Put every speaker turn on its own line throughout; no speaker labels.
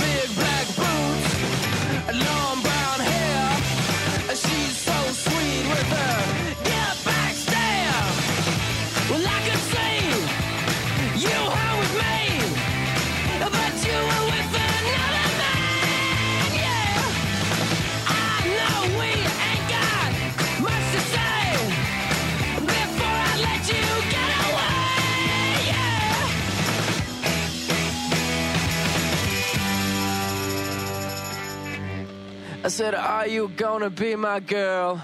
Big black boots, long brown hair. She's so sweet with her get back stare. Well, I could see you were with me, but you were with another man. Yeah. I know we ain't got much to say before I let you get away. Yeah. I said, Are you gonna be my girl?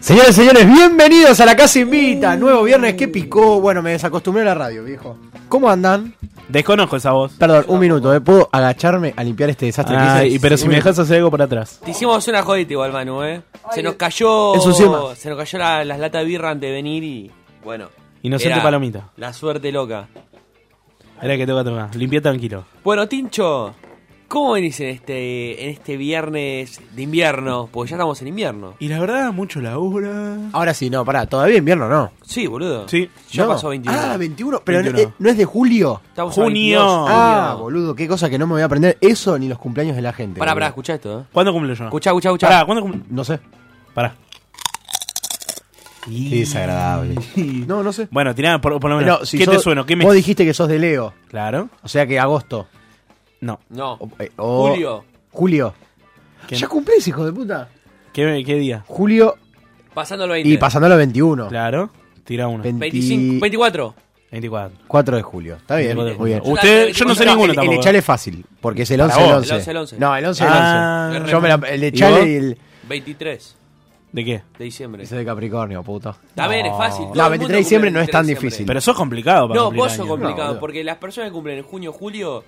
Señores, señores, bienvenidos a la Casa Invita. Nuevo viernes que picó. Bueno, me desacostumbré a la radio, viejo. ¿Cómo andan?
Desconozco esa voz.
Perdón, un minuto, ¿eh? ¿Puedo agacharme a limpiar este desastre que hice?
Ay, pero si
Un
me
minuto.
dejas hacer algo para atrás.
Te hicimos una jodita igual, Manu, ¿eh? Se nos cayó.
Ensució más.
Se nos cayó la- las latas de birra antes de venir y. Bueno.
Inocente
era
palomita.
La suerte loca.
Ahora que toca tomar. Limpié tranquilo.
Bueno, Tincho, ¿cómo venís en este, en este viernes de invierno? Porque ya estamos en invierno.
Y la verdad, mucho labura.
Ahora sí, no, pará, todavía invierno, ¿no.
Sí, boludo.
Sí.
Ya
No.
pasó 21.
Ah, 21. Pero
21.
eh, ¿no es de julio?
Estamos
Junio.
Ah, boludo, qué cosa que no me voy a aprender. Eso ni los cumpleaños de la gente.
Pará, pará,
boludo.
escuchá esto, ¿eh?
¿Cuándo cumplo yo?
Escuchá, escuchá, escuchá.
Pará, ¿cuándo cumplo?
No sé.
Pará.
Qué desagradable. No, no sé.
Bueno, tirá por, por lo menos.
No, si
¿Qué te
sos-
sueno? ¿Qué me.?
Vos dijiste que sos de Leo.
Claro.
O sea que agosto.
No.
No.
O- eh, o-
Julio.
Julio.
¿Qué?
Ya cumplís, hijo de puta.
¿Qué, qué día?
Julio
Pasando el 20.
y pasando los 21.
Claro. Tira uno.
25,
24
24.
24.
4 de julio. Está bien,
24.
muy bien.
Uh,
Usted, yo no sé
No,
ninguno
el, el de
tampoco.
Chale es fácil, porque es el 11
vos.
del
El
11.
11 del 11.
No, el 11
Ah.
del 11. Yo me la- el de
¿Y
Chale
vos?
y el
23
¿De qué?
de diciembre.
ese de Capricornio, puto.
También es fácil. todo
No,
el
23
mundo
de diciembre
cumple el
no es tan
23 de
difícil.
Pero sos complicado para
No,
cumplir
vos sos
años.
complicado,
No,
porque las personas que cumplen en junio julio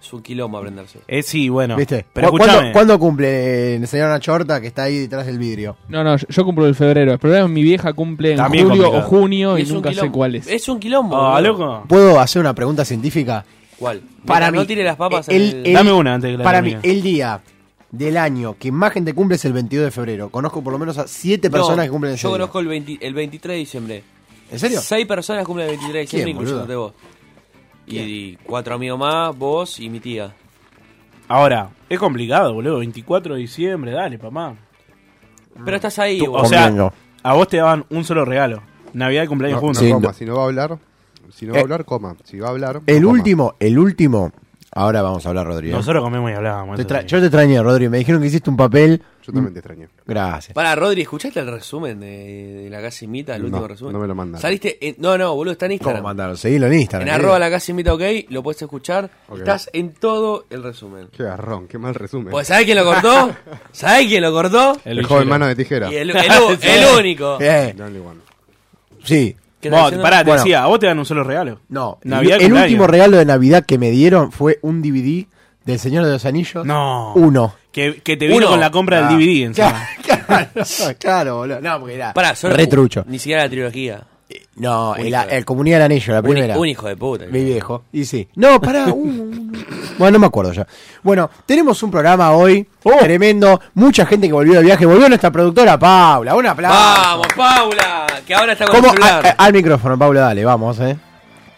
es un quilombo aprenderse.
Eh, sí, bueno.
¿Viste?
Pero
¿Cu- ¿Cuándo,
escuchame.
cuándo cumple el señor Nachorta que está ahí detrás del vidrio?
No, no, yo- yo cumplo el febrero. El problema es que mi vieja cumple en
También
julio
complicado.
o junio y,
es un
nunca sé
quilombo.
cuál es.
Es un quilombo.
Ah,
boludo.
loco.
¿Puedo hacer una pregunta científica?
¿Cuál?
Para
Mientras no
mí,
tire las papas
el-
en el...
el-
Dame una antes de que la
Para mí,
termine.
el día del año que más gente cumple es el 22 de febrero. Conozco por lo menos a 7
No,
personas que cumplen ese
Yo
día.
conozco el, 20 el 23 de diciembre.
¿En serio?
6 personas cumplen el 23 de diciembre,
¿Quién, boludo?
incluyéndote vos. Y, y cuatro amigos más, vos y mi tía.
Ahora, es complicado, boludo. 24 de diciembre, dale, papá.
Pero estás ahí,
Tú-
vos.
o sea,
Convengo.
a vos te daban un solo regalo. Navidad y cumpleaños
No,
juntos.
no
Sí,
coma,
no.
si no va a hablar, si no va
Eh,
a hablar, coma. Si va a hablar,
Eh.
El
coma.
último, el último. Ahora vamos a hablar, Rodrigo.
Nosotros comemos y hablábamos.
Te
eso
tra-
sí.
yo te extrañé, Rodrigo. Me dijeron que hiciste un papel.
Yo también te extraño.
Gracias.
Para, Rodri, ¿escuchaste el resumen de, de la casa invita? El último resumen.
no me lo mandaron.
Saliste. en- no, no, boludo, está en
¿Cómo
Instagram.
mandaron? Seguilo en Instagram.
en
querido.
arroba la casa invita, ok. Lo puedes escuchar.
Ok.
Estás en todo el resumen.
Qué garrón, qué mal resumen.
Pues ¿sabés quién lo cortó? ¿Sabés quién lo cortó?
el joven mano de tijera.
Y el, el u- el único.
Eh,
The only one.
sí.
¿Qué
Vos,
estás diciendo?
pará, te
Bueno.
decía, a vos te dan un solo regalo.
No.
Navidad y
el
cumpleaños.
último regalo de Navidad que me dieron fue un DVD del Señor de los Anillos.
No.
Uno.
Que, que te vino
Uno.
con la compra
Ah.
del DVD encima.
Claro, claro, boludo. No, porque era.
Pará, solo-
Retrucho.
Ni siquiera la trilogía.
No, el,
Única.
el Comunidad del Anillo, la
Un,
primera.
un hijo de puta.
Mi viejo. Y sí. No, pará. un- un- bueno, no me acuerdo ya. Bueno, tenemos un programa hoy
Oh.
tremendo. Mucha gente que volvió de viaje. Volvió nuestra productora Paula. Un aplauso.
Vamos, Paula, que ahora está con
¿Cómo-
el celular.
a- a- al micrófono, Paula, dale, vamos, eh.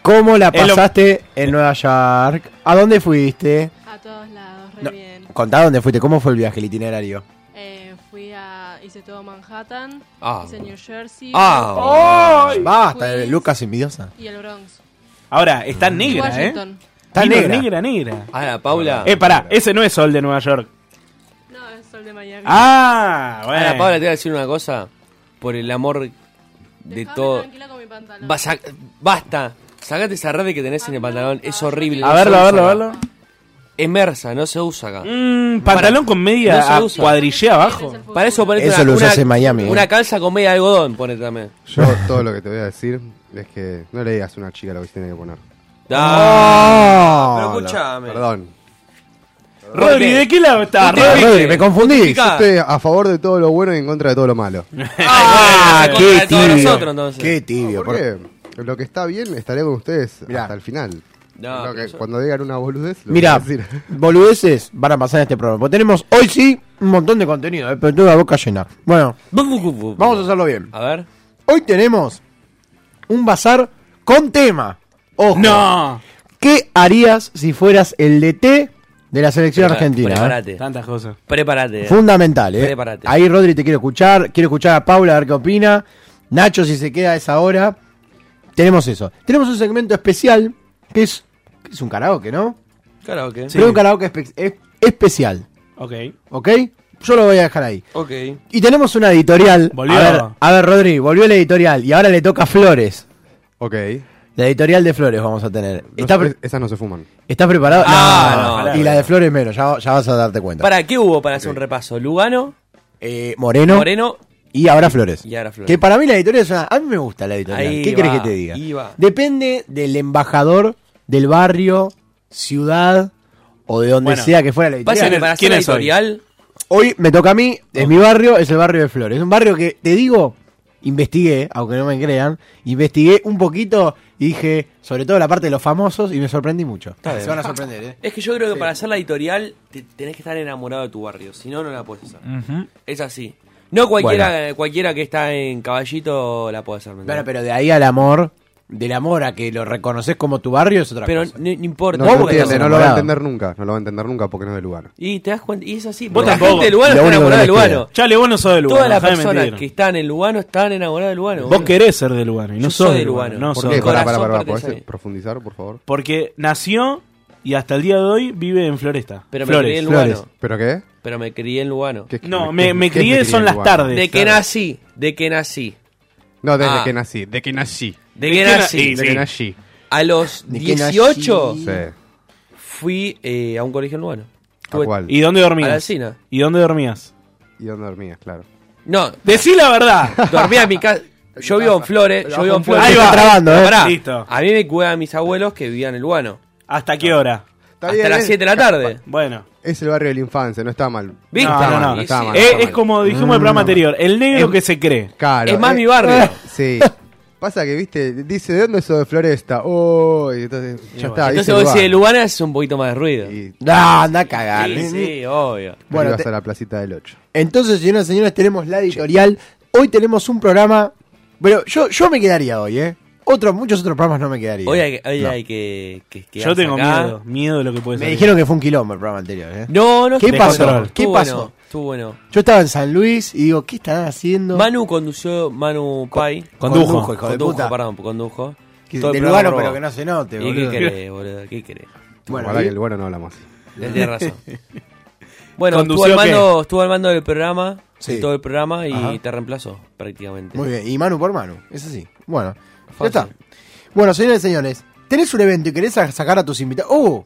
¿Cómo la
Es lo-
pasaste en Nueva York? ¿A dónde fuiste?
A todos lados, re
No,
bien.
Contá dónde fuiste, ¿cómo fue el viaje, el itinerario?
Eh, fui a. Hice todo Manhattan,
Ah.
hice New Jersey
Ah,
Basta, eh,
Queens.
Lucas envidiosa.
y el Bronx.
Ahora, está
Y
negra,
Washington.
¿eh?
Está
Vino
negra.
negra, negra.
ahora, Paula.
Eh, pará, ese no es Sol de Nueva York.
No, es Sol de Miami.
Ah, bueno.
Ahora, Paula, te voy a decir una cosa. Por el amor de
Dejame
todo.
tranquila con mi pantalón.
Vas a- basta. Sacate esa red que tenés en el pantalón. Es horrible.
A
no
verlo,
se
a
usa
verlo, a
acá.
verlo.
Es mersa, no se usa acá.
Mm, pantalón con media
No se
a-
usa.
cuadrillé abajo.
Para eso ponete
Eso
una,
lo
una-
usás en Miami, eh.
Una calza con media de algodón, ponete también.
Yo todo lo que te voy a decir es que no le digas a una chica lo que se tiene que poner.
Ah,
Oh.
pero Escuchame.
Perdón.
Rodri, ¿de qué lado está?
Usted-
Rodri?
Rodri, me confundí.
Justifica.
Estoy a favor de todo lo bueno y en contra de todo lo malo.
Ah,
Ah,
contra
qué
de todos
tibio.
nosotros, entonces.
Qué tibio. por-
Porque lo que está bien estaré con ustedes
Mirá.
hasta el final.
No,
Lo que-
pero yo-
Cuando digan una boludez, lo
Mira,
voy a decir.
boludeces van a pasar en este programa. Porque tenemos hoy sí un montón de contenido, eh, pero tengo la boca llena. Bueno, vamos a hacerlo bien.
A ver.
Hoy tenemos un bazar con tema. Ojo.
No.
¿Qué harías si fueras el DT de la selección
Prepara-
argentina? eh?
Preparate.
Tantas cosas.
Preparate.
Fundamental, ¿eh?
Prepárate.
Ahí Rodri te quiero escuchar, quiero escuchar a Paula a ver qué opina. Nacho si se queda a esa hora. Tenemos eso. Tenemos un segmento especial que es que es un karaoke, ¿no?
Karaoke.
Pero un karaoke espe- es- especial,
Ok.
¿ok? Yo lo voy a dejar ahí.
Ok.
Y tenemos una editorial.
Volvió.
A ver, a ver, Rodri, volvió la editorial y ahora le toca a Flores.
Ok.
La editorial de Flores vamos a tener.
No
Está
se-
pre-
es- esas no se fuman.
¿Estás preparado?
Ah,
no,
Y
no,
la
no.
de Flores menos, ya, ya vas a darte cuenta.
¿Para qué hubo para hacer un repaso? Lugano,
Eh, Moreno,
Moreno.
y ahora Flores.
Y ahora Flores.
Que para mí la editorial es una... A mí me gusta la editorial.
Ahí
¿Qué
va,
querés que te diga?
ahí va.
Depende del embajador, del barrio, ciudad o de donde
Bueno,
sea que fuera la
Pasa
editorial.
que
¿Quién
para
es-
hacer
quién
la
es hoy?
editorial.
Hoy me toca a mí, es mi barrio, es el barrio de Flores. Es un barrio que, te digo, investigué, aunque no me crean, investigué un poquito y dije, sobre todo la parte de los famosos, y me sorprendí mucho.
bien.
Se van a sorprender, ¿eh?
Es que yo creo que para hacer la editorial te- tenés que estar enamorado de tu barrio. Si no, no la puedes hacer. Es así. No cualquiera, cualquiera que está en caballito la puede hacer. ¿me
Bueno,
entendés?
pero de ahí al amor, del amor a que lo reconoces como tu barrio es otra
pero
cosa.
no, no importa.
No,
vos
no,
porque
entiende,
estás
no lo va a
enamorado.
entender nunca. No lo va a entender nunca porque no es de lugar.
Y te das cuenta, y es así.
Vos
porque la
tampoco.
gente de Lugano
Lo
está
único que
enamorada de
les queda.
Lugano.
Chale, vos no sos de Lugano.
Todas las
dejá de
personas
mentir.
que están en Lugano están enamoradas de Lugano.
Vos
boludo.
querés ser de Lugano y no
Yo
sos
soy de
de
Lugano.
Lugano. No
¿Por
sos
¿Por qué?
el
de
Pará,
Lugano.
pará,
corazón
pará, pará.
parte
¿Podés
de ahí.
profundizar, por favor?
Porque nació y hasta el día de hoy vive en Floresta.
Pero me crié en
Flores.
Lugano.
¿Pero qué?
Pero me crié en Lugano.
¿Qué-
No,
qué-
me, me
qué es
crié
que
son
en
las
lugar?
tardes.
De que nací, de que nací.
No, desde
Ah.
que nací. De que nací.
De que
que na-
nací.
y
De
Sí.
que nací.
A los
¿De qué nací?
18
Sí.
fui eh, a un colegio en Lugano.
¿A
Tuve-
cuál?
¿Y dónde
A la
dormías?
vecina.
¿Y dónde dormías?
¿Y dónde dormías? Claro.
No,
Decí la verdad.
dormía en mi casa. Yo vivo en Flores, yo vivo en Flores.
Ahí va.
Trabando,
Pero
¿eh?
pará,
Listo.
A mí me cuidaban mis abuelos que vivían en Lugano.
¿Hasta qué hora?
hasta
eh.
las 7 de la tarde.
Bueno.
Es el barrio de la infancia, no está mal.
¿Viste?
No,
está
no,
mal,
no.
está
Sí,
mal.
sí.
Eh,
está
es
mal.
como dijimos
Ah.
en el programa anterior, el negro
Em-
que se cree.
Claro,
es más
eh,
mi barrio.
Sí. Pasa que, viste, dice, ¿de dónde es eso de Floresta? Oh, y entonces, ya está. dice
Entonces vos decís de
lugar.
Lugano es un poquito más de ruido.
Y
No, anda a cagar.
Sí, sí, obvio.
Bueno,
bueno,
te-
a la placita del 8.
Entonces, señoras y señores, tenemos la editorial. Hoy tenemos un programa. Pero yo, yo me quedaría hoy, ¿eh? Otros, muchos otros programas no me quedaría.
Hoy hay, que- hoy
No.
hay que, que quedarse
Yo tengo
acá.
miedo. Miedo de lo que puede ser.
Me dijeron que fue un quilombo el programa anterior, ¿eh?
No, no.
¿Qué
estuvo
pasó?
bueno,
¿Qué
estuvo
pasó?
bueno, estuvo bueno.
Yo estaba en San Luis y digo, ¿qué estarán haciendo?
Manu condució, Manu Pai.
Condujo.
Condujo, hijo de
Condujo,
puta.
perdón, condujo.
Que-
Todo el
de
programa
Lugano,
robó.
pero que no se note,
¿Y qué
boludo.
querés, boludo? ¿Qué querés?
Bueno,
Ojalá
y-
que el bueno no hablamos.
Tenés razón. Bueno, estuvo
¿Condució
al, mando, estuvo al mando del programa,
Sí.
todo el programa y
Ajá.
te reemplazó prácticamente.
Muy bien, y mano por mano, es así. Bueno, ya
Fácil.
está. Bueno, señores y señores, tenés un evento y querés sa- sacar a tus invitados. ¡Oh!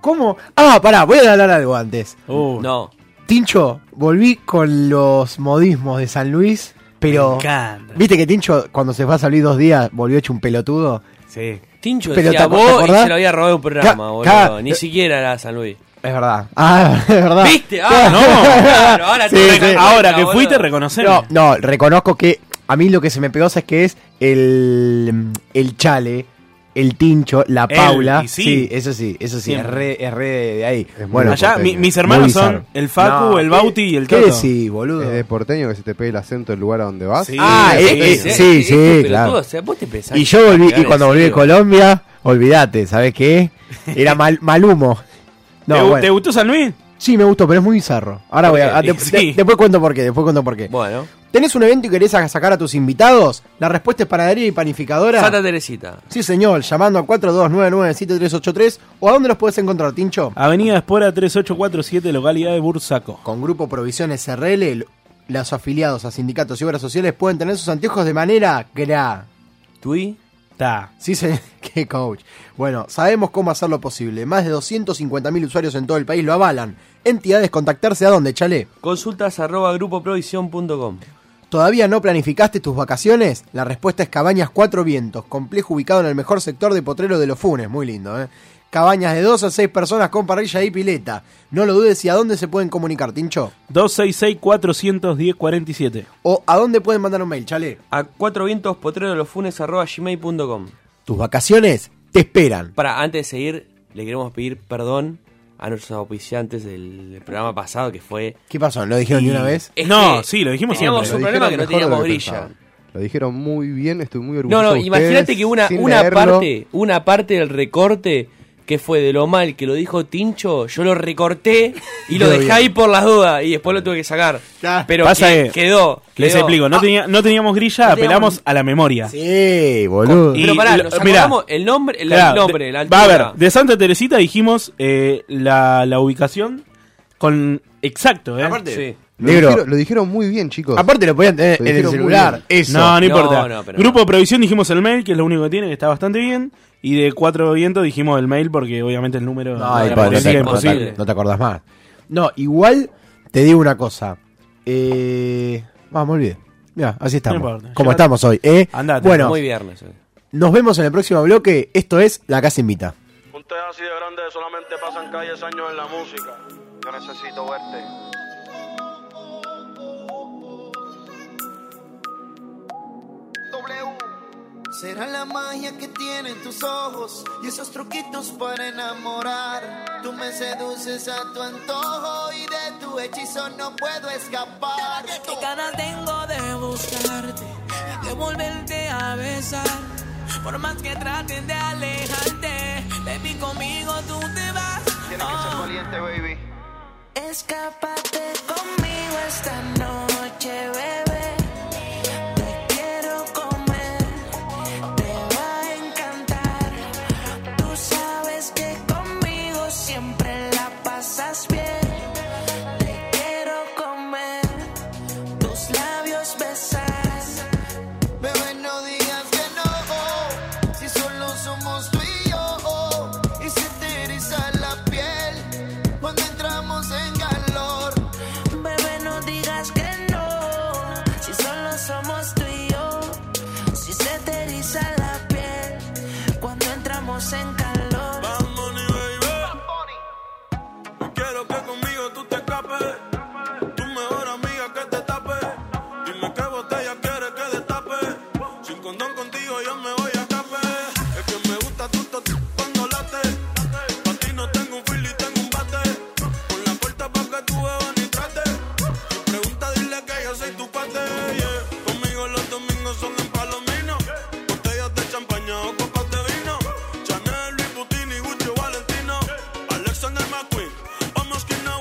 ¿Cómo? Ah, pará, voy a hablar algo antes.
Uh,
No,
Tincho, volví con los modismos de San Luis, pero.
Me encanta.
¿Viste que Tincho, cuando se fue a salir dos días, volvió hecho un pelotudo?
Sí.
Tincho
Pero
decía
te acu-
vos
¿te
y
acordás?
se lo había robado un programa,
Ca-
boludo.
ca-
Ni siquiera era San Luis.
Es verdad. Ah, es verdad.
¿Viste? Ah,
no.
Claro, ahora
Sí,
te
sí.
reconozco,
Ahora que
boludo.
fuiste, reconocer.
No, no, reconozco que a mí lo que se me pegó es que es el, el chale, el tincho, la
Él,
paula.
y
sí.
sí.
eso sí, eso sí, es
Siempre.
re, es re de, de ahí.
muy
bueno,
Allá, mi-
porteño.
mis
muy
hermanos son
bizarro.
el Facu,
No,
el
¿qué-
Bauti y el
¿Qué
Toto.
decís, boludo?
Es de porteño que se te pegue el acento del lugar a donde vas.
Sí.
Ah,
Sí,
eh, eh,
sí,
sí,
es
sí,
un pelotudo,
claro.
o sea, vos te pensás
Y
que
yo volví,
te
y cuando volví de
serio.
Colombia, olvídate, ¿sabes qué? Era mal, mal humo. No,
¿Te, gu-
bueno.
te gustó San Luis?
Sí, me gustó, pero es muy bizarro. Ahora voy a. ah, de-
Sí.
de- después cuento por qué, después cuento por qué.
Bueno,
¿Tenés un evento y querés a- sacar a tus invitados? La respuesta es panadería y panificadora.
Santa Teresita.
Sí, señor, llamando a 4299-7383 o a dónde los puedes encontrar, Tincho.
Avenida Espora 3847, localidad de Bursaco.
Con Grupo Provisiones RL, el- los afiliados a sindicatos y obras sociales pueden tener sus anteojos de manera gra.
Tui.
Está.
Sí, señor. Qué coach. Bueno, sabemos cómo hacerlo posible. Más de 250.000 usuarios en todo el país lo avalan. Entidades, contactarse a dónde, chale.
Consultas arroba grupoprovisión.com.
¿Todavía no planificaste tus vacaciones? La respuesta es Cabañas Cuatro Vientos, complejo ubicado en el mejor sector de Potrero de los Funes, muy lindo, ¿eh? cabañas de 2 a 6 personas con parrilla y pileta. No lo dudes y a dónde se pueden comunicar, Tincho.
266-410-47.
O a dónde pueden mandar un mail, chale.
A cuatro vientos potrero de los funes arroba gmail.com.
Tus vacaciones te esperan.
Para, antes de seguir, le queremos pedir perdón a nuestros auspiciantes del, del programa pasado que fue.
¿Qué pasó? ¿No dijeron ni una vez?
Es
No,
que
sí, lo dijimos
teníamos
siempre.
un
Lo
problema
dijeron
que
mejor de
no
lo
teníamos
que
grilla.
pensaba. Lo dijeron muy bien, estoy muy
No,
orgulloso.
no,
de ustedes,
imagínate que una,
sin
una
leerlo.
parte, una parte del recorte que fue de lo mal que lo dijo Tincho, yo lo recorté y lo
Quedó
dejé
bien.
ahí por las dudas y después lo tuve que sacar.
Ya.
Pero
Pasa
que-
que-
quedó.
Les
quedó. Ah.
explico, no, tenía- no teníamos grilla,
No teníamos-
apelamos a la memoria.
Sí, boludo.
Y-
Pero pará,
lo-
nos
mirá.
acordamos el nombre, el,
Claro,
nombre,
de-
la
va a
altura.
ver, de Santa Teresita dijimos eh, la, la ubicación con exacto, ¿eh?
Aparte-
Sí.
Lo
Negro.
dijeron, lo dijeron muy bien, chicos.
Aparte lo podían tener
Lo
en el
dijeron muy
celular.
bien.
Eso.
No, no importa.
no, pero
Grupo
no.
Provisión dijimos el mail, que es lo único que tiene, que está bastante bien. Y de Cuatro Vientos dijimos el mail porque obviamente el número
Ay,
era
no,
padre,
no,
no, te,
no,
imposible.
no,
no te acordás más. No, igual te digo una cosa. Eh, vamos, me olvidé. Mira, así estamos.
importa,
como
ya-
estamos hoy. ¿eh?
Andate.
bueno,
Muy viernes. eh.
nos vemos en el próximo bloque. Esto es La Casa Invita.
Ustedes así de grandes solamente pasan calles años en la música. Yo necesito verte.
Será la magia que tienen tus ojos y esos truquitos para enamorar. Tú me seduces a tu antojo y de tu hechizo no puedo escapar.
Qué ganas tengo de buscarte, de volverte a besar. Por más que traten de alejarte, baby, conmigo tú te vas. Oh.
Tienes que ser valiente, baby.
Escápate conmigo esta noche, bebé. Te quiero comer, te va a encantar. Tú sabes que conmigo siempre la pasas bien. Te quiero comer, tus labios besar.
Bebé, no digas que no, si solo somos tú y yo. Y se te eriza la piel cuando entramos en calor.
Bebé, no digas que no, si solo somos tú y yo. Si se te eriza la piel cuando entramos en calor.
Quiero que conmigo tú te escapes. Tu mejor amiga que te tape. Dime qué botella quieres que destape. Sin condón contigo yo me voy a escape. Es que me gusta tu tot cuando late. Pa' ti no tengo un feel y tengo un bate. Con la puerta pa' que tú bebas ni trates. Si pregunta, dile que yo soy tu pate. yeah. Conmigo los domingos son en palomino. Botellas de champaña o copas de vino. Chanel, Louis Vuitton y Gucci o Valentino. Alexander McQueen, vamos que no.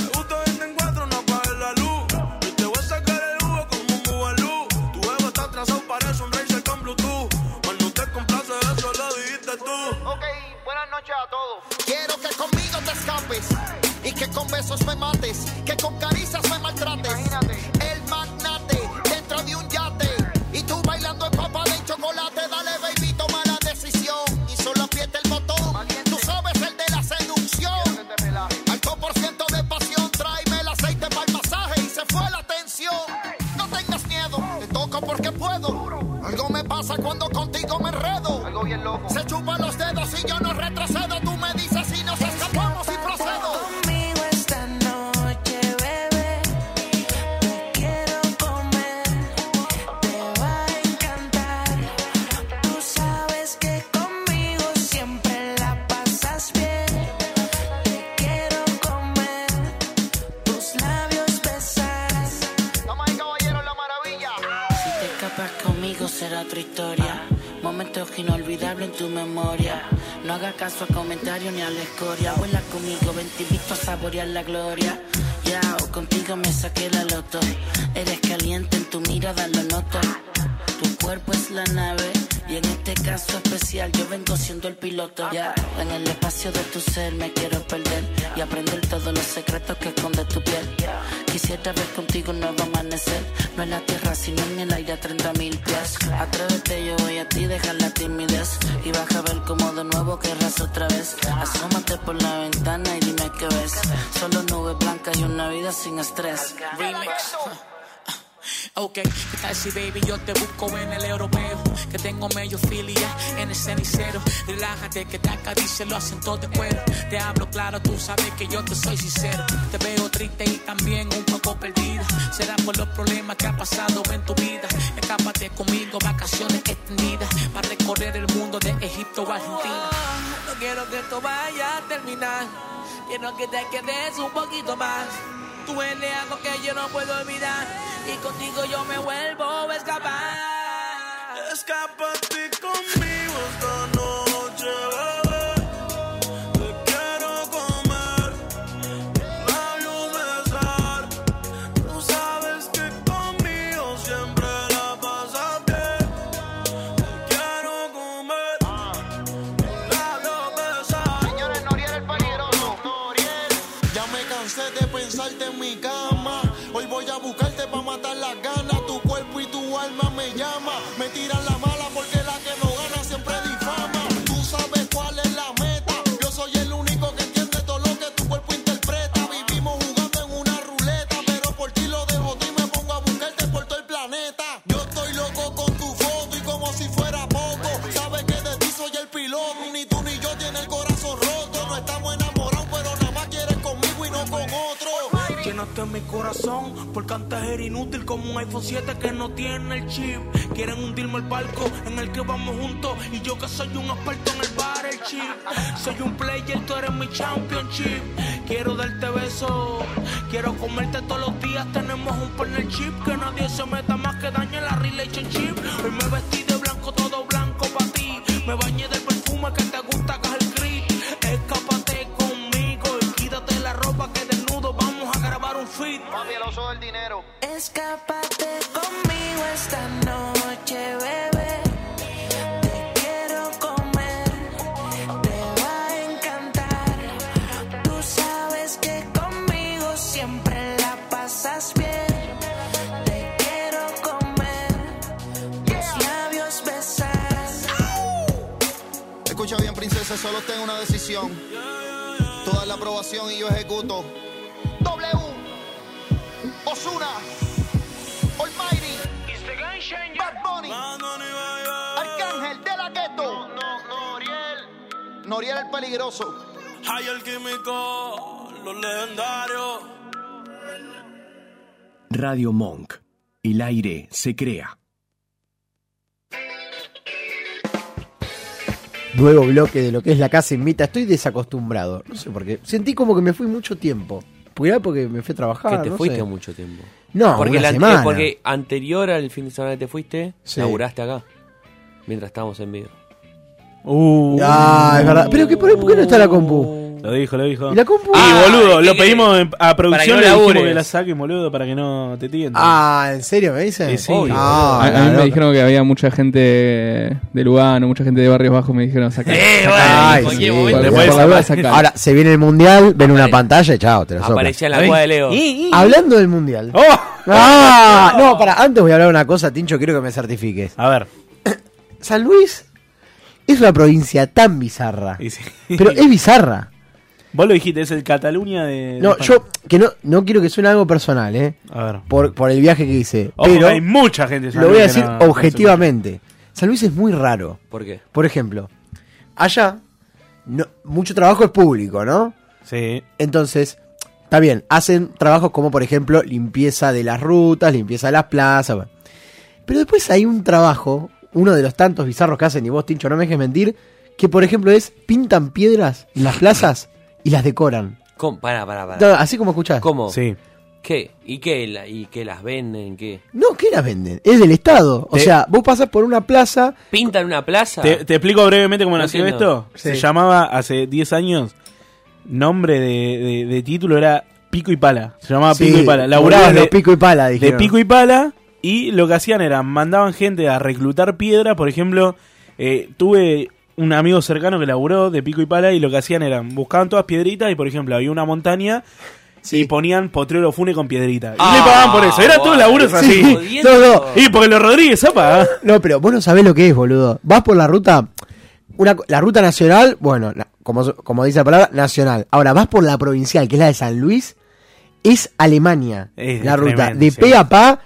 Me gusta verte en cuatro, no apagues la luz. Y te voy a sacar el jugo como un bubalú. Tu ego está atrasado, parece un racer con Bluetooth. Cuando te complace, eso lo dijiste tú.
Ok, buenas noches a todos. Quiero que conmigo te escapes y que con besos me mates, que con caricias me maltrates. El magnate dentro de un yate y tú bailando en papa de chocolate. Dale, baby, toma la decisión y solo aprieta el botón. Tú sabes el de la seducción. Alto por ciento de pasión, tráeme el aceite para el masaje y se fue la tensión. No tengas miedo, te toco porque puedo. Algo me pasa cuando contigo me enredo. Algo bien loco. Se chupa los dedos y yo no retrocedo. Tú me dices si nos escapamos y procedo.
Conmigo esta noche, bebé. Te quiero comer, te va a encantar. Tú sabes que conmigo siempre la pasas bien. Te quiero comer, tus labios besar.
Damas y caballeros, la maravilla.
Si te escapas conmigo será otra historia. Momentos inolvidables en tu memoria. No hagas caso a comentarios ni a la escoria. Vuela conmigo, ven te invito a saborear la gloria. Ya, contigo me saqué la loto. Eres caliente en tu mirada, lo noto. Tu cuerpo es la nave y en este caso especial yo vengo siendo el piloto. Ya, en el espacio de tu ser me quiero perder y aprender todos los secretos que esconde tu piel. Quisiera ver contigo un nuevo amanecer, no en la tierra sino en el aire a 30 mil pies. Atrévete, yo voy a ti, deja la timidez y vas a ver cómo de nuevo querrás otra vez. Asómate por la ventana y dime qué ves. Solo nubes blancas y una vida sin estrés. Remix.
Ok, ¿qué tal si baby yo te busco en el europeo? Que tengo medio filia en el cenicero. Relájate que taca dice lo acento de cuero. Te hablo claro, tú sabes que yo te soy sincero. Te veo triste y también un poco perdida. Será por los problemas que ha pasado en tu vida. Escápate conmigo, vacaciones extendidas. Para recorrer el mundo de Egipto a Argentina.
No quiero que esto vaya a terminar. Quiero que te quedes un poquito más. Tú eres algo que yo no puedo olvidar. Y contigo yo me vuelvo a escapar.
Escápate conmigo esta noche, bebé. Te quiero comer, labios besar. Tú sabes que conmigo siempre la pasas bien. Te quiero comer, labios besar. Señores, Noriel el peligroso.
Ya me cansé de pensarte en mi cama. Hoy voy a buscarte para matar las ganas. Tu cuerpo y tu alma me llama. Me tiran la mala porque la que no gana siempre difama. Tú sabes cuál es la meta. Yo soy el único que entiende todo lo que tu cuerpo interpreta. Vivimos jugando en una ruleta, pero por ti lo dejo todo y me pongo a buscarte por todo el planeta. Yo estoy loco con tu foto y como si fuera poco. Sabes que de ti soy el piloto. Ni tú ni yo tiene el corazón roto. No estamos enamorados, pero nada más quieres conmigo y no con otro.
Llenaste mi corazón porque antes era inútil como un iPhone 7 que no tiene el chip. Quieren hundirme el barco en el que vamos juntos y yo que soy un experto en el bar el chip. Soy un player, tú eres mi championship. Quiero darte besos, quiero comerte todos los días. Tenemos un partnership que nadie se meta más que dañe la relationship. Hoy me vestí de blanco, todo blanco para ti. Me bañé del perfume que te gusta, que es el gris. Escápate conmigo y quítate la ropa que desnudo vamos a grabar un fit. Papi, el oso del dinero.
Escápate conmigo esta noche, bebé. Te quiero comer, te va a encantar. Tú sabes que conmigo siempre la pasas bien. Te quiero comer, los labios besar.
Escucha bien, princesa, solo tengo una decisión. Toda la aprobación y yo ejecuto.
W. Osuna. Almighty. Bad Bunny. Arcángel de la Ghetto. Noriel el peligroso.
Hay el químico, los legendarios.
Radio Monk. El aire se crea.
Nuevo bloque de lo que es la casa invita. Estoy desacostumbrado. No sé por qué. Sentí como que me fui mucho tiempo. Cuidado porque me fui a trabajar.
Que te
no
fuiste
sé.
mucho tiempo.
No,
porque,
una
la-
semana.
porque anterior al fin de semana que te fuiste,
Sí.
laburaste acá. Mientras estábamos en vivo.
Ah, es verdad. Pero que por, ¿por qué no está la
Uh.
compu?
Lo dijo, lo dijo.
¿Y la compu?
Y
Ah,
boludo,
¿y
lo
qué
pedimos
querés?
en- a producción,
Para que
le
no
dijimos
labures.
que la saquen, boludo, para que no te tienten.
Ah, ¿en serio me dicen?
Sí, sí.
Obvio.
A,
Ah,
a mí
la
me
loca.
dijeron que había mucha gente de Lugano, mucha gente de barrios bajos. Me dijeron, saca.
Eh,
saca-
Ay,
cualquier
sí.
momento
Por-
después
por la duda,
saca.
Ahora, se viene el mundial, ven una pantalla y chao, te la sopla.
Aparecía en la cueva de Leo.
Hablando del mundial.
Oh.
Ah, no, para, antes voy a hablar una cosa, Tincho, quiero que me certifiques.
A ver.
San Luis es una provincia tan bizarra. Pero es bizarra.
Vos lo dijiste, es el Cataluña de.
No,
de
yo que no, no quiero que suene algo personal, ¿eh?
A ver.
Por, por el viaje que hice.
Ojo,
pero
hay mucha gente de San
Lo voy
Luis que
a decir
no- no se
objetivamente. San Luis es muy raro.
¿Por qué?
Por ejemplo, allá no- mucho trabajo es público, ¿no?
Sí.
Entonces, está bien, hacen trabajos como por ejemplo limpieza de las rutas, limpieza de las plazas. bueno. Pero después hay un trabajo, uno de los tantos bizarros que hacen, y vos, Tincho, no me dejes mentir, que por ejemplo es pintan piedras en las plazas y las decoran.
¿Cómo? Pará, pará, pará.
No, así como escuchás.
Ah. ¿Cómo?
Sí.
¿Qué? ¿Y qué? La- ¿Y qué las venden? ¿Qué?
No, ¿qué las venden? Es del Estado. O sea, vos pasás por una plaza.
¿Pintan una plaza?
Te, te explico brevemente cómo
No
nació
entiendo.
esto. Se
Sí.
llamaba hace 10 años, nombre de, de- de título era Pico y Pala. Se llamaba
Sí,
Pico y Pala. Laburabas
boludo,
de,
pico y pala,
de
dijeron.
Pico y Pala y lo que hacían era mandaban gente a reclutar piedra. Por ejemplo, eh, tuve un amigo cercano que laburó de Pico y Pala y lo que hacían era buscaban todas piedritas y, por ejemplo, había una montaña. Y ponían potrero fune con piedrita. Y le pagaban por eso. Eran todos laburos así.
Ah, Sí, no, no.
Y porque los Rodríguez, apa.
No, pero vos no sabés lo que es, boludo. Vas por la ruta. Una, co- la ruta nacional, bueno, na- como, como dice la palabra, nacional. Ahora vas por la provincial, que es la de San Luis. Es Alemania.
Es
la ruta.
tremendo,
de
sí.
pe a pa,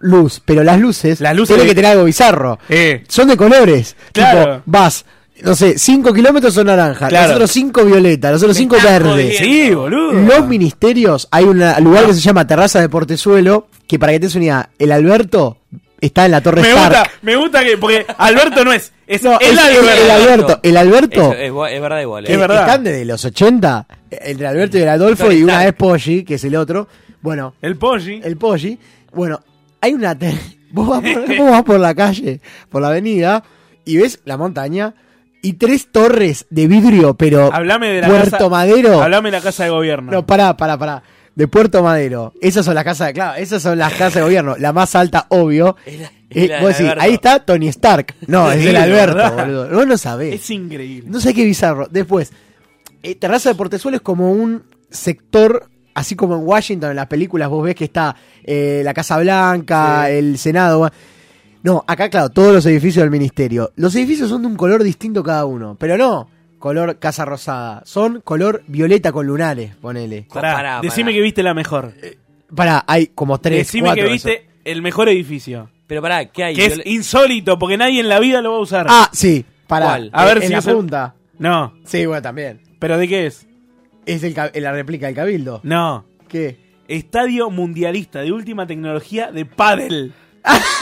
luz, pero las luces, las
luces
tienen
de-
que tener algo bizarro.
Eh.
Son de colores.
Claro.
Tipo, vas, no sé, 5 kilómetros son naranja,
Claro.
los otros 5 violeta, los otros 5 verde.
Sí, boludo.
Los ministerios, hay un lugar que se llama Terraza de Portezuelo, que para que te des una idea, el Alberto está en la Torre
Me
Stark.
gusta, me gusta que. Porque Alberto no es. Es el
es-
Alberto.
el Alberto, el Alberto.
Eso Es, gua- es verdad igual.
que
eh.
Están desde los 80, entre Alberto y el Este Adolfo, y una es Poggi, que es el otro. Bueno.
El Poggi.
El Poggi. Bueno, hay una. ter- Vos vas, por, vos vas por la calle, por la avenida, y ves la montaña, y tres torres de vidrio, pero.
Hablame de la
Puerto
casa-
Madero.
Hablame de la casa de gobierno.
No, pará, pará, pará. De Puerto Madero. Esas son las casas, claro, esas son las casas de gobierno. La más alta, obvio. Eh,
la del
vos decís,
Alberto.
ahí está Tony Stark. No, es
Sí,
el
de
Alberto,
verdad.
boludo. Vos no sabés.
Es increíble.
No sé qué bizarro. Después, eh, Terraza de Portezuelo es como un sector, así como en Washington, en las películas vos ves que está eh, la Casa Blanca, el Senado. bueno. No, acá, claro, todos los edificios del ministerio. Los edificios son de un color distinto cada uno, pero no color casa rosada, son color violeta con lunares, ponele.
Pará, decime que viste la mejor.
Pará, hay como Eh, tres,
decime
cuatro
que
de
viste
esos.
el mejor edificio.
Pero pará, ¿qué hay?
Que es
Viola-
insólito, porque nadie en la vida lo va a usar.
Ah, sí, pará.
¿Cuál? A ver
En
si
la
es el-
punta.
No.
Sí, bueno, también.
¿Pero de qué es?
Es el, ca- la réplica del Cabildo.
No.
¿Qué?
Estadio Mundialista de última tecnología de pádel.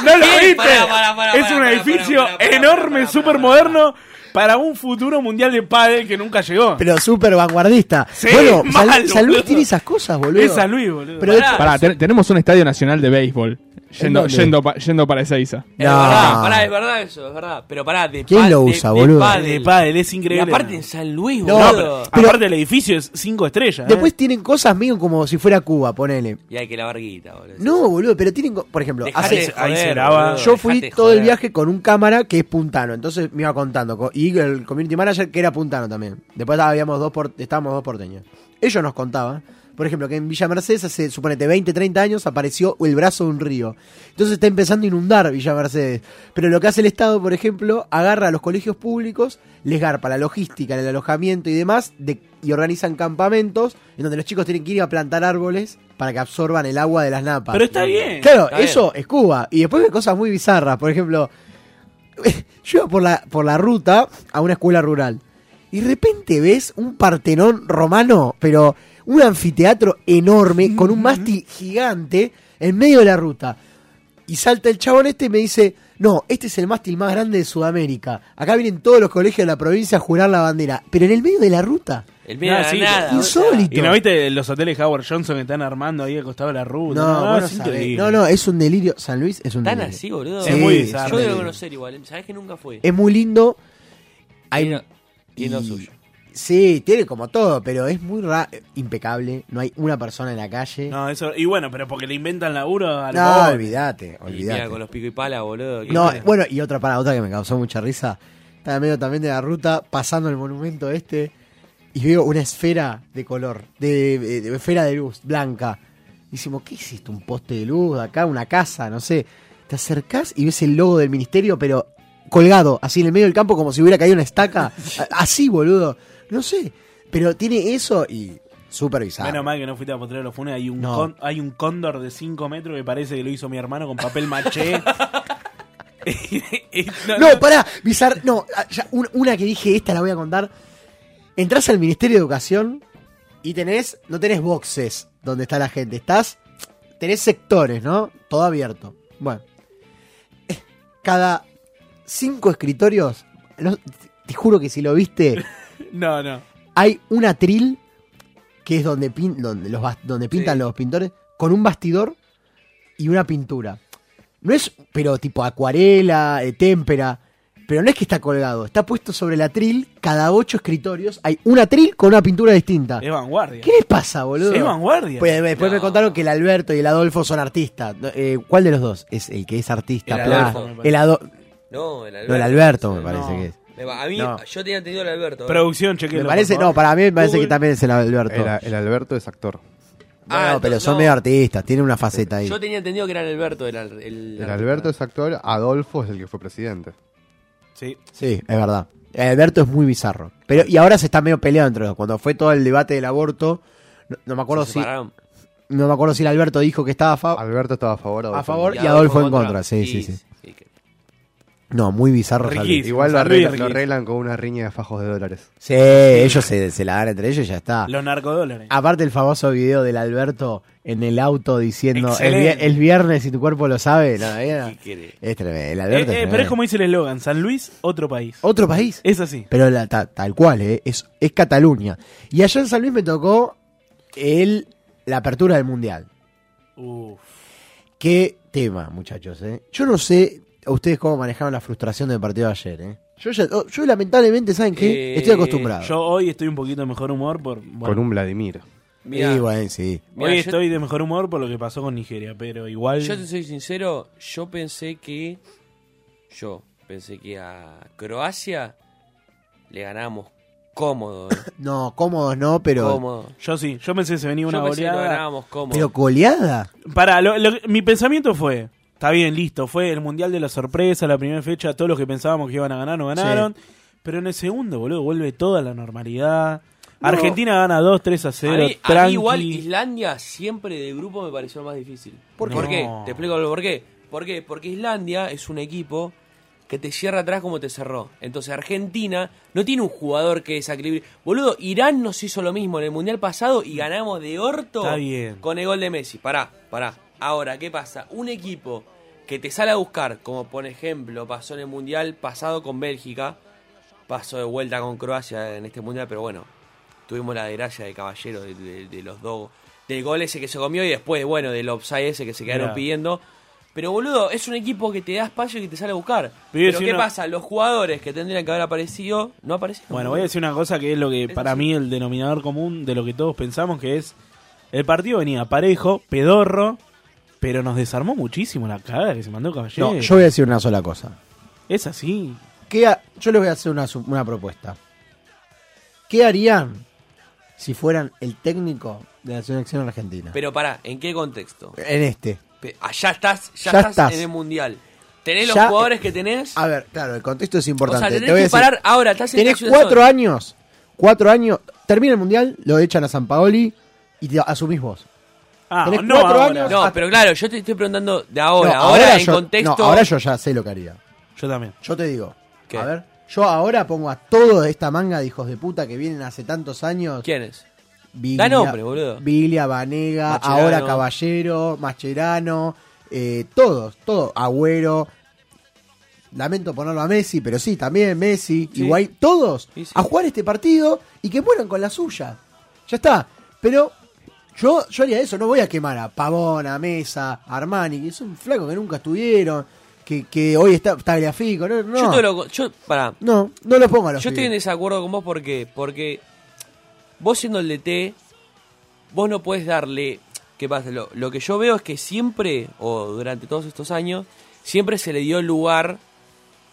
¡No lo
¿Qué?
viste!
Pará, pará, pará,
es
pará,
un
pará,
edificio enorme, súper moderno, para un futuro mundial de pádel que nunca llegó.
Pero súper vanguardista.
Sí,
bueno,
mal,
San, San Luis
boludo.
tiene esas cosas, boludo.
Es San Luis, boludo.
Pero
Pará,
Pará, ten- tenemos un estadio nacional de béisbol. Yendo,
dónde?
yendo, pa- yendo para Ezeiza.
Es verdad, Eh, pará, es verdad eso, es verdad. Pero pará, de
¿Quién
pa-
lo
de-
usa,
de
boludo?
pádel.
De pádel, es increíble.
Y aparte en San Luis,
No,
boludo.
pero- aparte el edificio es cinco estrellas. ¿eh?
Después tienen cosas medio como si fuera Cuba, ponele.
Y hay que lavar guita, boludo.
No, boludo, pero tienen, co- por ejemplo,
Dejate
hace,
de joder, Ahí se
lava. boludo,
yo fui
dejate de
todo el
joder.
viaje con un cámara que es puntano, entonces me iba contando, co- y el community manager que era puntano también. Después ah, habíamos dos por- estábamos dos porteños. Ellos nos contaban, por ejemplo, que en Villa Mercedes hace, suponete, 20, 30 años apareció el brazo de un río. Entonces está empezando a inundar Villa Mercedes. Pero lo que hace el Estado, por ejemplo, agarra a los colegios públicos, les garpa la logística, el alojamiento y demás, de- y organizan campamentos en donde los chicos tienen que ir a plantar árboles para que absorban el agua de las napas.
Pero está bien.
Claro,
Está bien.
eso es Cuba. Y después ve cosas muy bizarras. Por ejemplo, yo iba por la, por la ruta a una escuela rural. Y de repente ves un partenón romano, pero un anfiteatro enorme con un mástil gigante en medio de la ruta. Y salta el chabón este y me dice, no, este es el mástil más grande de Sudamérica. Acá vienen todos los colegios de la provincia a jurar la bandera. Pero en el medio de la ruta.
El miedo
No,
a la
sí,
nada.
lo-
o sea.
Insólito.
¿Y no viste los hoteles Howard Johnson que están armando ahí al costado de la ruta?
No, vos no
es
sabés.
increíble.
no, no, es un delirio. San Luis es un
Tan
delirio.
así, boludo.
Sí,
Es muy
un
bizarro.
Yo debo
delirio.
conocer igual. ¿eh? Sabés que nunca fue.
Es muy lindo. Hay,
Y
y-
lo suyo.
Sí, tiene como todo, pero es muy ra- impecable. No hay una persona en la calle. No,
No, eso, y bueno, pero porque le inventan laburo al pobre.
olvídate,
Y mira,
olvídate.
con los pico y pala, boludo. que-
No, bueno, y otra para otra que me causó mucha risa. Estaba en medio también de la ruta, pasando el monumento este, y veo una esfera de color, de, de- de esfera de luz, blanca. Y decimos, ¿qué es esto? ¿Un poste de luz? Acá, una casa, no sé. Te acercás y ves el logo del ministerio, pero colgado, así en el medio del campo, como si hubiera caído una estaca. A- así, boludo. No sé. Pero tiene eso y súper bizarro.
Menos mal que no fuiste a Potrero de los Funes. Hay un,
No.
con- hay un cóndor de 5 metros que parece que lo hizo mi hermano con papel maché.
No, pará, bizar- No, ah, ya, un- una que dije, esta la voy a contar. Entrás al Ministerio de Educación y tenés, no tenés boxes donde está la gente, estás, tenés sectores, ¿no? Todo abierto. Bueno, eh, cada cinco escritorios, no- te juro que si lo viste,
No, no.
hay un atril que es donde, pin- donde, los bas- donde pintan los pintores con un bastidor y una pintura. No es, pero tipo acuarela, eh, témpera, pero no es que está colgado, está puesto sobre el atril, cada ocho escritorios hay un atril con una pintura distinta.
Es vanguardia.
¿Qué les pasa, boludo?
Es vanguardia.
Pues, después me contaron que el Alberto y el Adolfo son artistas. No, eh, ¿Cuál de los dos? Es el que es artista.
El
pla-
Adolfo, me parece.
el Ado-
No, el Alberto.
No, el Alberto me parece
No.
que es.
Le va- A mí,
No.
yo tenía entendido el Alberto. ¿eh?
Producción,
Me
chequenlo.
parece,
por favor.
no, para mí me parece que
Google.
también es el Alberto.
El, el Alberto es actor.
Ah,
no, pero
entonces,
son
no.
medio artistas, tienen una faceta ahí.
Yo tenía entendido que era el Alberto. El, al- el-
El Alberto es actor, Adolfo es el que fue presidente.
Sí.
Sí, es verdad. El Alberto es muy bizarro. Pero, y ahora se está medio peleado entre los dos. Cuando fue todo el debate del aborto, no, no me acuerdo
Se
si.
separaron.
No me acuerdo si el Alberto dijo que estaba a favor.
Alberto estaba a favor.
a favor y Adolfo en contra. Sí, sí, sí. No, muy bizarro. San Luis.
Igual lo arreglan, lo arreglan con una riña de fajos de dólares. Ah,
Sí, ellos se, se la dan entre ellos y ya está.
Los narcodólares.
Aparte el famoso video del Alberto en el auto diciendo el, vi-
Excelente.
el viernes si tu cuerpo lo sabe. ¿no? Era- Es tremendo. El Alberto
Eh, eh,
es
pero es
tremendo.
como dice el eslogan, San Luis, otro país.
¿Otro país?
Es así.
Pero la- ta- tal cual, ¿eh? es, es Cataluña. Y allá en San Luis me tocó el, la apertura del Mundial. Qué tema, muchachos. ¿eh? Yo no sé a ustedes cómo manejaron la frustración del partido de ayer. ¿eh? Yo, ya- oh, yo lamentablemente, ¿saben qué?
Eh,
Estoy acostumbrado.
Yo hoy estoy un poquito de mejor humor por... bueno,
Con un Vladimir.
Y bueno, sí.
Mirá,
hoy
yo-
estoy de mejor humor por lo que pasó con Nigeria, pero igual...
Yo te soy sincero, yo pensé que. Yo pensé que a Croacia le ganamos cómodo. ¿eh?
No, cómodos no, pero...
Cómodo.
Yo sí, yo pensé que se venía una
Yo pensé que lo
goleada.
ganábamos cómodo.
Pero goleada.
Pará, lo- lo- mi pensamiento fue, está bien, listo, fue el Mundial de la Sorpresa, la primera fecha, todos los que pensábamos que iban a ganar no ganaron. Pero en el segundo, boludo, vuelve toda la normalidad.
No.
Argentina gana 2, 3 a 0.
A mí, a mí
tranqui.
igual Islandia siempre de grupo me pareció más difícil.
¿Por qué?
¿Por qué?
No.
Te explico el por qué. ¿Por qué? Porque Islandia es un equipo que te cierra atrás como te cerró. Entonces Argentina no tiene un jugador que desequilibre. Boludo, Irán nos hizo lo mismo en el Mundial pasado y ganamos de orto
Está bien.
con el gol de Messi. Pará, pará. Ahora, ¿qué pasa? Un equipo que te sale a buscar, como por ejemplo pasó en el Mundial pasado con Bélgica, pasó de vuelta con Croacia en este Mundial, pero bueno, tuvimos la desgracia de caballero de, de- de los dos. Del gol ese que se comió y después, bueno, del offside ese que se quedaron
Mirá.
pidiendo. Pero boludo, es un equipo que te da espacio y que te sale a buscar.
Voy a
Pero
decir
¿qué
una-
pasa? Los jugadores que tendrían que haber aparecido no aparecieron.
Bueno, voy a decir una cosa que es lo que para mí el denominador común de lo que todos pensamos, que es el partido venía parejo, pedorro, pero nos desarmó muchísimo la cagada que se mandó Caballero.
No, yo voy a decir una sola cosa.
Es así.
¿Qué ha- yo les voy a hacer una, su- una propuesta. ¿Qué harían si fueran el técnico de la selección argentina?
Pero pará, ¿en qué contexto?
En este.
Pe- Allá estás, ya,
Ya
estás,
estás.
en el mundial. Tenés los
Ya-
jugadores que tenés.
A ver, claro, el contexto es importante.
O sea, tenés
Te voy a
que
decir,
parar ahora, estás en
tenés
Nacional
cuatro
Zone.
años. Cuatro años. Termina el mundial, lo echan a San Paoli y te asumís vos. Tenés cuatro años.
No,
hasta-
pero claro, yo te estoy preguntando de ahora.
No,
ahora, en
yo,
contexto.
no, ahora yo ya sé lo que haría.
Yo también.
Yo te digo. A ver, yo ahora pongo a toda esta manga de hijos de puta que vienen hace tantos años.
¿Quiénes?
Vilia,
Da nombre, boludo.
Vilia, Vanega,
Mascherano.
ahora Caballero, Mascherano, eh, todos, todos. Agüero. Lamento ponerlo a Messi, pero sí, también Messi,
Sí.
Higuaín, todos a jugar este partido y que mueran con la suya. Ya está. Pero yo, yo haría eso, no voy a quemar a Pavón, a Mesa, a Armani, que es un flaco que nunca estuvieron, que, que hoy está Tagliafico. No, no.
Yo te lo- yo- pará.
No, no lo pongo a los
Yo estoy en
pibes.
desacuerdo con vos porque, porque vos siendo el DT, vos no podés darle. ¿Qué pasa? Lo, lo que yo veo es que siempre, o durante todos estos años, siempre se le dio lugar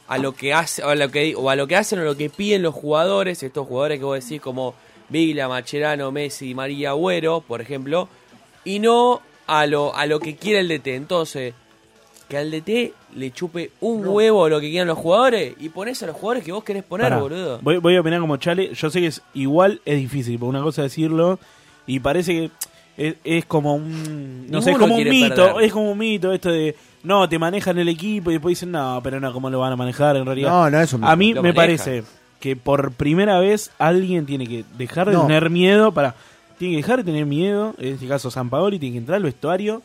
a lo que hace, a lo que, o a lo que hacen o lo que piden los jugadores, estos jugadores que vos decís como Vila, Macherano, Messi, María Agüero, por ejemplo, y no a lo, a lo que quiere el DT. Entonces, que al DT le chupe un huevo lo que quieran los jugadores y ponés a los jugadores que vos querés poner,
Pará,
boludo.
Voy, voy a opinar como Chale. Yo sé que es igual es difícil, por una cosa decirlo. Y parece que es, es como un. No sé, es
Ninguno
como un
quiere
mito.
perder.
Es como un mito esto de. No, te manejan el equipo y después dicen, no, pero no, ¿cómo lo van a manejar en realidad?
No, no es un mito.
A mí
Lo
me
manejan.
parece que por primera vez alguien tiene que dejar de
No.
tener miedo para. Tiene que dejar de tener miedo, en este caso San Paoli, tiene que entrar al vestuario,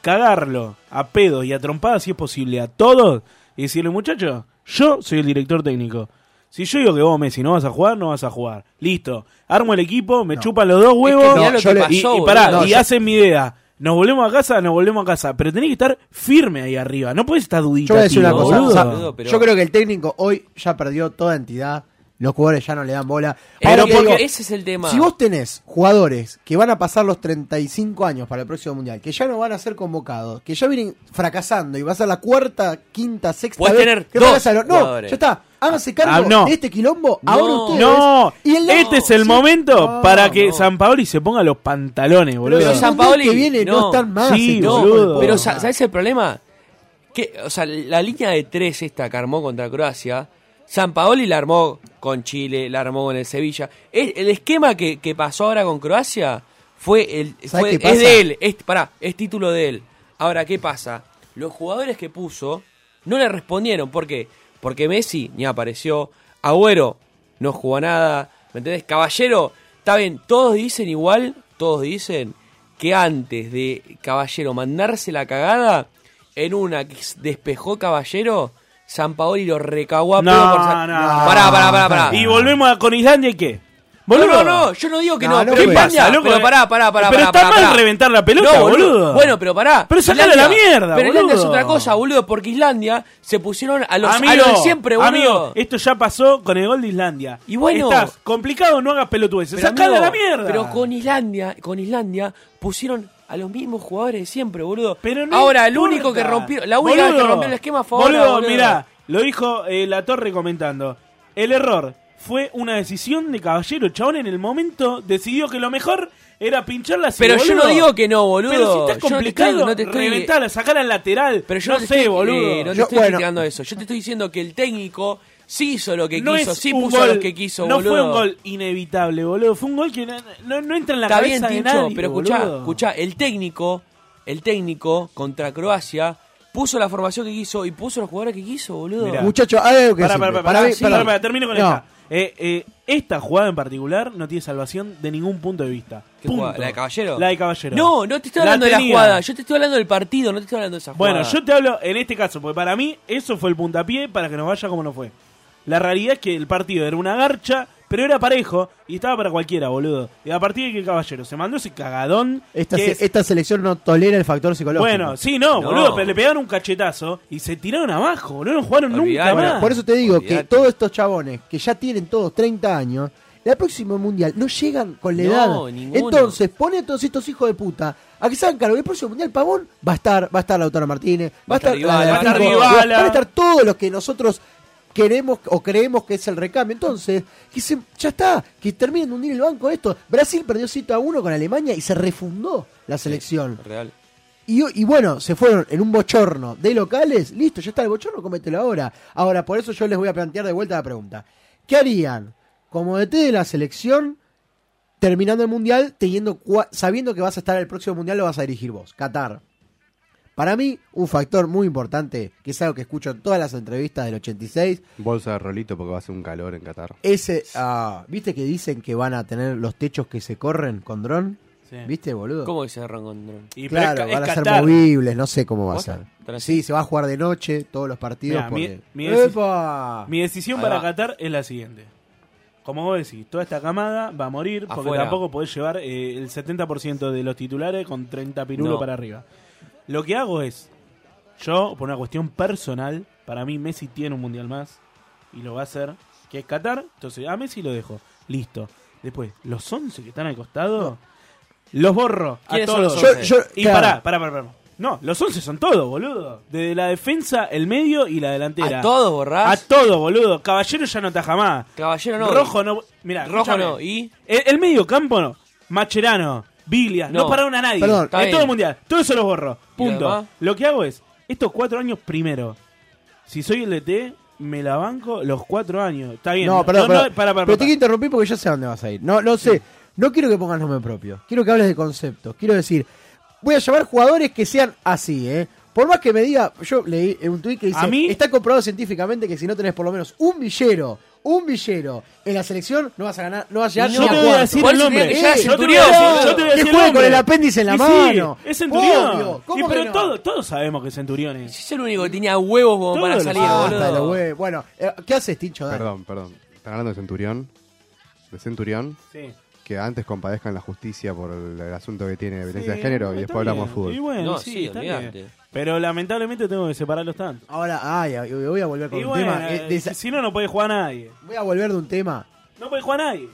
cagarlo a pedos y a trompadas si es posible a todos y decirle, muchacho, yo soy el director técnico. Si yo digo que vos, Messi, no vas a jugar, no vas a jugar. Listo. Armo el equipo, me chupan los dos huevos
mirá lo
y-
que
y,
pasó,
y pará,
boludo.
y
No, yo-
hacen mi idea. Nos volvemos a casa, nos volvemos a casa. Pero tenés que estar firme ahí arriba. No puedes estar duditativo,
Yo voy a decir una cosa.
boludo.
Sa- Yo creo que el técnico hoy ya perdió toda entidad. Los jugadores ya no le dan bola.
Pero
te
Eh, porque ese es el tema.
Si vos tenés jugadores que van a pasar los 35 años para el próximo mundial, que ya no van a ser convocados, que ya vienen fracasando y va a ser la cuarta, quinta, sexta.
Podés
vez
tener
que
dos
fracasan los- No,
jugadores.
ya está. Háganse cargo
Ah, no.
de este quilombo. Ahora ustedes.
No,
Y el-
este es el
sí.
momento
No,
para que San Paoli se ponga los pantalones, boludo.
Pero San Paoli
que viene no están más,
Sí,
no,
boludo.
Pero sa- ¿sabes el problema? Que, o sea, la línea de tres esta que armó contra Croacia, San Paoli la armó con Chile, la armó con el Sevilla. Es- el esquema que, que pasó ahora con Croacia Fue el,
¿Sabes
fue-
qué
es
pasa?
de él, es, pará, es título de él. Ahora, ¿qué pasa? Los jugadores que puso no le respondieron. ¿Por qué? Porque Messi ni apareció. Agüero no jugó nada. ¿Me entendés? Caballero, está bien, todos dicen igual, todos dicen que antes de Caballero mandarse la cagada, en una que s- despejó Caballero, San Paoli lo recagó a
No,
pedo por San-
no.
Pará, pará, pará, pará.
Y volvemos a, con Islandia y qué.
No,
Boludo.
no, no, yo no digo que no,
No, no,
pero
¿qué
Islandia,
pasa, loco?
pero pará, pará, pará,
Pero
pará,
está
pará,
mal
pará.
reventar la pelota, boludo.
Bueno, pero pará.
Pero sacala
Islandia-
a la mierda,
Pero Islandia es
boludo.
otra cosa, boludo, porque Islandia se pusieron a los,
Amigo,
a los de siempre, boludo.
amigo, esto ya pasó con el gol de Islandia. Y
bueno.
Estás complicado, no hagas pelotudeces.
Pero,
Sacala a
amigo,
la mierda.
Pero con Islandia, con Islandia pusieron a los mismos jugadores de siempre, boludo.
Pero no
Ahora, el
importa.
único que rompió, la única
Boludo,
que rompió el esquema fue ahora,
Boludo,
boludo.
mirá, lo dijo eh, la torre comentando. El error fue una decisión de caballero. El Chabón en el momento decidió que lo mejor era pincharla así,
Pero yo
boludo.
no digo que no, boludo.
Pero si está
Yo no te
complicado,
estoy- no te estoy-
reventala, sacala al lateral.
Pero yo
no,
te
sé,
estoy,
boludo.
eh, no te estoy criticando eso. Yo te estoy diciendo que el técnico sí hizo lo que
No
quiso,
es
sí
un
puso
gol-
lo que quiso,
no
boludo.
fue un gol inevitable, boludo. Fue un gol que no, no- no entra en la
Está bien,
cabeza de
Tincho,
nadie,
pero escuchá,
boludo.
escuchá, el técnico, el técnico contra Croacia puso la formación que quiso y puso los jugadores que quiso, boludo.
Mirá.
Muchacho, hay algo que
Pará,
decirte.
pará, pará,
Para
pará,
mí-
sí,
para-
pará, pará, termino con
No.
esta. Eh, eh, esta jugada en particular no tiene salvación de ningún punto de vista.
¿Qué
Punto.
jugada? ¿La de Caballero?
La de Caballero.
No, no te estoy hablando de la
tenía.
jugada, yo te estoy hablando del partido, no te estoy hablando de esa jugada.
Bueno, yo te hablo en este caso, porque para mí eso fue el puntapié para que nos vaya como nos fue. La realidad es que el partido era una garcha, pero era parejo y estaba para cualquiera, boludo. Y a partir de que el Caballero se mandó ese cagadón.
Esta,
que
se-
es-
esta selección no tolera el factor psicológico.
Bueno, sí, no,
No.
boludo, pero le pegaron un cachetazo y se tiraron abajo, boludo, no jugaron
Olvidate.
nunca
Bueno,
más.
por eso te digo que
Olvidate.
todos estos chabones que ya tienen todos 30 años, la próxima mundial no llegan con la
No,
edad.
ninguno.
Entonces, pone a todos estos hijos de puta a que se hagan cargo. El próximo mundial, Pavón, va a estar, va a estar Lautaro Martínez, va, a estar,
Dybala,
la-
va a estar
Figo,
Dybala.
van a estar todos los que nosotros queremos o creemos que es el recambio. Entonces, que se- ya está, que terminen de hundir el banco esto. Brasil perdió 7 a 1 con Alemania y se refundó la selección.
Real.
Y, y bueno, se fueron en un bochorno de locales. Listo, ya está el bochorno, comételo ahora. Ahora, por eso yo les voy a plantear de vuelta la pregunta. ¿Qué harían como DT de la selección terminando el mundial teniendo cua- sabiendo que vas a estar en el próximo mundial lo vas a dirigir vos, Qatar? Para mí, un factor muy importante, que es algo que escucho en todas las entrevistas del 86,
Bolsa de rolito porque va a hacer un calor en Qatar.
ese... ah, ¿Viste que dicen que van a tener los techos que se corren con dron? ¿Viste, boludo?
¿Cómo que se agarran con dron?
claro, van a ser movibles, no sé cómo va a ser. Sí, se va a jugar de noche todos los partidos.
Mirá, mi,
porque-
mi deci-
¡Epa!
mi decisión
Ahí
para
va.
Qatar es la siguiente. Como vos decís, toda esta camada va a morir porque
Afuera.
tampoco podés llevar eh, el 70% de los titulares con 30 pirulos
No.
para arriba. Lo que hago es, yo, por una cuestión personal, para mí Messi tiene un mundial más y lo va a hacer, que es Qatar. Entonces a Messi lo dejo, listo. Después, los 11 que están al costado, los borro a
¿Quiénes son
todos.
los 11? Yo- yo-
y
claro.
pará, pará, pará, pará. No, los 11 son todos, boludo. Desde la defensa, el medio y la delantera.
¿A todos borrás?
A todos, boludo. Caballero ya no taja más.
Caballero no.
Rojo no. Mirá,
Rojo
escúchame.
no, ¿y?
El, el medio campo no. Macherano, Vilia, no,
No.
pararon a nadie.
Perdón.
en
Está
todo
bien.
el mundial. Todo eso los borro.
¿Y lo
Punto.
demás?
Lo que hago es, estos cuatro años primero. Si soy el DT, me la banco los cuatro años. Está bien.
No, perdón, perdón.
pará, pará,
pero
pará.
te quiero interrumpir porque ya sé a dónde vas a ir. No, no sé. No quiero que pongas nombre propio. Quiero que hables de conceptos. Quiero decir, voy a llamar jugadores que sean así, ¿eh? Por más que me diga, yo leí en un tuit que dice,
A mí-
está comprobado científicamente que si no tenés por lo menos un villero, un villero en la selección, no vas a ganar, no vas a llegar
Yo
ni
te
a
voy a
cuarto.
decir el nombre.
Eh,
Yo te
yo te
voy a decir- yo te voy a
que
decir el
juegue con
nombre.
el apéndice en la
Y sí,
mano.
es Centurión.
Obvio, ¿cómo
Y
que
pero
no?
todos, todos sabemos que es Centurión es.
Es el único que tenía huevos como
Todos
para
los-
salir,
Ah,
boludo.
Hasta los huevos. Bueno, eh, ¿qué haces, Tincho? Dale.
Perdón, perdón. Están hablando de Centurión. De Centurión.
Sí.
Que antes compadezcan la justicia por el, el asunto que tiene de violencia de
Sí,
género y
está
después hablamos de
bien.
fútbol.
Y bueno,
No,
sí,
sí,
está bien.
olvidate.
Pero lamentablemente tengo que separarlos tanto.
Ahora, ay, ay, voy a volver con
Y
un
bueno,
tema. eh, de
eh,
esa-
si no, no puede jugar nadie.
Voy a volver de un tema.
No puede jugar nadie.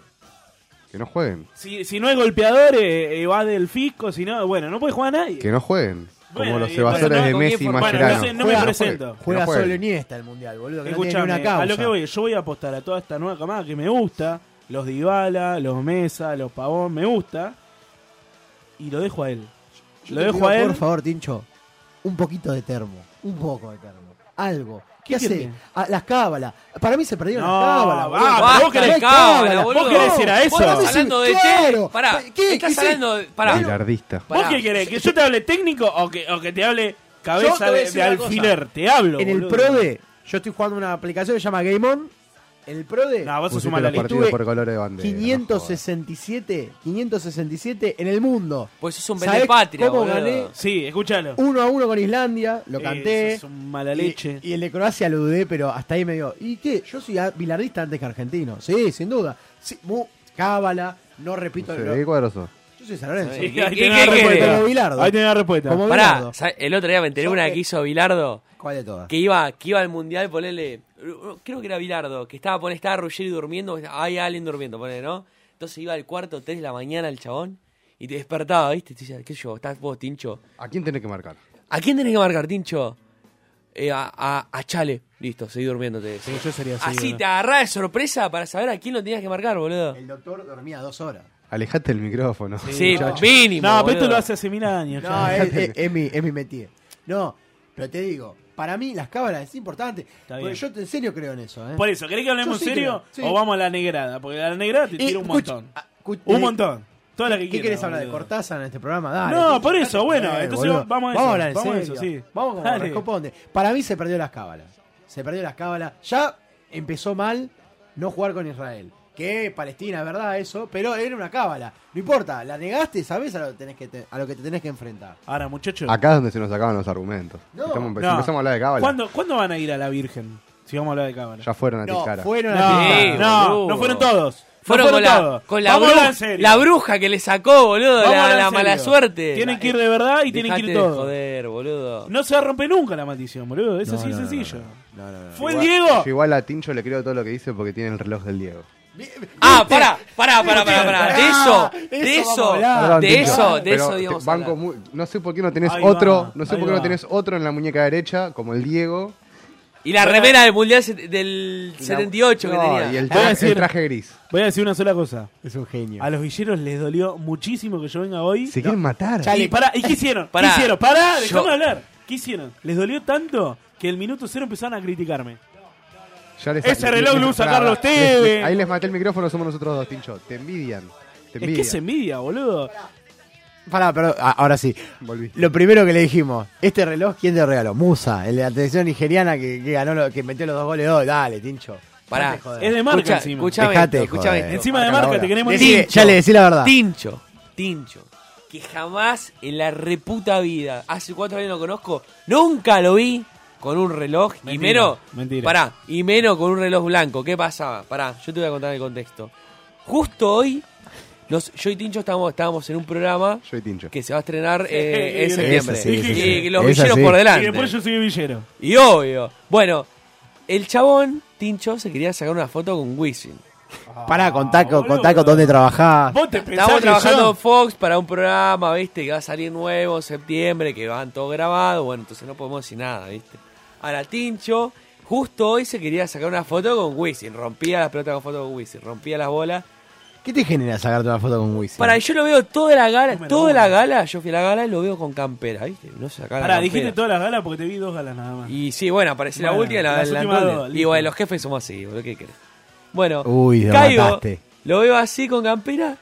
Que no jueguen.
Si, si no hay golpeador, eh, eh, va del fisco. Si no, bueno, no puede jugar nadie.
Que no jueguen. Como
Bueno,
los
y
evasores
bueno,
de
¿con quién
Messi y
for- bueno,
Mascherano.
entonces no
Juega,
me
juegue.
presento.
Que
Juega
no jueguen.
solo Iniesta el mundial, boludo. Que no tiene ni
Escuchame,
una causa.
a lo que voy, yo voy a apostar a toda esta nueva camada que me gusta. Los Dybala, los Mesa, los Pavón, me gusta. Y lo dejo a él.
Yo
lo
te
dejo
pido,
a él.
Por favor, Tincho, un poquito de termo. Un poco de termo. algo. ¿Qué,
¿Qué
hace?
tiene?
Ah, las cábalas. Para mí se perdieron
No,
las cábalas. boludo.
va, pero vos querés
No hay
cábala,
cábala,
boludo.
¿por qué
Vos
decir a
estás
eso?
hablando
hablando de
Claro.
che, pará,
¿Qué?
Ah, estás
¿Qué sé?
hablando de- pará.
Bilardista.
Pará.
¿Vos qué querés? ¿Que yo te hable técnico o que, o que te hable cabeza
Yo te voy a
de,
decir
de
una cosa.
alfiler? Te hablo.
En el
boludo.
PRODE, yo estoy jugando una aplicación que se llama Game On. En el PRODE.
No, vos sos
Pusiste
un mal
los
alfiler.
partidos por colores de bandera.
567, 567 en el mundo.
Pues es un
¿Sabés
patria,
cómo
boludo.
gané?
Sí, escúchalo.
1 a 1 con Islandia, lo
Eh,
canté.
sos un mala leche.
Y, y el de Croacia lo dudé, pero hasta ahí me dio. ¿Y qué? Yo soy a- bilardista antes que argentino. Sí, sin duda. Sí, mu- cábala, no repito.
Sí,
lo-
¿qué cuadro sos?
yo soy San Lorenzo.
Sí, ahí
¿Y
tenés
qué
la respuesta.
Como Bilardo.
Ahí tenés la respuesta.
Como
Pará,
Bilardo.
¿sabés? el otro día me enteré
Yo
una
que-
que hizo Bilardo.
¿Cuál de todas?
Que iba, que iba al mundial, ponele. Creo que era Bilardo, que estaba, pone, estaba Ruggeri durmiendo. Hay alguien durmiendo, ponele, ¿no? Entonces iba al cuarto, 3 de la mañana el chabón. Y te despertaba, ¿viste? Te decía, ¿qué sé yo? ¿Estás vos, Tincho?
¿A quién tenés que marcar?
¿A quién tenés que marcar, Tincho? Eh, a, a- a Chale. Listo, seguí durmiéndote.
Sí, yo sería así,
así.
boludo.
te agarrás de sorpresa para saber a quién lo tenías que marcar, boludo.
El doctor dormía dos horas.
Alejate del micrófono.
Sí,
muchacho.
mínimo.
No, pero
boludo.
esto lo hace hace mil años.
No,
ya.
es, es- es mi, es mi metida. No, pero te digo, para mí las cábalas es importante. Porque
bien.
yo te- en serio creo en eso. ¿eh?
Por eso, ¿querés que hablemos
Yo sí
en serio
creo, sí.
o vamos a la negrada? Porque la negrada te
Y,
tira un
escucha,
montón.
ah, escu- eh,
Un montón. Toda la que
¿Qué
quieras,
querés hablar de
boludo.
Cortázar en este programa? Dale.
No,
¿qué-
por eso,
dale,
bueno,
dale,
entonces
boludo.
vamos a eso,
Vamos a hablar en
vamos a
serio.
eso, sí.
Vamos como
Dale.
corresponde. Para mí se perdió las cábalas. Se perdió las cábalas. Ya empezó mal no jugar con Israel. Que Palestina, verdad, eso, pero era una cábala. No importa, la negaste, sabes a lo, que tenés que te- a lo que te tenés que enfrentar.
Ahora, muchachos.
Acá es donde se nos acaban los argumentos.
No.
Estamos empe-
No.
Empezamos a hablar de cábala.
¿Cuándo, cuándo van a ir a la Virgen? Si vamos a hablar de cámara.
Ya fueron a Tilcara.
fueron a
No,
Sí,
no,
boludo.
no fueron todos. No
Fueron con la,
todos.
con la,
Vamos a
bru-
hablar en serio.
la bruja que le sacó, boludo,
Vamos a hablar
la,
en
la mala
serio.
suerte.
Tienen que ir de verdad y tienen que
Dejate
ir
de
todos.
joder, boludo.
No se va a romper nunca la maldición, boludo. Eso
No,
sí es
no, no,
sencillo.
No, no, no.
¿Fue el
Igual-
Diego?
yo igual a Tincho le creo todo lo que dice porque tiene el reloj del Diego.
Ah, pará, pará, pará, pará, pará. De
Ah,
eso, de
eso
eso,
vamos
Ah,
a
Perdón,
hablar.
de
Tincho,
eso, de
pero
eso,
te
digamos.
banco muy- no sé por qué no tenés
Ahí
otro,
va,
no sé
ahí
por qué
va.
no tenés otro en la muñeca derecha como el Diego.
Y la remera del mundial se- del 78 que
No,
tenía.
Y el
Voy a
traje,
decir-
el traje gris.
Voy a decir una sola cosa.
Es un genio.
A los villeros les dolió muchísimo que yo venga hoy.
Se quieren matar.
Y, pará, ¿y qué hicieron?
Pará.
¿Qué hicieron? Pará, dejame
Yo-
hablar. ¿Qué hicieron? Les dolió tanto que el minuto cero empezaron a criticarme.
Ya les-
Ese reloj lo usa
nada,
Carlos
les-
Tevez.
les- Ahí les maté el micrófono, somos nosotros dos, Tincho. Te envidian. Te
Es
envidian.
que es envidia, boludo.
Pará, pero ah, ahora sí.
Volví.
Lo primero que le dijimos, este reloj, ¿quién te regaló? Musa, el de la televisión nigeriana que, que ganó lo- que metió los dos goles hoy. Dale, tincho.
Pará.
Dejate joder.
Es de marca
Escucha-
encima.
escuchame
Dejate,
esto, escuchame
joder.
esto.
Encima de
Marca la
marca te
hora.
queremos
Decí-
tincho.
ya le decí la verdad.
Tincho, Tincho, que jamás en la reputa vida, hace cuatro años lo conozco, nunca lo vi con un reloj y
Mentira,
menos,
mentira.
pará, y menos con un reloj blanco. ¿Qué pasaba? Pará, yo te voy a contar el contexto. Justo hoy, nos- yo y Tincho estábamos, estábamos en un programa
Yo y Tincho.
que se va a estrenar eh, en
Esa
septiembre.
sí, esa sí.
Y los
Esa
villeros
sí.
por
Y
delante.
después yo soy villero.
Y obvio. Bueno, el chabón, Tincho, se quería sacar una foto con Wisin.
Pará, con taco,
boludo.
con taco, ¿dónde trabajás?
Vos te pensás
Estamos
que
trabajando en
yo-
Fox para un programa, viste, que va a salir nuevo en septiembre, que van todos grabados, bueno, entonces no podemos decir nada, viste. Ahora, Tincho, justo hoy se quería sacar una foto con Wisin, rompía las pelotas con foto con Wisin, rompía las bolas.
¿Qué te genera sacarte una foto con Wisin?
Para, yo lo veo toda la gala,
Número
toda
uno.
la gala, yo fui a la gala y lo veo con campera, viste, no se sacaba la
Pará,
campera.
dijiste todas las galas porque te vi dos galas nada más.
Y sí, bueno, apareció la
Bueno,
última y la,
las
la
últimas
anterior.
dos,
Y
listo.
bueno, los jefes somos así, boludo, ¿qué querés? Bueno,
Uy, lo
caigo,
mataste.
lo veo así con campera.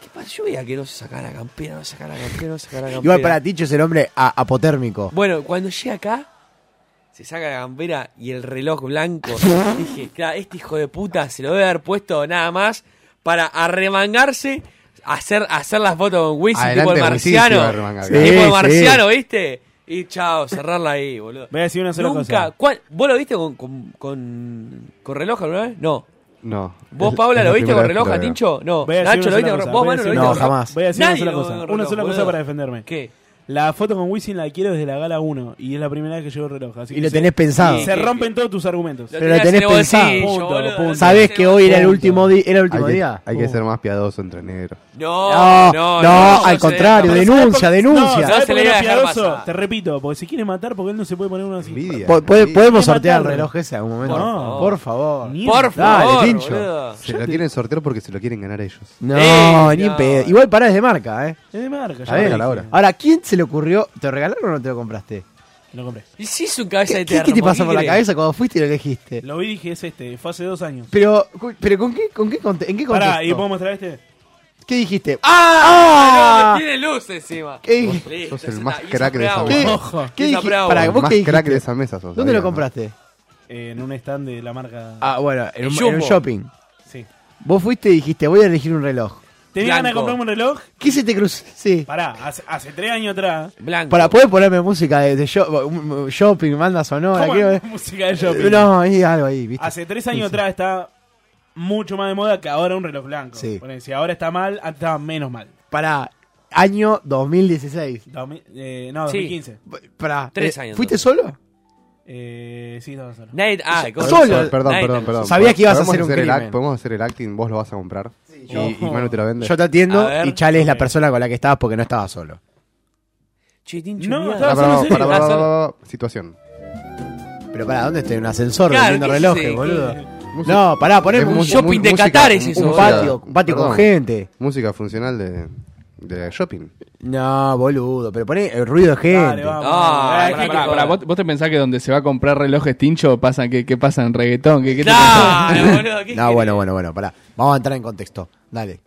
¿Qué pasa? Yo veía que no se sacaba la campera, no se sacaba la campera, no se sacaba la campera.
Igual para Tincho es el hombre a- apotérmico.
Bueno, cuando llega acá, se saca la campera y el reloj blanco. Dije, claro, este hijo de puta se lo debe haber puesto nada más para arremangarse, hacer, hacer las fotos con Wisin,
Adelante,
tipo el
Wisin se iba a
marciano.
arremangar.
tipo
Sí,
el marciano, ¿viste? Y chao, cerrarla ahí, boludo.
Voy a decir una sola
Nunca,
cosa.
¿cuál- ¿Vos lo viste con, con, con, con reloj alguna vez? No.
No.
¿Vos,
Es-
Paula,
es
lo
la primera vez
viste con
que
reloj
lo
a
veo.
Tincho? No.
Voy a decir
Nacho,
una
¿lo
sola
viste con
cosa,
reloj? ¿Vos,
voy a
Manu, lo
decir
viste
una
con
No,
reloj?
jamás.
Voy a decir
Nadie
una
lo
sola
ve
cosa.
con
Una
reloj,
sola cosa
boludo.
para defenderme.
¿Qué?
La foto con Wisin la quiero desde la gala 1 y es la primera vez que llevo el reloj. Así
Y
que
lo
se-
tenés pensado.
Se rompen todos tus argumentos.
Pero lo tenés pensado.
Punto, punto.
¿Sabés que hoy era el
Punto.
último, di- era el
Hay
último
que,
día?
hay que ser más piadoso entre negros.
No, no, no.
no, al
yo sé,
contrario,
no,
de
no.
¿Sabés
Denuncia,
por-
denuncia.
No,
No
¿sabés
se
por
le
qué no
iba
es
a dejar
piadoso?
pasar.
Te repito, porque si quiere matar, porque él no se puede poner uno así.
Envidia.
Po- puede-
envidia.
¿Podemos
Sí,
sortear el
mandarlo.
reloj ese en algún momento?
Por
Por
favor.
favor.
Mierda.
Por
Dale,
favor,
Tincho.
boludo.
Se lo quieren sortear porque se lo quieren ganar ellos.
No,
Ey,
ni
no.
en pedo. Igual pará es de marca, ¿eh?
Es de marca. ya
A ver,
lo dije.
ahora.
Ahora, ¿quién se le ocurrió? ¿Te regalaron o no te lo compraste?
Lo compré.
Y si es un cabeza de
¿Qué,
termo.
te pasa por la
crees?
cabeza cuando fuiste y lo elegiste?
Lo vi y dije, es este. Fue hace dos años.
Pero, cu- pero ¿con qué, con qué conte- ¿en qué contexto?
Pará, ¿y puedo mostrar este?
¿Qué dijiste?
¡Ah! No, tiene luz encima.
¿Qué
Listo,
dije?
Sos
ya
el
está.
más
Y
crack de esa
bravo.
mesa.
Ojo.
¿Qué
Y esa
dije?
bravo.
Pará, ¿vos
más
qué dijiste?
crack de esa mesa sos,
¿Dónde lo
ahí, además.
compraste?
Eh, en un stand de la marca.
Ah, bueno, en un,
Jumbo.
en un shopping.
Sí.
Vos fuiste y dijiste, voy a elegir un reloj.
Tenía ganas de comprarme un reloj.
¿Qué se te cruzó? Sí.
Pará, hace, hace tres años atrás.
Blanco.
Para poder ponerme música de, de sho- un- un- shopping, banda sonora.
¿Cómo
quiero ver-
música de shopping?
No, hay algo ahí, ¿viste?
Hace tres años
Sí, sí.
atrás está mucho más de moda que ahora un reloj blanco.
Sí.
Ponele, si ahora está mal, antes estaba menos mal.
Pará, año 2016.
Dos mil- eh, no,
Sí.
2015.
Pará.
Tres
eh,
años,
¿Fuiste
entonces.
solo?
Eh, sí, estaba solo.
Nadie- ah, con-
Solo.
Perdón,
Nadie
perdón,
te-
perdón.
Sabía que ibas a
¿Podemos
hacer un
el
crimen.
act- Podemos hacer el acting, vos lo vas a comprar. y,
yo-
y Manu te lo vende.
Yo te atiendo
A ver,
y Chale es la
ok.
persona con la que estabas porque no estabas solo.
Che, tincho,
No,
mierda.
estaba
Pará, pará,
solo en
pará,
serio.
pará, pará, pará. Situación.
Pero pará, ¿dónde estoy? Un ascensor
Claro,
vendiendo
¿qué es
relojes,
ese?
boludo.
Música-
No, pará,
es
poneme un,
mu-
shopping
mu-
de
música-
Qatar es eso,
un
boludo.
patio, un patio con
perdón,
gente.
Música funcional de, de shopping.
No, boludo, pero poné el ruido de gente.
Dale, vamos.
Ah,
Ay,
pará,
qué-
pará,
Ahora, ¿vos, vos te pensás que donde se va a comprar relojes tincho pasan qué, qué pasa en reggaetón? ¿Qué, qué te pensás?
Dale, boludo, ¿qué
No,
querés?
bueno, bueno, bueno, pará. Vamos a entrar en contexto. Dale.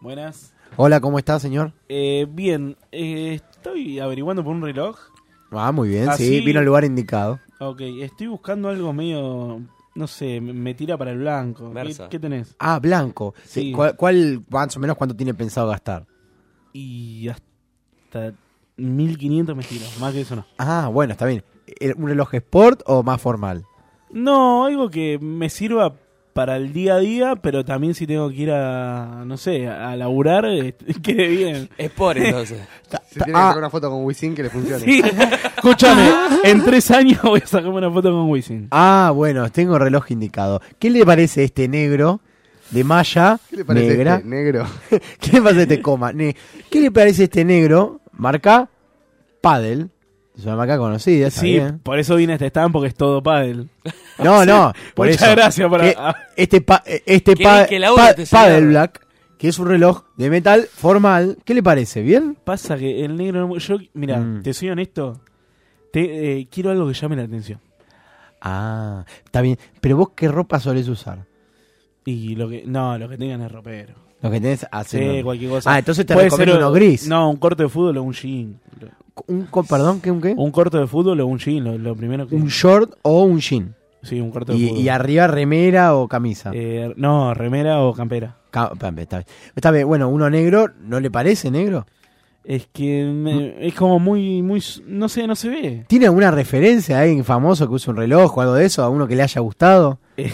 Buenas.
Hola, ¿cómo está, señor?
Eh, bien, eh, estoy averiguando por un reloj.
Ah, muy bien,
Así-
sí, vino al lugar indicado.
Ok, estoy buscando algo medio. No sé, me- me tira para el blanco. ¿Qué,
Versa.
qué tenés?
Ah, blanco.
Sí.
¿Cuál, cuál más o menos cuánto tiene pensado gastar?
Y hasta 1500 me tira, más que eso no.
Ah, bueno, está bien. Eh, ¿Un reloj sport o más formal?
No, algo que me sirva para el día a día, pero también si tengo que ir a, no sé, a laburar, eh, quede bien.
Es por entonces.
Se tiene que
ah.
sacar una foto con Wisin que le funcione.
Sí, escúchame, en tres años voy a sacarme una foto con Wisin.
Ah, bueno, tengo el reloj indicado. ¿Qué le parece este negro de malla
¿Qué le parece
negra?
este negro?
¿Qué le parece este coma? Ne- ¿Qué le parece este negro? Marca Paddle. Es una marca conocida, está
Sí,
bien.
por eso vine a este stand, porque es todo pádel.
No, no, por
Muchas
eso.
gracias por-
Que Este, pa- eh, este
Qué
pa-
bien que Laura
pa-
te señala.
Paddle Black, que es un reloj de metal formal. ¿Qué le parece? ¿Bien?
Pasa que el negro... no- Yo, mira,
Mm.
te soy honesto, te, eh, quiero algo que llame la atención.
Ah, está bien. Pero vos, ¿qué ropa solés usar?
Y lo que... No, lo que tengan es ropero.
Lo que tenés
Sí,
hace.
cualquier cosa.
ah, entonces te
Puede
recomiendo
ser
uno gris.
No, un corte de fútbol o un jean.
Un, co- perdón, ¿qué, un qué?
Un corte de fútbol o un jean, lo, lo primero que...
Un short o un jean.
Sí, un corte de
Y,
fútbol.
y arriba remera o camisa.
Eh, no, remera o campera.
Ca- está bien, está bien. Está bien, bueno, uno negro, ¿no le parece negro?
Es que me- es como muy, muy, s- no sé, no se ve.
¿Tiene alguna referencia a alguien famoso que use un reloj o algo de eso? ¿A uno que le haya gustado?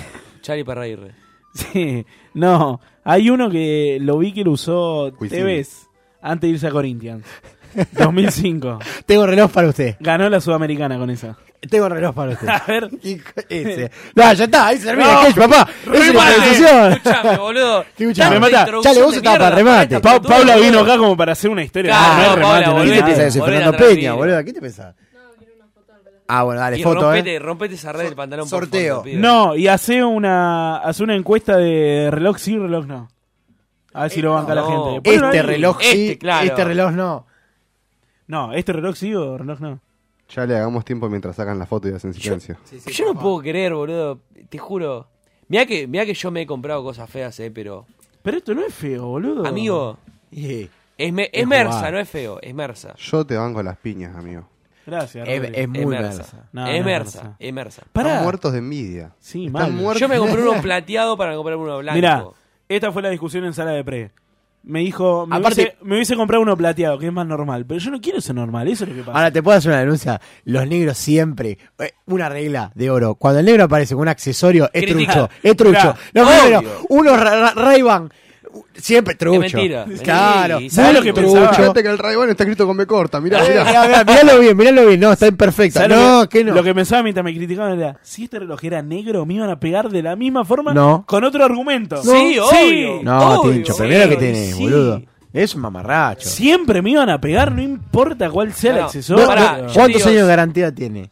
Chari para reír.
Sí, no. Hay uno que lo vi que lo usó
Wisin.
Tevez antes de irse a Corinthians. 2005.
Tengo reloj para usted.
Ganó la Sudamericana con esa.
Tengo reloj para usted.
A ver.
Hijo- ese. No, ya está, ahí se termina
No.
el sketch, papá. Es una
Remate.
improvisación.
Escuchame, boludo.
Escuchame,
Tanta
me mata.
introducción
Chale, vos
de
estabas
mierda,
para remate.
esta
Pa-
pelotuda,
Paula vino
boludo.
acá como para hacer una historia.
Claro,
no, no es
Paula,
remate, no es
boludo.
¿Qué te
nada.
pensás que soy
Volver
Fernando
a la
Peña,
vida.
boludo? ¿Qué te pensás? Ah, bueno, dale,
Y
foto,
rompete,
eh.
rompete esa red del pantalón.
Sorteo.
Por favor, pibe.
No, y hace una, hace una encuesta de reloj sí, reloj no. A ver si lo banca la
no.
gente. Ponelo
Este
ahí.
reloj sí,
Este, claro.
este reloj no.
No, este reloj sí o reloj no.
Ya le hagamos tiempo mientras sacan la foto y hacen silencio.
Yo no puedo creer, boludo. Te juro. Mirá que, mirá que yo me he comprado cosas feas, eh, pero.
Pero esto no es feo, boludo.
Amigo,
Sí.
es, me- es
Es
mersa,
jugar.
no es feo, es mersa.
Yo te banco las piñas, amigo.
Gracias.
Es,
Rodri.
es
es
muy
mersa.
versa.
No,
es
no,
mersa,
no.
es mersa.
Pará.
Están muertos de envidia.
Sí, mal.
Están muertos.
Yo me compré uno plateado para comprarme uno blanco.
Mirá, esta fue la discusión en sala de pre. Me dijo, me,
Aparte-
hubiese, me hubiese comprado uno plateado, que es más normal. Pero yo no quiero ser normal, eso es lo que pasa.
Ahora, te puedo hacer una denuncia. Los negros siempre. eh, Una regla de oro. Cuando el negro aparece con un accesorio, es
Critica.
trucho. Es trucho.
Mirá,
Los
obvio.
negros, unos Ra- Ra- Ray-Ban. u- Siempre trucho.
mentira.
Claro.
Sí,
¿sabes lo que
Trucho.
pensaba?
Fíjate que el Raibán está escrito con B corta, mirá,
Eh,
mirá.
mirá, mirá, Míralo bien, míralo bien. No, está imperfecta.
¿Sabes
No,
lo que,
que no.
Lo que pensaba mientras me criticaban era, si este reloj era negro, me iban a pegar de la misma forma
No.
con otro argumento.
Sí, obvio.
No,
Obvio,
Tincho, primero que
boludo,
tenés,
sí.
boludo. Es un mamarracho.
Siempre me iban a pegar, no importa cuál sea el
No,
No,
accesorio.
no,
pará, yo te
¿Cuántos
digo-
años de garantía tiene?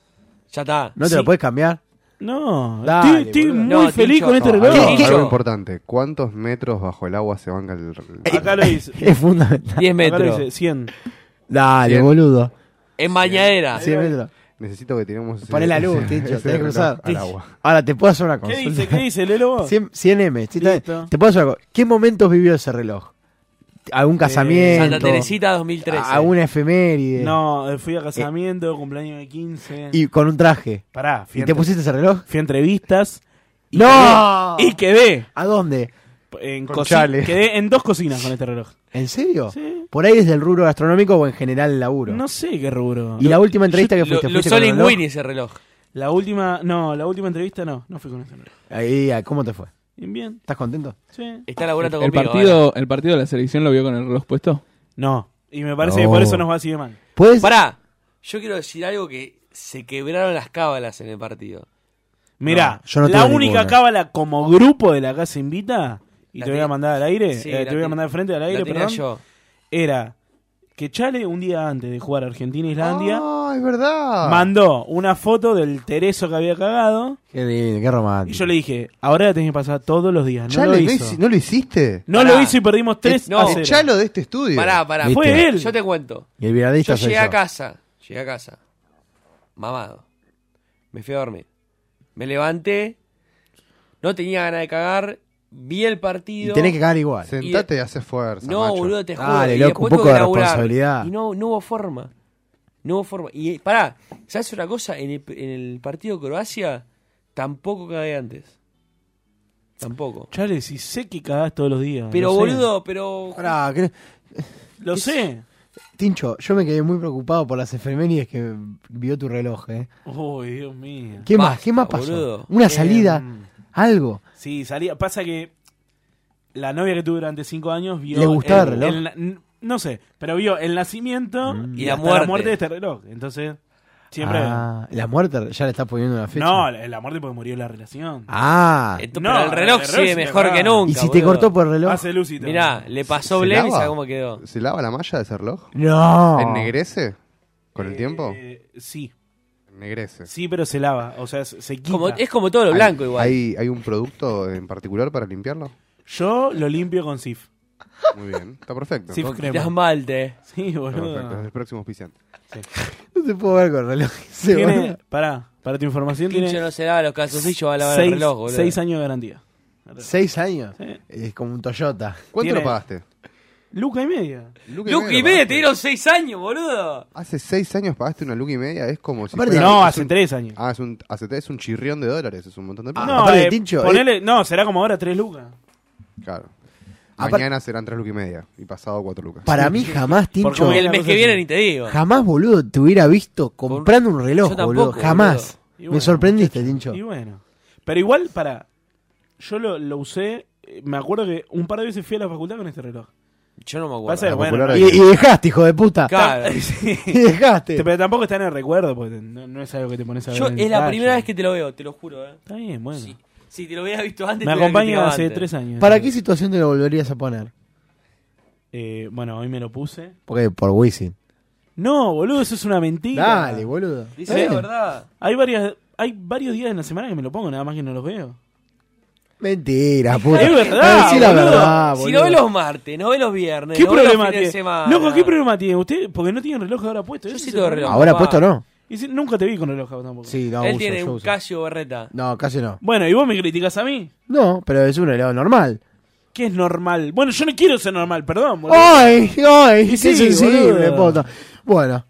Ya está.
¿No te
Sí.
lo puedes cambiar?
No,
Dale,
estoy, estoy
boludo.
muy
No,
feliz
Tincho,
con este
no,
reloj.
no,
Algo-
Tincho.
Algo importante, ¿cuántos metros bajo el agua se banca el...
Eh, Acá lo dice.
Es fundamental.
10
Acá lo
metros.
dice, 100.
Dale,
Bien. Ah.
boludo.
En bañadera.
Sí, metro.
Necesito que tiremos.
Poné
eh,
la luz,
ese-
Tincho,
ese
tenés
reloj
cruzado.
Al agua.
Ahora, te puedo hacer una cosa.
¿Qué dice? ¿Qué dice, Lelo? vos?
100, 100M, sí, está bien.
Listo.
te puedo hacer una cosa. ¿Qué momentos vivió ese reloj?
Eh,
¿Algún casamiento?
Santa Teresita 2013.
¿Alguna efeméride?
No, eh, fui a casamiento, cumpleaños de 15.
Y con un traje.
Pará, fui
¿Y
a
te
entre-
pusiste ese reloj?
Fui a entrevistas. Y
¡No!
Quedé, y quedé.
¿A dónde?
En
Con
coci-
chale.
Quedé en dos cocinas con este reloj.
¿En serio? ¿Por ahí desde el rubro gastronómico o en general el laburo?
No sé qué rubro.
¿Y la última entrevista que fuiste?
Lo
¿Fuiste
usó
con el reloj?
Linguini ese reloj.
La última, no, la última entrevista no, no fui con este reloj.
Ahí, ah, ¿Cómo te fue?
Bien, bien.
¿Estás contento?
Sí.
Está laburando
el,
conmigo.
partido, ¿El partido de la selección lo vio con el reloj puesto?
No. Y me parece que por eso nos va así de mal.
Pará, yo quiero decir algo que se quebraron las cábalas en el partido.
Mirá,
No, yo no
la
tengo
única
ninguna.
cábala como grupo de la casa invita, y te voy a
tenía-
mandar al aire,
Sí,
eh,
la
te voy a
ten-
mandar de frente al
la
aire,
tenía
perdón,
yo.
era que Chale un día antes de jugar Argentina-Islandia
Ah, es verdad.
mandó una foto del Tereso que había cagado,
Qué lindo, qué
y
romántico.
yo le dije, ahora la tenés que pasar todos los días, no
Chale,
lo
no
hizo.
hici- ¿no lo hiciste?
No
Pará.
lo hizo y perdimos 3
no.
a 0.
Chalo
de este estudio.
Pará, pará.
Fue
Viste.
él.
Yo te cuento.
Y el viradista
Yo
soy
llegué
yo.
a casa. Llegué a casa. Mamado. Me fui a dormir. Me levanté. No tenía ganas de cagar. Vi el partido.
Y tenés que cagar igual.
Sentate y, haces fuerza.
No,
macho.
boludo, te juro.
Dale,
y
loco,
después
un poco
tuve que
de
laburar.
responsabilidad.
Y no, no hubo forma. No hubo forma. Y eh, pará, ¿sabes una cosa? En el, en el partido Croacia tampoco cagué antes. Tampoco.
Chale, si sé que cagás todos los días.
Pero
lo sé.
boludo, pero.
Pará, que-
Lo sé.
Ah, Tincho, yo me quedé muy preocupado por las efemérides que vio tu reloj, ¿eh?
Uy, Dios mío.
¿Qué más?
Basta,
¿Qué más pasó?
boludo.
¿Una
Eh,
salida? ¿Algo?
Sí, salía. Pasa que la novia que tuve durante cinco años vio.
¿Le gustaba el
el,
reloj?
el na- n- no sé, pero vio el nacimiento y
Y la
hasta
muerte.
la muerte de este reloj. Entonces, siempre.
Mm. Ah, ¿La muerte ya le estás poniendo una fecha?
no, la, la muerte porque murió la relación.
Ah.
Pero el reloj sigue
sí te
mejor
acaba.
que nunca,
¿Y si te cortó por el reloj?
Hace Lucita.
Mirá, le pasó
¿Se
Blem y
lava?
sabe cómo quedó.
¿Se lava la malla de ese reloj?
No.
¿Ennegrece? ¿Con
Eh,
el tiempo?
Eh, Sí.
Ennegrece.
Sí, pero se lava. O sea, se se quita.
Como- es como todo lo
¿Hay-
blanco igual.
¿Hay, ¿Hay un producto en particular para limpiarlo?
Yo lo limpio con Sif.
Muy bien, está perfecto.
Sif
Está
crema.
Las malte.
Sí,
perfecto, es
boludo.
el próximo auspiciante.
No te puedo ver con el reloj. Se
Tiene,
va.
pará, para tu información,
Pincho
tiene
no se lava los calzoncillos, va a lavar
seis-
el reloj, boludo.
seis años de garantía.
¿Seis años?
Sí.
Es como un Toyota.
¿Cuánto
Tiene-
lo pagaste?
Luca y media.
Luca y
lo
media,
pagaste.
te dieron seis años, boludo.
Hace seis años pagaste una luca y media, es como si.
Aparte-
fuera-
No,
es
hace
un-
tres años.
Ah, es un, hace tres, es un chirrión de dólares, es un montón de plata.
No,
aparte,
eh,
Tincho,
ponele- no, será como ahora tres lucas.
Claro.
Aparte-
Mañana serán tres lucas y media y pasado cuatro lucas.
Ah, Para mí jamás, Tincho,
Porque el mes que viene ni te digo.
jamás, boludo, te hubiera visto comprando un reloj,
Yo tampoco,
boludo. Jamás.
boludo.
Y
Me
bueno,
sorprendiste, Tincho.
Y bueno. Pero igual, para. Yo lo, lo usé. eh, Me acuerdo que un par de veces fui a la facultad con este reloj.
Yo no me acuerdo.
Pasa que,
la
bueno,
popular
no-
Y, y dejaste, hijo de puta.
Claro.
Sí.
Y dejaste.
Pero tampoco está en el recuerdo, porque no, no es algo que te pones a ver.
Yo
en
es la
detalle.
primera vez que te lo veo, te lo juro, eh.
Está bien, bueno.
Sí. Si te lo hubiera visto
Me
antes, te hubiera
acompaña
criticado
hace
antes.
tres años.
¿Para qué situación te lo volverías a poner?
Eh, bueno, hoy me lo puse.
Porque por Wisin.
No, boludo, eso es una mentira.
Dale, boludo.
Dice
Está
la
bien.
verdad.
Hay, varias, hay varios días en la semana que me lo pongo, nada más que no los veo.
Mentira, puta.
Es verdad,
Decí la
boludo.
verdad, boludo.
Si no ve los martes, no ve los viernes,
¿Qué
no ve los
problema
fines de
tiene?
semana.
Loco, ¿qué problema tiene usted? Porque no tiene reloj ahora puesto.
Yo
ese
sí
es
tengo
el problema.
reloj.
Ahora
papá.
puesto no.
Y si- nunca te vi con reloj tampoco.
Sí, no,
Él
uso,
tiene
yo
un
uso.
Casio Berreta.
No, casi no.
Bueno, y vos me criticas a mí.
No, pero es un helado normal.
¿Qué es normal? Bueno, yo no quiero ser normal, perdón, boludo.
¡Ay! ¡Ay! ¡Qué
Y sí,
sensible,
boludo.
puta! Bueno,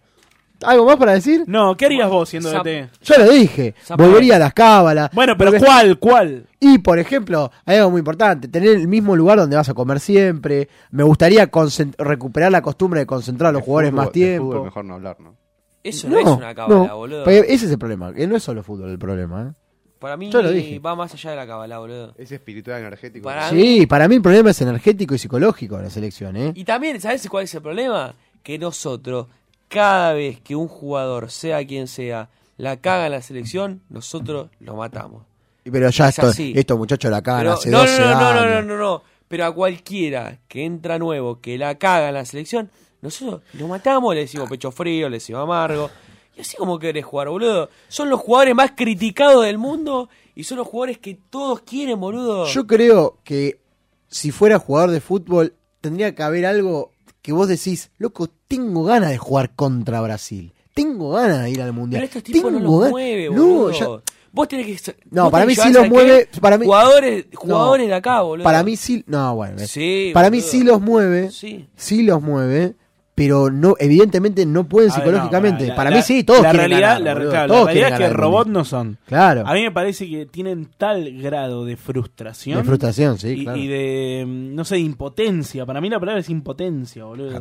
¿algo más para decir?
No, ¿qué harías vos siendo
Zap-
DT?
Yo lo dije,
Zapata.
volvería a las cábalas.
Bueno, pero
Porque-
¿cuál? ¿Cuál?
Y, por ejemplo, hay algo muy importante, tener el mismo lugar donde vas a comer siempre. Me gustaría concent- recuperar la costumbre de concentrar a los
De
jugadores
fútbol-
más
de fútbol
tiempo.
mejor no hablar, ¿no?
Eso no, es una cábala,
no,
boludo.
porque ese es el problema, que no es solo fútbol el problema. ¿eh?
Para mí
Yo lo dije.
va más allá de la cábala, boludo.
Es espiritual energético.
Para mí-
Sí, para mí el problema es energético y psicológico en la selección. ¿eh?
Y también, ¿sabes cuál es el problema? Que nosotros, cada vez que un jugador, sea quien sea, la caga en la selección, nosotros lo matamos.
Pero ya
Es
esto,
así.
estos muchachos la cagan
Pero-
hace
no,
12
no, no, no,
años.
no, no, no, no. Pero a cualquiera que entra nuevo, que la caga en la selección, nosotros lo matamos, le decimos pecho frío, le decimos amargo. Y así como querés jugar, boludo. Son los jugadores más criticados del mundo y son los jugadores que todos quieren, boludo.
Yo creo que si fuera jugador de fútbol, tendría que haber algo que vos decís, loco, tengo ganas de jugar contra Brasil. tengo ganas de ir al mundial.
Pero estos tipos no los
ganas-
mueve,
No,
boludo.
ya-
Vos tenés que.
No,
vos
para mí
tenés
sí
que llevar
los
a
mueve.
qué?
Para mí,
Jugadores,
No.
jugadores de acá, boludo.
Para mí sí. No, bueno. ves.
Sí,
para mí
boludo.
sí los mueve. Sí. los mueve. Pero no, evidentemente no pueden
A ver, no,
psicológicamente.
pará,
para
la-
mí sí, todos
la
quieren
realidad,
ganar,
la,
boludo.
claro, la
Todos
realidad
quieren
es que
ganar el
robots
mundial.
no son.
Claro.
A mí me parece que tienen tal grado de frustración.
De frustración, sí,
y,
claro.
y de, mm, no sé, de impotencia. Para mí la palabra es impotencia, boludo.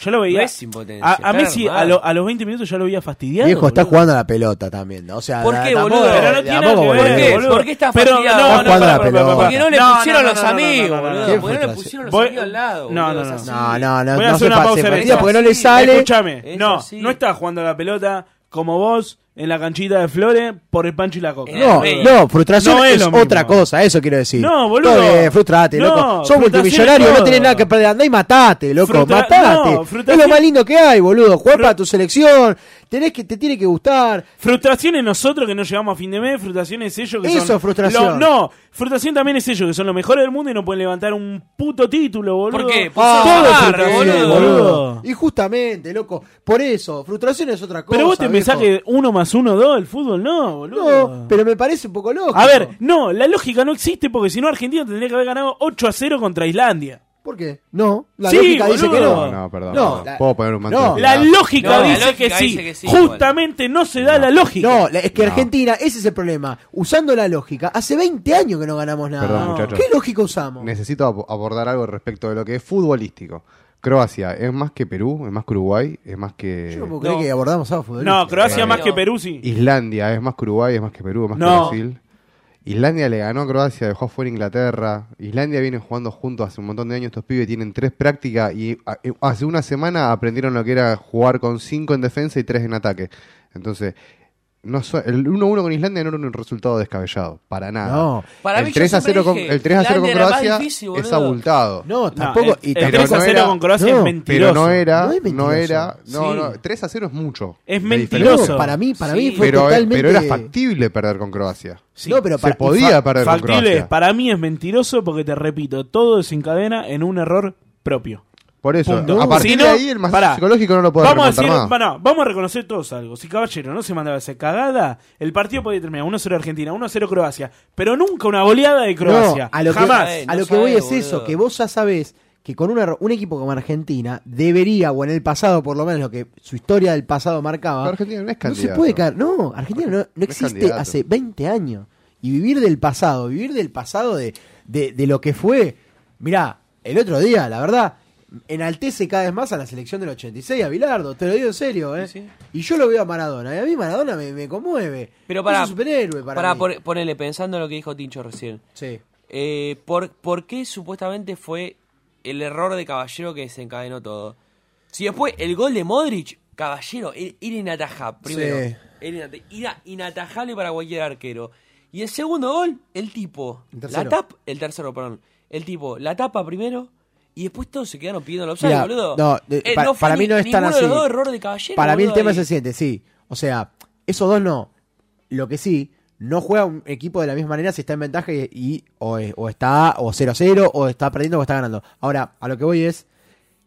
Yo lo veía.
No es impotencia,
A, a
está
Messi
armado.
a, lo- a los 20 minutos ya lo veía fastidiado.
Viejo está
boludo.
jugando a la pelota también. ¿no? O sea,
¿Por
la-
qué,
tampoco-
boludo? Pero no tiene
tampoco,
nada que ver,
boludo.
boludo. ¿Por qué está
Pero
fastidiado?
no,
Está
no,
jugando a la
pará, pará,
pelota.
pará,
Porque no le
pará.
pusieron los amigos, boludo. Porque no
Qué
le
frustración.
pusieron
los
Voy-
amigos al lado.
No,
boludo,
no,
es
no.
No, no, no,
Voy a
no
hacer
se
una
pa-
pausa
se
en
partía
esto.
porque no le sale.
Escúchame,
Es
no,
así.
no está jugando a la pelota como vos en la canchita de flores por el pancho y la coca.
No, no, frustración
No
es,
lo mismo.
otra cosa, eso quiero decir.
No, boludo.
Todo bien, frustrate,
No,
loco. Sos
frustración
multimillonario,
es todo.
no tenés nada que perder. Andá y matate, loco.
Frutra-
matate.
no,
es
frustración-
lo más lindo que hay, boludo. Jugar para tu selección. Tenés que, te tiene que gustar.
Frustraciones nosotros que no llegamos a fin de mes, frustraciones ellos que
Eso
son.
es frustración.
lo- no, frustración también es ellos que son los mejores del mundo y no pueden levantar un puto título, boludo.
¿Por qué? Pues
Ah,
son
todo es
barra,
frustración,
boludo.
boludo.
Y justamente, loco. Por eso, frustración es otra cosa.
Pero vos te
viejo.
pensás que uno más uno, dos, el fútbol no, boludo.
No, pero me parece un poco loco.
a ver, no, la lógica no existe porque si no Argentina tendría que haber ganado 8 a 0 contra Islandia.
¿Por qué? No, la
Sí,
lógica dice que
boludo.
no.
No,
perdón.
No,
perdón.
la-
Puedo poner un manto.
no.
de
La
piedad?
lógica,
No, la
dice,
lógica
que sí.
dice que sí,
Justamente no se da la lógica.
No, la- es que
No.
Argentina, ese es el problema. Usando la lógica, hace 20 años que no ganamos nada.
Perdón, muchachos.
¿Qué lógica usamos?
Necesito ab- abordar algo respecto de lo que es futbolístico. Croacia es más que Perú, es más que Uruguay, es más que.
Yo no puedo creer que abordamos algo futbolístico.
No, Croacia más que Perú, sí.
Islandia es más que Uruguay, es más que Perú, es más
No.
que Brasil. Islandia le ganó a Croacia, dejó afuera a Inglaterra. Islandia viene jugando juntos hace un montón de años. Estos pibes tienen tres prácticas y a- eh, hace una semana aprendieron lo que era jugar con cinco en defensa y tres en ataque. Entonces, no so- el 1-1 con Islandia no era un resultado descabellado, para nada.
No.
Para mí
el
yo
3 a
siempre
0 con,
dije,
el 3 a 0 con
Islandia era más
Croacia
difícil,
es
boludo.
abultado.
No, tampoco-
el- y el tampoco- 3 a 0 con Croacia es mentiroso.
Pero no era,
No
no,
es mentiroso.
era, no,
Sí.
no, 3 a 0 es mucho.
Es
de
mentiroso.
diferencia.
Para mí- para mí Sí. fue
pero, eh,
totalmente-
pero era factible perder con Croacia.
No, pero para-
se podía
Fa-
perder con
factible es,
Croacia.
para mí es mentiroso porque te repito, todo desencadena en un error propio.
Por eso,
Punto.
a partir
Si no,
de ahí el más
pará.
psicológico no lo puede
Vamos a,
remontar
decir-
más.
bueno, vamos a reconocer todos algo. Si Caballero no se mandaba esa cagada, el partido podía terminar 1-0 Argentina, 1-0 Croacia, pero nunca una goleada de Croacia.
No, a lo
Jamás.
que, a lo que voy es eso, que vos ya sabés que con una- un equipo como Argentina debería, o en el pasado por lo menos, lo que su historia del pasado marcaba,
Pero Argentina no es
se
candidato.
puede caer. No, Argentina no, no
es
existe
candidato.
hace 20 años. Y vivir del pasado, vivir del pasado de, de, de lo que fue. Mirá, el otro día, la verdad, enaltece cada vez más a la selección del 86, a Bilardo, te lo digo en serio, ¿eh? Y yo lo veo a Maradona, y a mí Maradona me, me conmueve.
Pero para,
Es un superhéroe para, mí.
ponerle, pensando en lo que dijo Tincho recién.
Sí.
Eh, por, ¿Por qué supuestamente fue el error de Caballero que desencadenó todo? Si después el gol de Modric, Caballero, era era inatajable. Primero,
Sí.
era inata- era inatajable para cualquier arquero. Y el segundo gol, el tipo.
El
la
tercero.
tap, el tercero, perdón. El tipo, la tapa primero. Y después todos se quedaron pidiendo el offside,
Mirá,
boludo.
no, de-
Eh,
pa-
fue
para
ni-
mí no es tan
ninguno
así.
De los dos error de caballero,
para mí el
boludo,
tema
ahí.
se siente, sí. O sea, esos dos no. Lo que sí, no juega un equipo de la misma manera si está en ventaja y, y- o, es- o está o 0-0 o está perdiendo o está ganando. Ahora, a lo que voy es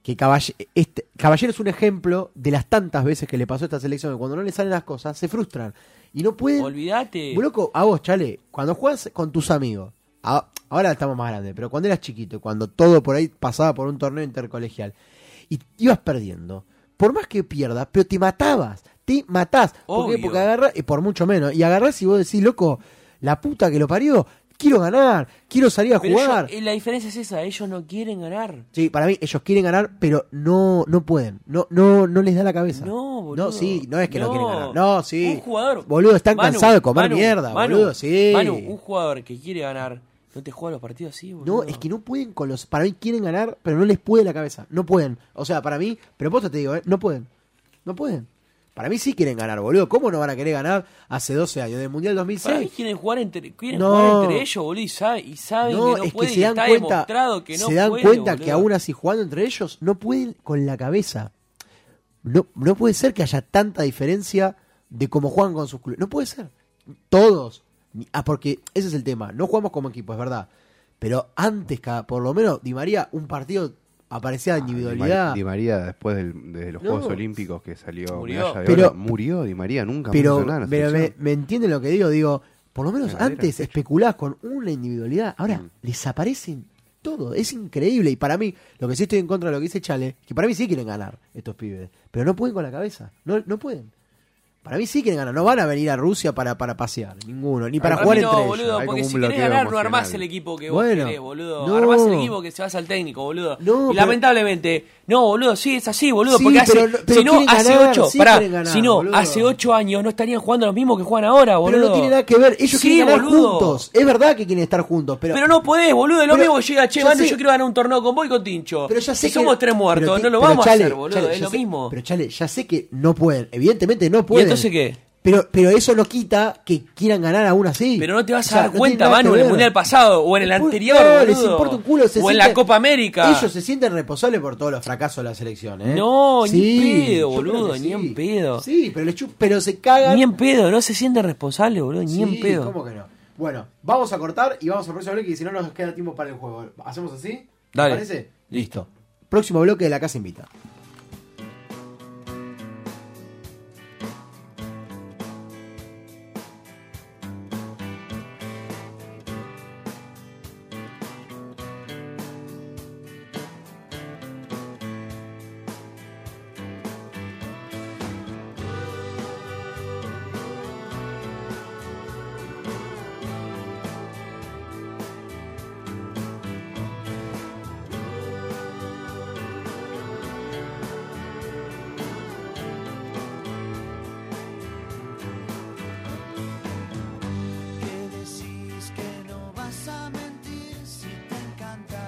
que Caballero, este, Caballero es un ejemplo de las tantas veces que le pasó a esta selección que cuando no le salen las cosas se frustran y no pueden
Olvídate.
Vos, loco, a vos, chale, cuando juegas con tus amigos, a- ahora estamos más grandes, pero cuando eras chiquito, cuando todo por ahí pasaba por un torneo intercolegial, y ibas perdiendo, por más que pierdas, pero te matabas, te matás. ¿Por qué?
Obvio.
Porque agarrás, y por mucho menos, y agarrás y vos decís, loco, la puta que lo parió, quiero ganar, quiero salir a
Pero yo-
jugar.
eh, la diferencia es esa, ellos no quieren ganar.
Sí, para mí ellos quieren ganar, pero no no pueden. No no no les da la cabeza.
No, boludo.
No, sí, no es que no,
No.
quieren ganar. No, sí.
Un jugador.
Boludo, están
Manu,
cansados de comer
Manu,
mierda,
Manu,
boludo, sí.
Manu, un jugador que quiere ganar, no te juega los partidos así, boludo.
No, es que no pueden con los. Para mí quieren ganar, pero no les puede la cabeza. No pueden. O sea, para mí, pero posta te digo, ¿eh? no pueden. No pueden. Para mí sí quieren ganar, boludo. ¿Cómo no van a querer ganar hace 12 años? Del Mundial
Para mí
2006.
quieren jugar entre, quieren
No.
jugar entre ellos, boludo, y, sabe- y saben
No,
que no
es que
pueden,
se
y
dan
está
cuenta.
demostrado que no
se dan
puede,
cuenta que
boludo.
aún así jugando entre ellos, no pueden con la cabeza. No, no puede ser que haya tanta diferencia de cómo juegan con sus clubes. No puede ser. Todos. Ni- Ah, porque ese es el tema. No jugamos como equipo, es verdad. Pero antes, cada- por lo menos, Di María, un partido aparecía
Ah, Di,
individualidad.
Mar- Di María, después del- de los
No.
Juegos Olímpicos que salió
Murió.
medalla de
Pero-
oro, murió Di María, nunca
pero
más hizo nada en la
pero me,
selección.
me entienden lo que digo, digo, por lo menos
Ganadera,
antes especulás con una individualidad, ahora les aparecen todo, es increíble y para mí, lo que sí estoy en contra de lo que dice Chale, que para mí sí quieren ganar estos pibes, pero no pueden con la cabeza, no, no pueden. Para mí sí quieren ganar, no van a venir a Rusia para, para pasear, ninguno, ni para
mí
jugar
no,
entre ellos.
boludo, porque si querés ganar no armás el equipo que vos
Bueno,
querés, boludo.
no.
Armás el equipo que se vas al técnico, boludo. y
pero-
lamentablemente, no, boludo, sí es así, boludo,
Sí,
porque hace,
pero no- pero
si no,
quieren
hace
ganar,
ocho,
sí
pará,
quieren ganar,
si no,
boludo.
hace ocho años no estarían jugando los mismos que juegan ahora, boludo.
Pero no tiene nada que ver, ellos
Sí,
quieren ganar
boludo.
juntos, es verdad que quieren estar juntos, pero...
Pero no podés, boludo, es lo
Pero-
mismo que llega, che,
ya
mano,
sé.
yo quiero ganar un torneo con vos y con Tincho.
Pero ya sé
si somos
que-
tres muertos,
pero
no
ti-
lo
pero
vamos
Chale,
a hacer, boludo,
Chale,
es
ya
lo
sé-
mismo.
Pero Chale, ya sé que no pueden, evidentemente no pueden.
entonces qué?
Pero, pero eso no quita que quieran ganar aún así.
Pero no te vas
O sea,
a dar
no tiene
cuenta,
nada
Manu,
que
en el
ver.
Mundial pasado o en el
No,
anterior,
no,
boludo.
les importa un culo, se
o en la
sienten-
Copa América.
Ellos se sienten responsables por todos los fracasos de la selección, ¿eh?
No, ni en
Sí,
pedo,
yo creo
boludo,
que
ni
sí.
en pedo.
Sí, pero, le chu- pero se cagan.
Ni en pedo, no se sienten responsables, boludo, ni en
Sí,
pedo.
¿cómo que no? Bueno, vamos a cortar y vamos al próximo bloque y si no nos queda tiempo para el juego. ¿Hacemos así?
Dale.
¿Te parece? Listo. Próximo bloque de La Casa Invita.
que decís que no vas a mentir si te encanta.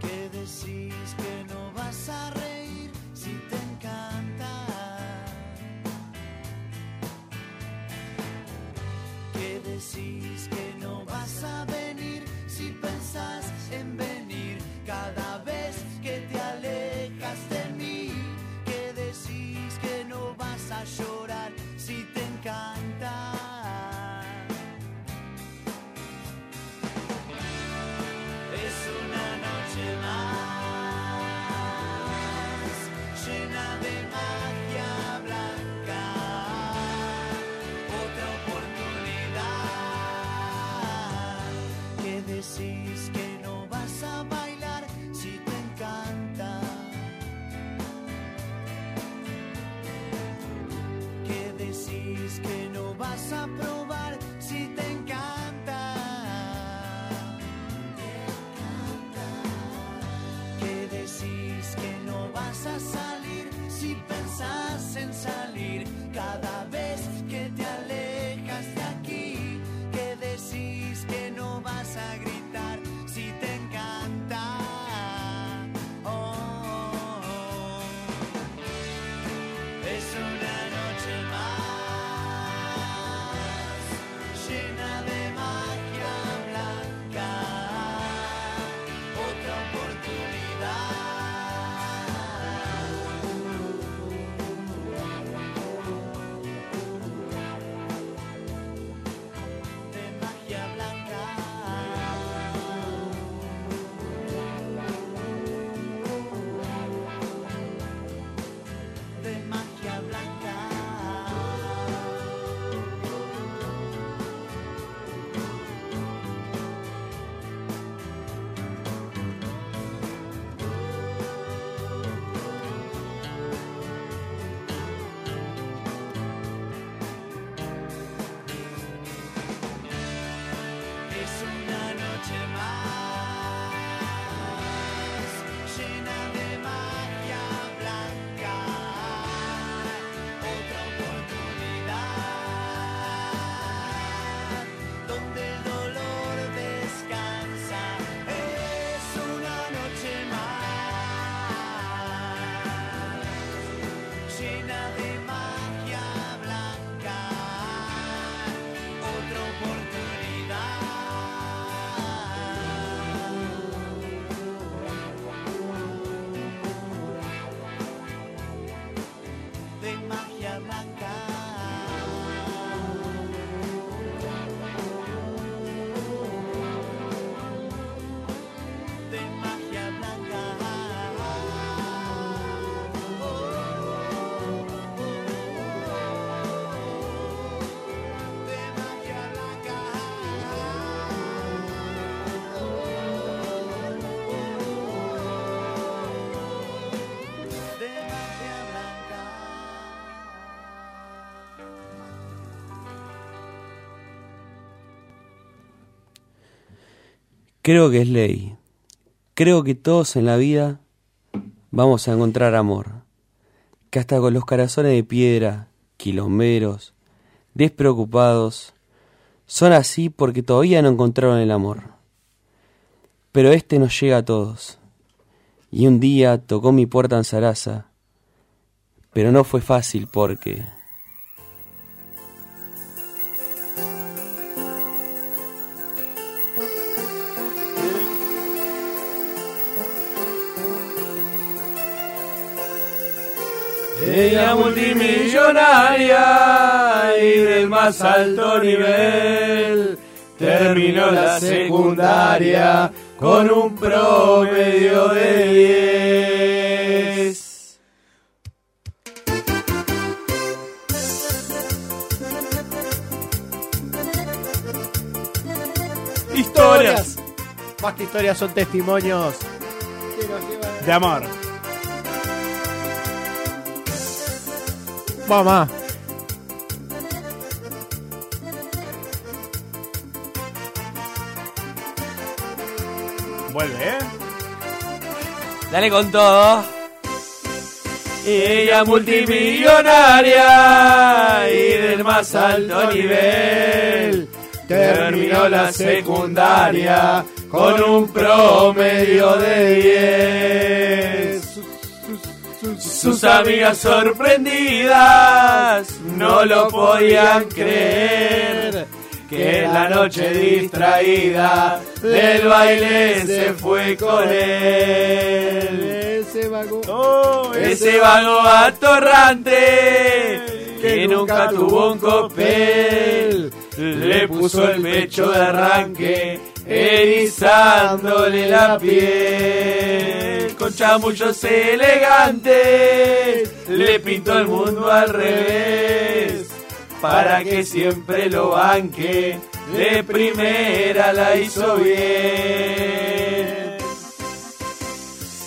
Que decís que no vas a reír si te encanta. Que decís que no vas a venir si pensás en venir cada vez que te alejas de mí que decís que no vas a llorar si te encanta. Es una noche más llena de magia blanca, otra oportunidad. Que decís que no vas a bailar si te encanta. que decís que no vas a probar si te encanta. Que decís que no vas a salir si pensás en salir cada vez que te alejas de aquí. Que decís que no vas a gritar si Oh,
Creo que es ley. Creo que todos en la vida vamos a encontrar amor. Que hasta con los corazones de piedra, quilomberos, despreocupados, son así porque todavía no encontraron el amor. Pero este nos llega a todos. Y un día tocó mi puerta en Sarasa. Pero no fue fácil porque...
Ella multimillonaria y del más alto nivel. Terminó la secundaria con un promedio de 10.
Historias. Más que historias son testimonios.
De amor.
Mamá.
Vuelve, ¿eh?
Dale con todo.
Ella multimillonaria y del más alto nivel. Terminó la secundaria con un promedio de 10. Sus amigas sorprendidas no lo podían creer. Que en la noche distraída del baile se fue con él.
Ese vago.
Oh, Ese vago atorrante que nunca tuvo un copel le puso el pecho de arranque erizándole la piel con chamuchos elegantes le pintó el mundo al revés para que siempre lo banque de primera la hizo bien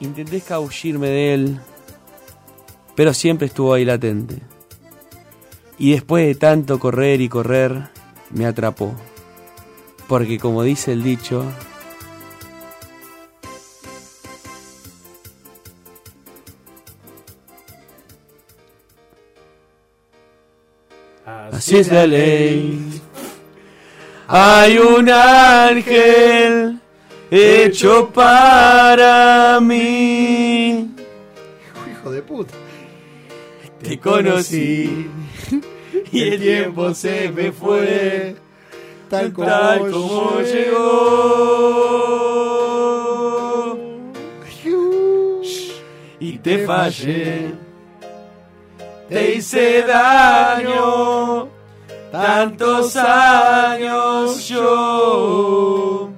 Intenté escabullirme de él, pero siempre estuvo ahí latente. Y después de tanto correr y correr, me atrapó. Porque como dice el dicho,
Así es la ley. Hay un ángel hecho para mí.
Hijo de puta.
Te conocí y el tiempo se me fue tal como, llegó. Y te fallé, te hice daño, tantos años yo.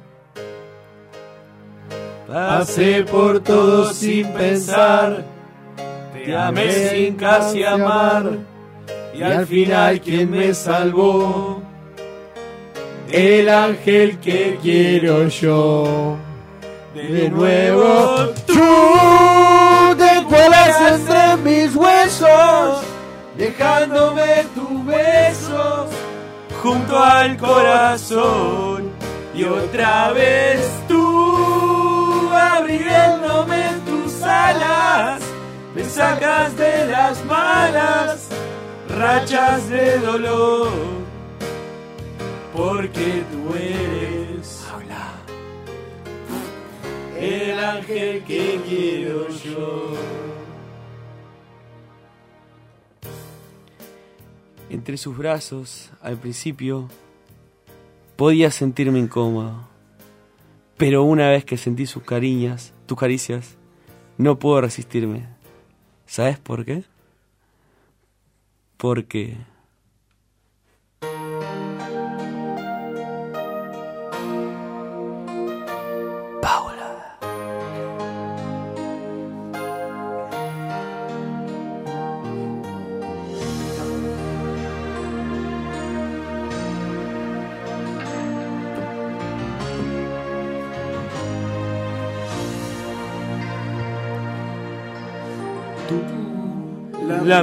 Pasé por todo sin pensar, te amé sin casi amar, y al final quien me salvó, el ángel que quiero yo. De nuevo
Tú te cuelas
entre mis huesos, dejándome tus besos junto al corazón. Y otra vez tú, abriéndome tus alas, me sacas de las malas rachas de dolor. Porque tú eres el ángel que quiero yo.
entre sus brazos, al principio, podía sentirme incómodo. Pero una vez que sentí sus cariñas, tus caricias, no puedo resistirme. ¿Sabes por qué? Porque
la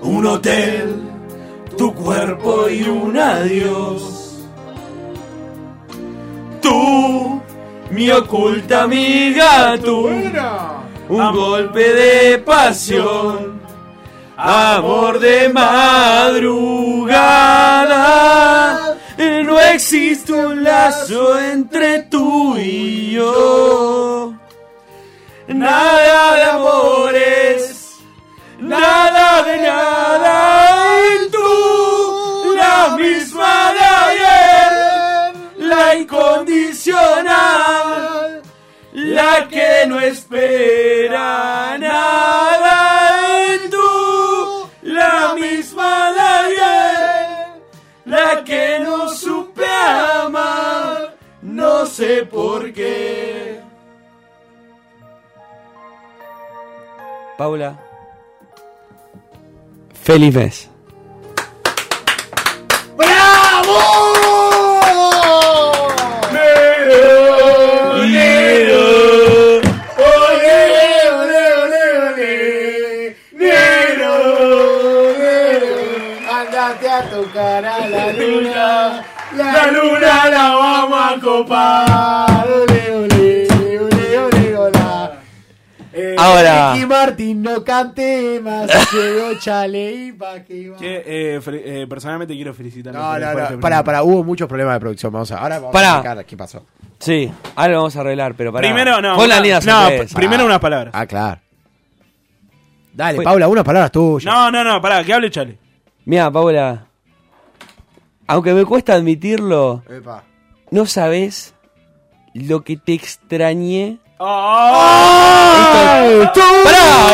Un hotel, tu cuerpo y un adiós. Tú, mi oculta amiga, tú. Un golpe de pasión, amor de madrugada. No existe un lazo entre tú y yo. Nada de amores, nada de nada. Y tú, la misma de ayer, la incondicional, la que no espera nada. Y tú, la misma de ayer, la que no supe amar, no sé por qué.
Paula. Feliz mes.
¡Bravo!
Andate a tocar a la
luna, La luna la vamos a copar. Ole, ole, ole, ole, hola.
Eh,
Ahora.
Ricky Martin no cante más. Llegó Chale y pa' que va.
Que, eh, fel- eh, personalmente quiero felicitar
No, no, no. Pará, pará. Hubo muchos problemas de producción. Vamos a. Ahora vamos
Pará.
a explicar qué pasó.
Sí, ahora lo vamos a arreglar, pero para.
Primero, no,
Pon la
una-
línea
no,
sorpresa.
pr- primero unas palabras.
Ah, claro. Dale,
Fue-
Paula, unas palabras tuyas.
No, no, no, pará, que hable Chale.
Mira, Paula. Aunque me cuesta admitirlo, no sabes lo que te extrañé.
¡Tú!
¡Pará!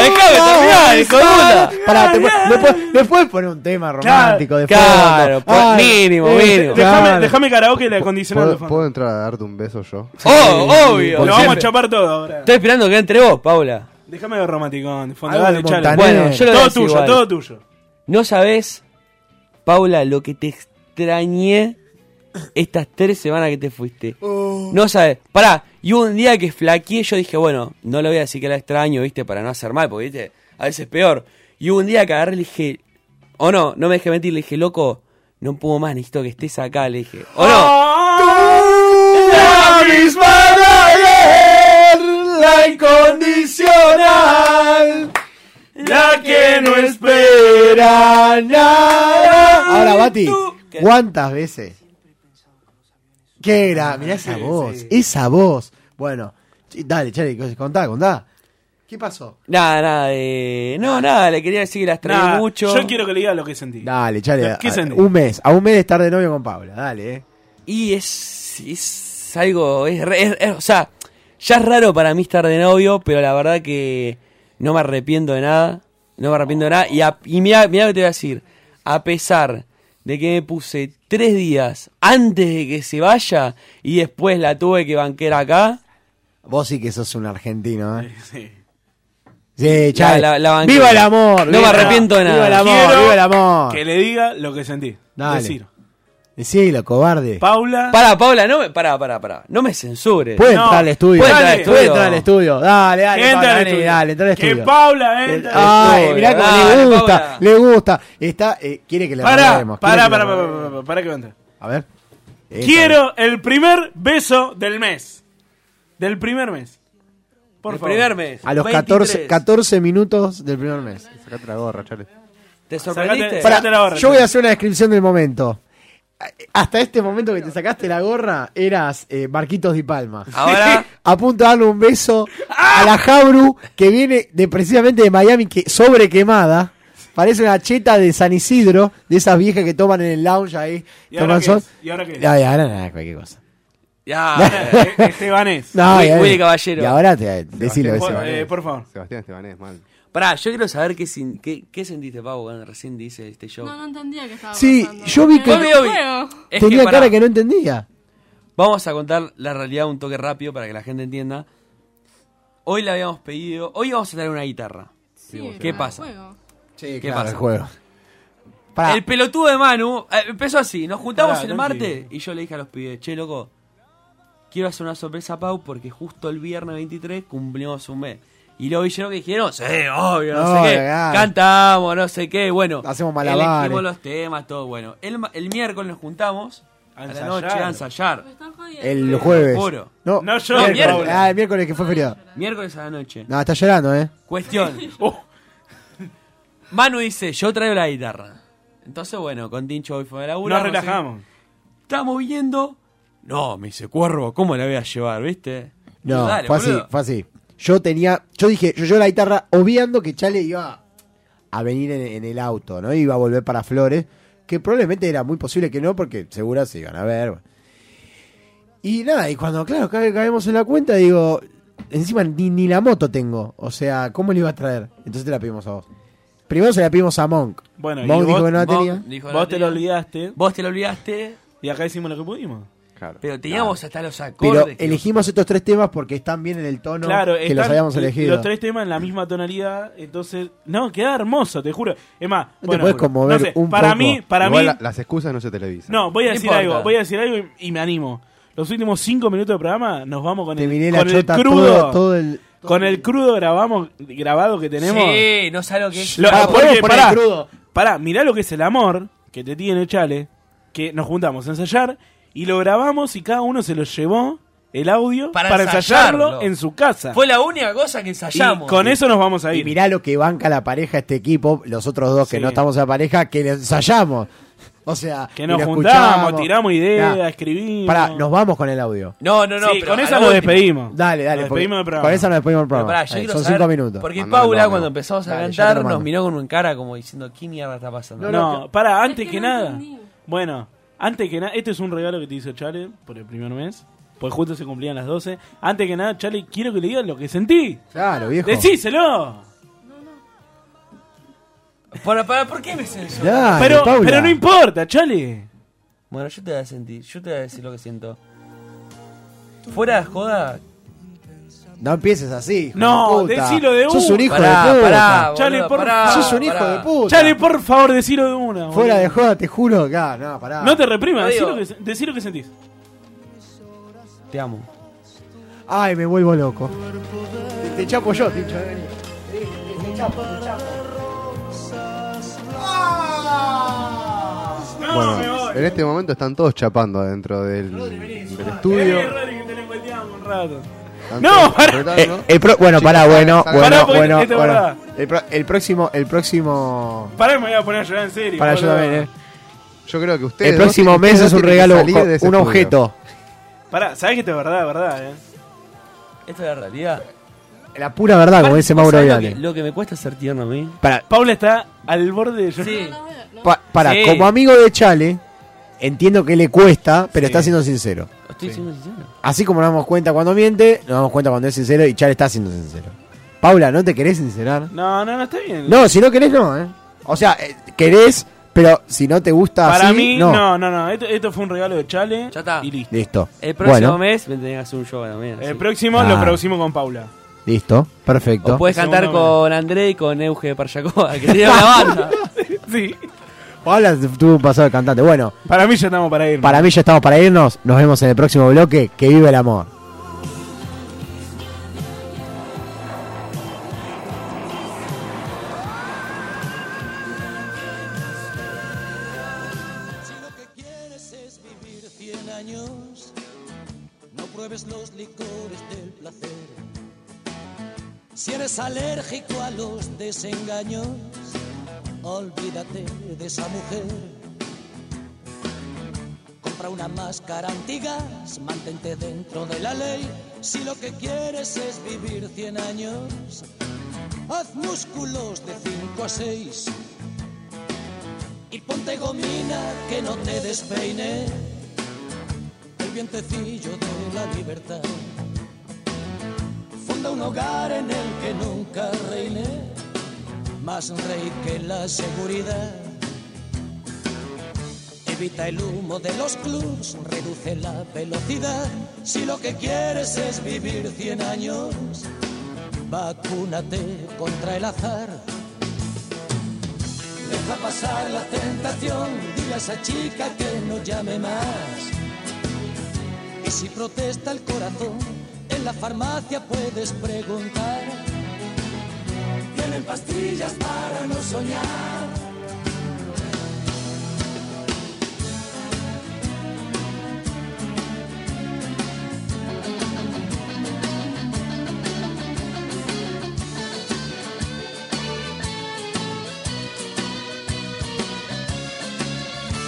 ¡Déjame terminar, hijo de puta!
Pará, te pu- le pu- le puedes poner un tema romántico de
claro,
fondo.
por-
Ay,
mínimo,
eh,
mínimo.
claro.
pues, Déjame, déjame karaoke la acondicionada
¿Puedo,
de fondo.
puedo entrar a darte un beso yo?
¡Oh, obvio!
Lo vamos a chapar todo ahora.
Estoy esperando que entre vos, Paula.
Déjame ver romanticón de fondo.
Algo
Dale,
de
Chale.
Montaner. Bueno, yo lo voy a
Todo
decir
tuyo,
igual.
todo tuyo.
No sabes, Paula, lo que te extrañé estas tres semanas que te fuiste. No sabes. Pará, y hubo un día que flaqueé, yo dije, bueno, no le voy a decir que la extraño, viste, para no hacer mal, porque viste, a veces es peor. Y hubo un día que agarré y le dije, o no, no me dejé mentir, le dije, loco, no puedo más, necesito que estés acá, le dije. O no,
La misma de ayer, la incondicional, la que no espera nada.
Ahora, Bati, ¿cuántas veces? ¿Qué era? Mirá esa voz, esa voz. Bueno, ch- dale, Chale, cos- contá, contá. ¿Qué pasó?
nada, nada, eh, no, nada, le quería decir que la extraño
Nada,
mucho.
Yo quiero que le diga lo que sentí.
Dale, Chale, a-
¿Qué sentí?
un mes, a un mes de estar de novio con Paula, dale, eh.
Y es, es algo, es, re- es- es- o sea, ya es raro para mí estar de novio, pero la verdad que no me arrepiento de nada, no me arrepiento de nada. Y, a- y mirá, mirá lo que te voy a decir, a pesar de que me puse tres días antes de que se vaya y después la tuve que banquear acá.
Vos sí que sos un argentino, eh.
Sí.
Sí, Chale.
La- la- la banqué.
¡Viva el amor!
No me
viva-
arrepiento de
¡Viva el
nada.
amor!
Quiero
¡Viva el amor!
Que le diga lo que sentí.
Dale.
Decir,
Decilo, cobarde.
Paula.
Para, Paula, no me, para, para, para, no me censures.
Puede entrar al estudio.
Puede entrar
Puede
al estudio.
entrar al estudio. Dale, dale,
Entra
Paula,
al
vení,
estudio.
dale, entra al
Que
estudio.
Paula entra al
Ay,
estudio.
mirá cómo
Dale,
le gusta,
Paula.
le gusta. Está, eh, quiere que le
Para,
rodeemos, quiere
para,
que le
para,
rodeemos.
para, para que va a entrar.
A ver. Esta.
Quiero el primer beso del mes. Del primer mes. Por
Del
favor.
primer mes.
A los 14, 14 minutos del primer mes.
Sacate la gorra, Chale.
¿Te
sorprendiste?
Pará,
Sacate la gorra,
yo voy
Chale.
a hacer una descripción del momento. Hasta este momento que te sacaste la gorra, eras eh, Marquitos Di Palma.
Ahora-
a punto de darle un beso a la Jabru que viene de, precisamente de Miami, que sobrequemada. Parece una cheta de San Isidro, de esas viejas que toman en el lounge ahí.
¿Y ahora
toman
qué
sol.
es? ¿Y ahora qué es?
Ay, ahora nada, cualquier cosa.
Ya,
Eh, Estebanés.
No, eh,
Willy-
y ahora-
Willy Caballero.
Y ahora te, decilo,
Por,
decilo.
eh, por favor.
Sebastián Estebanés, mal.
Pará, yo quiero saber qué, sin- qué, qué sentiste, Pavo, cuando recién dice este show.
No, no entendía que estaba
Sí,
pasando.
yo vi que
Era un
Obvio, obvio.
juego.
Es que
tenía
pará.
cara que no entendía.
Vamos a contar la realidad un toque rápido para que la gente entienda. Hoy le habíamos pedido. Hoy vamos a tener una guitarra. ¿Qué
para
pasa?
el juego.
¿Qué
claro,
pasa?
el juego.
El pelotudo de Manu eh, empezó así. Nos juntamos
Pará,
el
tranqui.
martes y yo le dije a los pibes, che, loco, quiero hacer una sorpresa a Pau porque justo el viernes 23 cumplimos un mes. Y luego vieron que dijeron, sí, Eh, obvio, no,
No,
sé qué.
claro.
Cantamos, no sé qué. Bueno,
Hacemos malabares.
elegimos los temas, todo bueno. El, ma- el miércoles nos juntamos a, la
ensayar.
noche a ensayar.
El jueves.
Juro.
No,
No llores,
miércoles.
Paula.
Ah, el miércoles que fue feriado.
Miércoles a la noche.
No, está llorando, ¿eh?
Cuestión. Oh. Manu dice, yo traigo la guitarra. Entonces, bueno, con Tincho hoy fue a laburo.
Nos relajamos.
Estamos viendo. No, me dice Cuervo, ¿cómo la voy a llevar, viste?
No,
Dale,
fue así,
boludo.
fue así. Yo tenía, yo dije, yo llevo la guitarra obviando que Chale iba a venir en, en el auto, ¿no? Iba a volver para Flores, que probablemente era muy posible que no, porque seguro se iban a ver. Y nada, y cuando, claro, ca- caemos en la cuenta, digo, encima ni, ni la moto tengo, o sea, ¿cómo le iba a traer? Entonces te la pedimos a vos. Primero se la pedimos a Monk.
Bueno, y
Monk dijo
vos-
que no la
Monk
tenía.
Dijo,
Vos
no
te
tenía-
lo olvidaste.
Vos te lo olvidaste.
Y acá hicimos lo que pudimos.
Claro.
Pero teníamos hasta los acordes.
Pero
que-
elegimos estos tres temas porque están bien en el tono
claro,
que
están
los habíamos
l-
elegido.
Los tres temas en la misma tonalidad, entonces, no, queda hermoso, te juro. Es más,
te
bueno,
puedes conmover
no sé,
un
para
poco.
mí, para
Igual
mí,
la- las excusas no se televisan.
no, voy a
No
decir
importa.
algo, voy a decir algo y, y me animo. Los últimos cinco minutos de programa nos vamos con
Te miré
el,
la
con el
chota
crudo,
todo, todo el...
con el crudo grabamos grabado que tenemos.
Sí, no sabes lo que es.
Lo-
Ah,
porque,
podemos poner
pará,
crudo.
pará, mirá lo que es el amor que te tiene Chale, que nos juntamos a ensayar y lo grabamos y cada uno se lo llevó el audio
Para
para,
ensayarlo.
ensayarlo en su casa.
Fue la única cosa que ensayamos.
Y con eso nos vamos a
Y
ir.
mirá lo que banca la pareja este equipo, los otros dos que
Sí.
no estamos en la pareja, que lo ensayamos. O sea,
que
y
nos
lo
juntamos,
escuchamos.
tiramos ideas,
Nah,
escribimos.
Pará, nos vamos con el audio.
No, no, no.
Sí,
pero
con
a
esa
la
nos
última.
despedimos.
Dale, dale.
Nos
porque
despedimos del programa.
Con esa nos despedimos del
Pero
programa.
pará, yo
Ahí,
quiero
son
saber-
cinco minutos.
Porque
Mandalo,
Paula,
Pablo.
cuando empezamos a
Dale, ya te
cantar,
lo mando.
nos miró con una cara como diciendo, ¿qué mierda está pasando?
No,
no,
pará, antes
que
que,
no
nada.
entendí.
Bueno, antes que nada, este es un regalo que te hizo Chale por el primer mes. Pues justo se cumplían las 12. Antes que nada, Chale, quiero que le digas lo que sentí.
Claro, viejo.
Decíselo.
Para, para, ¿Por qué me censuró?
Dale,
pero,
Paula.
pero no importa, Chale.
Bueno, yo te voy a sentir, yo te voy a decir lo que siento. Fuera de joda,
No empieces así. hijo
No,
de puta.
decilo de
Sos un
una.
hijo
Pará,
de puta.
pará, boludo,
Chale, por
pará,
favor.
Sos un hijo
pará.
de puta.
Chale, por favor, decilo de una.
Fuera
boludo.
de joda, te juro. acá, no, pará.
No te reprimas,
No
decí
digo-
lo, que, se- decí lo que sentís.
Te amo.
Ay, me vuelvo loco. Te, te chapo yo, te chapo.
Bueno, en este momento están todos chapando dentro del, del estudio. Están
No,
todos
pará.
apretando.
Eh, el pro- bueno, pará, bueno,
Pará,
bueno,
porque
bueno,
esto es
bueno.
verdad.
El, pro- el próximo, el próximo.
Para me voy a poner a llorar en serio.
Para yo
boludo.
también, eh.
Yo creo que ustedes.
El
dos
próximo
tienen-
mes
ustedes
es
dos
un
tienen que
regalo,
salir
con
de
un
ese estudio.
objeto.
Pará, sabés que esto es verdad, verdad, eh.
Esto es la realidad.
La pura verdad, como
Aparte,
dice
¿vos
Mauro
sabés lo que- Lo que,
Viale.
me cuesta ser tierno a mí.
Para,
Paula está al borde de llorar.
Sí.
pa- para,
Sí.
como amigo de Chale, entiendo que le cuesta, pero está siendo sincero.
Estoy siendo sincero.
Así como nos damos cuenta cuando miente, nos damos cuenta cuando es sincero y Chale está siendo sincero. Paula, ¿no te querés sincerar?
No, no, no está bien.
No, si no querés, no, ¿eh? O sea, eh, querés, pero si Ah, no te gusta
Para
así,
mí, no, no, no. Esto, esto fue un regalo de Chale.
Ya está.
Y listo.
Listo.
El próximo
Bueno.
mes me tenés que hacer un show también. así.
El próximo
Ah.
lo producimos con Paula.
Listo, perfecto.
O puedes
Segundo
cantar
mes.
con André y con Euge Parjacoa, que tiene una banda.
Sí.
Paula tuvo un pasado de cantante. Bueno,
Para mí ya estamos para irnos.
para mí ya estamos para irnos. Nos vemos en el próximo bloque. Que vive el amor.
Si lo que quieres es vivir 100 años, no pruebes los licores del placer. Si eres alérgico a los desengaños, olvídate de esa mujer. Compra una máscara antigas, mantente dentro de la ley. Si lo que quieres es vivir 100 años, haz músculos de 5 a 6 y ponte gomina que no te despeine el vientecillo de la libertad. Funda un hogar en el que nunca reine
más rey que la seguridad. Evita el humo de los clubs, reduce la velocidad. Si lo que quieres es vivir 100 años, vacúnate contra el azar. Deja pasar la tentación, dile a esa chica que no llame más. Y si protesta el corazón, en la farmacia puedes preguntar. Tienen pastillas para no soñar.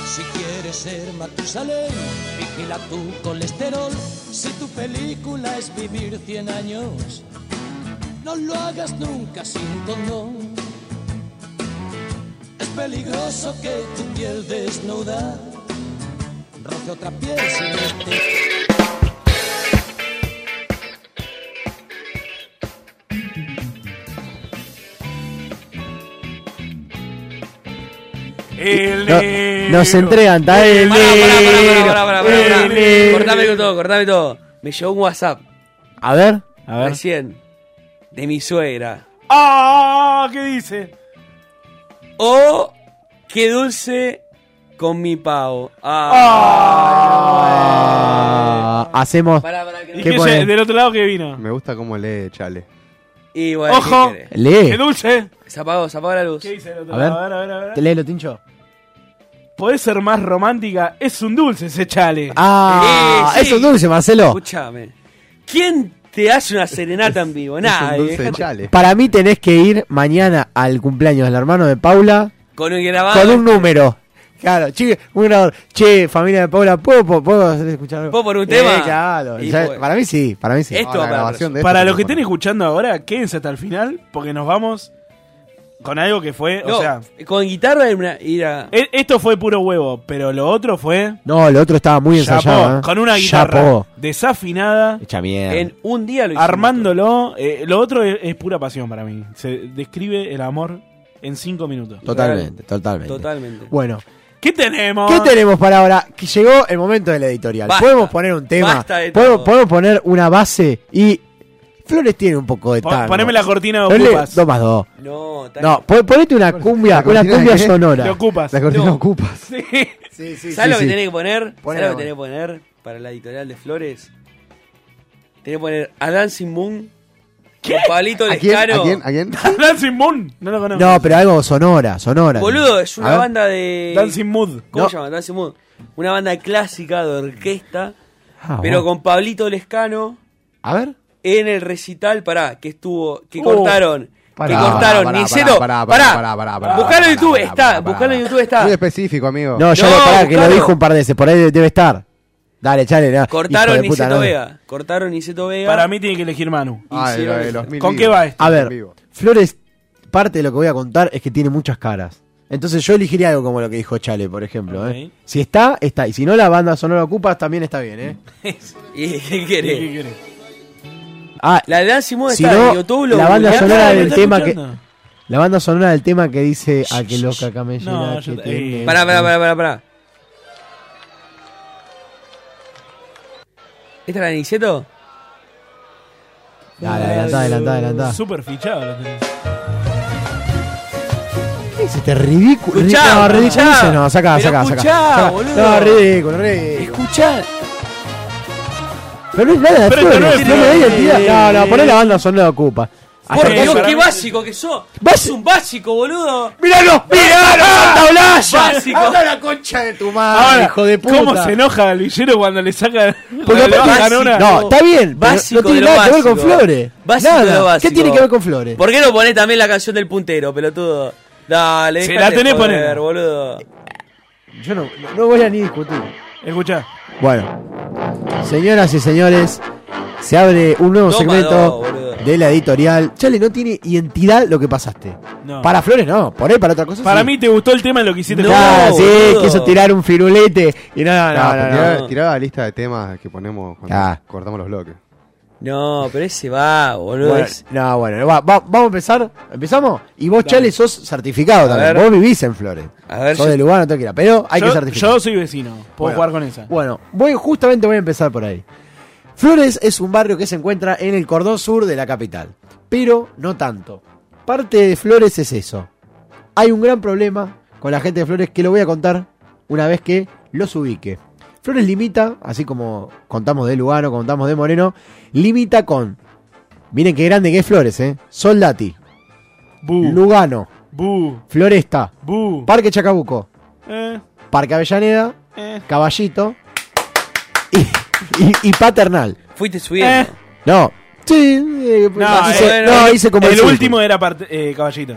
Si quieres ser Matusalén, vigila tu colesterol. Si tu película es vivir 100 años, no lo hagas nunca sin condón. Es peligroso que tu piel desnuda roce otra piel sin este.
El
No-
negro.
nos entregan, está el
Pará, pará,
negro,
pará, pará, pará, pará,
el
pará.
negro.
Cortame con todo, cortame todo. Me llegó un WhatsApp
A ver.
recién de mi suegra.
¡Ah! ¿Qué dice?
Oh, qué dulce con mi pavo.
Ah, hacemos.
¿Y
¿Qué
qué
pone?
se- del otro lado que vino?
Me gusta cómo lee, chale.
Y bueno,
Ojo.
¿qué querés?
Lee.
¡Qué dulce!
Se apagó, se apagó la luz.
¿Qué dice el otro
A ver.
lado? A ver, a ver, a ver.
Te Léelo, Tincho.
Podés ser más romántica. Es un dulce ese chale.
Ah,
Eh, sí.
es un dulce, Marcelo.
Escúchame. ¿Quién te hace una serenata en vivo? Nadie. dejate-
Para mí tenés que ir mañana al cumpleaños del hermano de Paula
Con un grabado.
con un número. Claro, che, un grabador. Che, familia de Paula, ¿puedo, puedo, puedo hacer escuchar algo?
¿Puedo por un
Eh,
tema?
claro.
Y
Ya-
pues.
Para mí sí, para mí sí.
Esto va para
de
Para
esto,
los que estén escuchando ahora, quédense hasta el final porque nos vamos con algo que fue,
No,
o sea,
con guitarra era... era...
e- esto fue puro huevo, pero lo otro fue
No, lo otro estaba muy
chapó,
ensayado. ¿eh?
con una guitarra
Chapó.
desafinada.
Hecha mierda.
En un día lo hicimos.
Armándolo, eh, lo otro es, es pura pasión para mí. Se describe el amor en cinco minutos.
Totalmente, totalmente.
Totalmente.
Bueno,
¿Qué tenemos?
¿qué tenemos para ahora? Que llegó el momento de la editorial.
Basta.
podemos poner un tema,
Basta de
podemos,
todo.
podemos poner una base y Flores tiene un poco de
Po-
tango.
poneme la cortina de
No le-
ocupas.
Dos más dos.
No,
No, pon- ponete una cumbia, una
cortina de
cumbia
qué?
sonora.
Te ocupas.
La cortina
No.
ocupas.
Sí.
¿Sabes lo
sí.
que tenés que poner?
Poné
¿Sabes lo
algo.
que tenés que poner para la editorial de Flores? Tenés que poner a Dancing Moon. ¿Qué? Pablito
¿A quién?
Lescaro.
¿A quién? ¿A quién?
Dancing Moon. No lo conozco.
No, pero algo sonora, sonora.
Boludo, es
A
una
ver.
banda de.
Dancing Mood.
¿Cómo
No.
se llama? Dancing Mood. Una banda clásica de orquesta.
Ah,
pero
bueno.
con Pablito Lescano
A ver.
en el recital, pará, que estuvo. Que
Uh.
Oh.
cortaron.
Pará,
que cortaron.
pará,
Niceto.
pará,
Pará,
pará, pará, pará, pará,
Buscalo
pará,
en YouTube,
pará,
está.
pará,
Buscalo en YouTube, está.
Muy específico, amigo.
No, ya
No,
lo pará, que lo
buscalo.
dijo un par de veces. Por ahí debe estar. Dale, chale. No. Hijo
Cortaron
de puta,
Niceto
no.
Vega. Cortaron Niceto Vega.
Para mí tiene que elegir Manu.
Ah, de la de los mil
¿Con
libras.
qué va esto?
A ver, Flores, parte de lo que voy a contar es que tiene muchas caras. Entonces yo elegiría algo como lo que dijo Chale, por ejemplo. ¿eh? Si está, está. Y si no, la banda sonora ocupas también está bien, ¿eh?
¿Y qué querés?
¿Qué querés?
Ah,
La de Dancing Moon
si
está
no,
en YouTube. lo
la banda
googleás.
sonora
Ah, ¿lo
del
está
tema que...
escuchando?
La banda sonora del tema que dice a que loca camellera
No,
que
yo-
tiene".
eh.
Pará, pará, pará, pará, pará. ¿Esta es la de Niceto?
Dale, adelantá, adelantá, adelantá.
Súper fichado lo tenés.
¿Qué es este ridículo?
Escuchá,
no, ridículo.
escuchá.
ese No, saca,
Pero
saca, saca.
escuchá,
saca.
boludo.
No, ridículo, ridículo.
Escuchá.
Pero no es nada de
Pero esto
Flores,
no es
no me da
Flores.
identidad. No, no, poné la banda sonora ocupa.
Por
Hasta-
Dios,
para
qué
mí-
básico que sos.
Básico.
Es un básico, boludo.
¡Míralo! ¡Míralo! ¡Santa Olalla!
Básico.
¡Anda la concha de tu madre,
Ahora,
Ah, hijo de puta!
¿Cómo se enoja el villero cuando le saca
Porque
cuando le
aparte-
bajan una?
No, está bien, pero
Básico
no tiene
de lo
nada que ver con
básico.
Flores.
Básico
Nada.
de lo básico.
¿Qué tiene que ver con Flores?
¿Por qué no ponés también la canción del puntero, pelotudo? Dale,
Se
dejate
la tenés
joder,
poner.
boludo.
Yo no, no voy a ni discutir.
Escuchá.
Bueno, señoras y señores, se abre un nuevo
Toma
segmento
dos, boludo.
de la editorial. Chale, no tiene identidad lo que pasaste.
No.
Para Flores no, por ahí para otra cosa
Para
sí.
mí te gustó el tema de lo que hiciste.
No,
con-
sí,
boludo.
quiso tirar un firulete y no, no,
No,
no, no, no.
tiraba la lista de temas que ponemos cuando
Ah.
cortamos los bloques.
No, pero ese va, boludo.
Bueno,
es-
No, bueno, va- va- vamos a empezar. ¿Empezamos? Y vos, Chale, sos certificado
A
también.
ver.
Vos vivís en Flores.
A ver,
sos
yo-
de lugar, no te quiera. Pero hay
yo,
que certificar.
Yo soy vecino, puedo
Bueno.
jugar con esa.
Bueno, voy, justamente voy a empezar por ahí. Flores es un barrio que se encuentra en el cordón sur de la capital, pero no tanto. Parte de Flores es eso. Hay un gran problema con la gente de Flores que lo voy a contar una vez que los ubique. Flores limita, así como contamos de Lugano, contamos de Moreno, limita con, miren qué grande que es Flores, ¿eh? Soldati, Lugano, Floresta, Parque Chacabuco,
Eh,
Parque Avellaneda,
eh.
Caballito y, y- y Paternal.
Fuiste subiendo.
No. Sí, eh,
Eh, No,
hice,
eh,
no, hice como
el,
el surco.
último era parte- eh, caballito.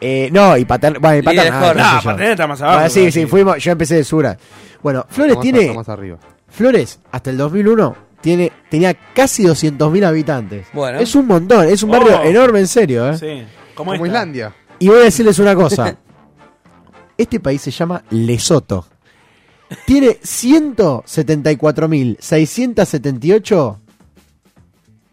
Eh, no, y Paternal. Bueno, y
Líder
Paternal.
Jorge.
qué sé
No,
yo.
Paternal está más abajo,
Bueno, sí, sí,
Caballito.
fuimos, yo empecé de Sura. Bueno, Flores
Estamos-
tiene.
estamos arriba.
Flores, hasta el 2001, tiene, tenía casi 200.000 habitantes.
Bueno.
Es un montón, es un
Oh.
barrio enorme, en serio. ¿eh?
Sí.
Como, Islandia.
Y voy a decirles una cosa. Este país se llama Lesoto. Tiene 174.678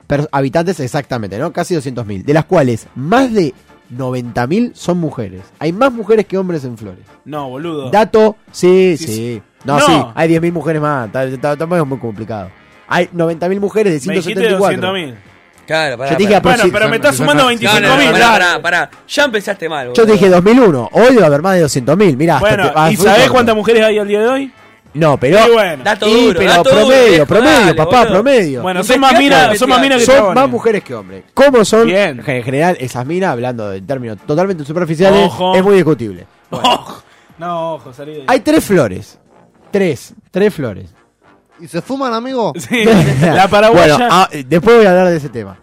per- habitantes exactamente, ¿no? Casi 200.000. De las cuales más de 90.000 son mujeres. Hay más mujeres que hombres en Flores.
No, boludo.
Dato, sí, sí.
Sí, sí.
No,
No.
sí, hay 10.000 mujeres más. Ta- ta- Tampoco es muy complicado. Hay 90.000 mujeres de
Me dijiste
174.
200.000. Claro, pará.
Yo te dije
pará.
aproxim- Bueno, pero me estás sumando
No, no,
25.000.
no, pará, pará, pará. Ya empezaste mal, boludo.
Yo te dije 2001, hoy va a haber más de 200.000. Mirá, hasta
Bueno,
te- ah,
¿y
fui
sabés
corto.
cuántas mujeres hay al día de hoy?
No, pero.
Sí, bueno.
Y, pero promedio, promedio, papá, promedio.
Bueno, son más minas, son más minas que eh.
Son
chabones.
más mujeres que hombres. ¿Cómo son? En general, esas minas, hablando de términos totalmente superficiales,
Ojo.
es muy discutible.
No, ojo, salí de ahí.
Hay tres flores. Tres. Tres flores.
¿Y se fuman, amigo?
Sí.
Bueno, ah, eh, después voy a hablar de ese tema.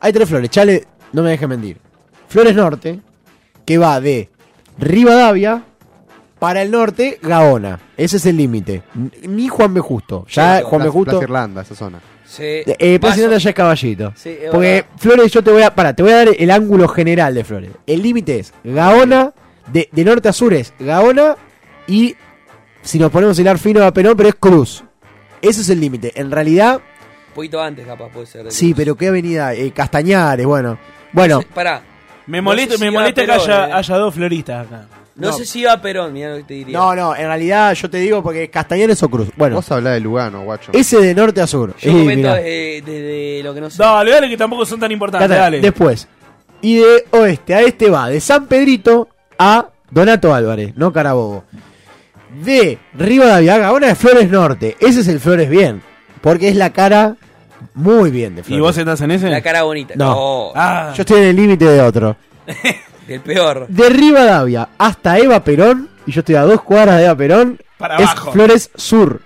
Hay tres flores. Chale, no me dejes mentir. Flores Norte, que va de Rivadavia para el norte, Gaona. Ese es el límite. N- Ni Juan B. Justo. Ya Juan B.
Plaza-
Justo.
Plaza Irlanda, esa zona.
Sí.
Eh, Plaza Irlanda ya es caballito.
Sí, es
Porque
verdad.
Flores, yo te voy a. Para, te voy a dar el ángulo general de Flores. El límite es Gaona, de, de norte a sur es Gaona y si nos ponemos a hilar fino a Perón, pero es Cruz. Ese es el límite. En realidad,
Un poquito antes, capaz, puede ser.
sí, pero qué avenida, Eh, Castañares, bueno. Bueno,
Pará.
Me
No
molesta,
sé si
me
va
molesta que
Perón,
haya,
eh.
haya dos floristas acá.
No,
No.
sé si iba Perón, mirá lo que te diría.
no, no, en realidad yo te digo porque Castañares o Cruz. Bueno,
Vos hablás de Lugano, guacho.
ese de norte a sur.
Yo
Eh,
comento
mirá.
desde, desde lo que no sé.
Dale, dale, que tampoco son tan importantes,
Tata,
dale.
Después. Y de oeste a este va de San Pedrito a Donato Álvarez, no Carabobo. De Rivadavia a Gaona es Flores Norte. Ese es el Flores bien. Porque es la cara muy bien de
¿Y
Flores.
vos estás en ese?
La cara bonita.
No.
Ah.
Yo estoy en el límite de otro.
Del peor.
De Rivadavia hasta Eva Perón, y yo estoy a dos cuadras de Eva Perón,
Para
es
abajo.
Flores Sur.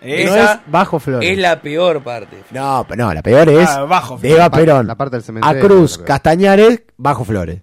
no
Esa
es Bajo Flores.
es la peor parte.
No, pero no, la peor es
Ah, Bajo
de
Flores.
Eva
La parte-
Perón.
la parte del
a
cementerio,
Cruz,
creo.
Castañares, Bajo Flores.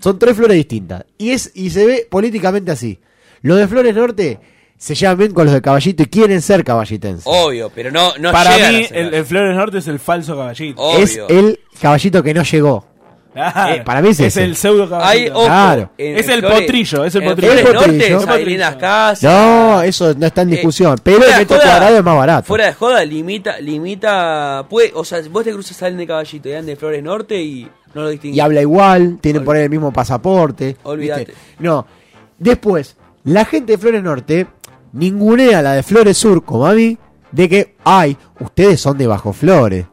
Son tres flores distintas. Y es y se ve políticamente así. Los de Flores Norte se llevan bien con los de Caballito y quieren ser caballitenses.
Obvio, pero no, no
Para
llegan
mí,
a ser
el, el Flores Norte es el falso caballito.
es el caballito que no llegó.
Claro.
eh, para mí es ese.
el pseudo
Hay,
caballito.
ojo,
Claro.
en
Es el
Flores-
potrillo, es el
en
potrillo.
Flores
El potrillo.
Norte,
El
hay
potrillo.
lindas casas. Eh,
No, eso no está en discusión. pero el
fuera de
metro
joda,
cuadrado es más barato.
Fuera de joda, limita, limita, puede, o sea, vos te cruzas salen de caballito y andan de Flores Norte y no lo distinguís.
y habla igual, tienen por ahí el mismo pasaporte.
Olvídate.
¿viste? No. Después, la gente de Flores Norte ningunea a la de Flores Sur, como a mí, de que, ay, ustedes son de Bajo Flores.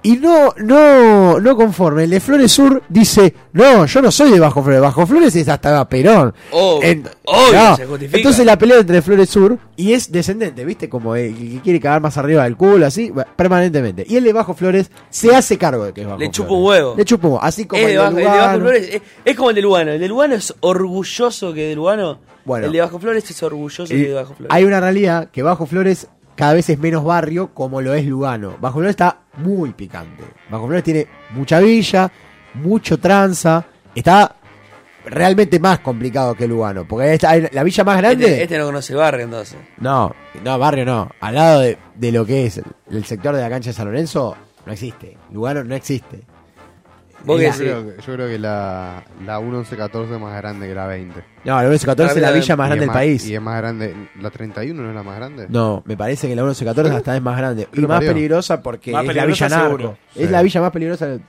Y no, no, no conforme. El de Flores Sur dice, no, yo no soy de Bajo Flores. Bajo Flores es hasta Perón.
Obvio,
En-
obvio,
no.
se justifica.
Entonces la pelea entre Flores Sur y es descendente, ¿viste? Como el que quiere cagar más arriba del culo, así, bueno, permanentemente. Y el de Bajo Flores se hace cargo de que es Bajo
Le chupa
Flores.
un huevo.
Le chupa un huevo. Así como
es,
el de
de bajo, el de
Lugano.
Bajo Flores, es, es como el de Lugano. El de Lugano es orgulloso que de Lugano. El de Bajo Flores es orgulloso
Y
que de Bajo Flores.
Hay una realidad que Bajo Flores cada vez es menos barrio como lo es Lugano. Bajo Flores está muy picante. Bajo Flores tiene mucha villa, mucho tranza. Está realmente más complicado que Lugano. Porque esta- hay- la villa más grande...
Este, este no conoce el barrio entonces.
No, no, barrio no. Al lado de, de lo que es el, el sector de la cancha de San Lorenzo, no existe. Lugano no existe.
Vos
yo,
decís.
creo, que- yo creo que la, la 1114 es más grande que la 20.
No, la 1114 es la villa más
Y
grande
es
del país.
Y es más grande. ¿La 31 no es la más grande?
No, me parece que la 1114 hasta es más grande. Y
Lo
más
parió.
peligrosa porque
Más
es
peligrosa
la villa
seguro.
narco.
Sí.
Es la villa más peligrosa de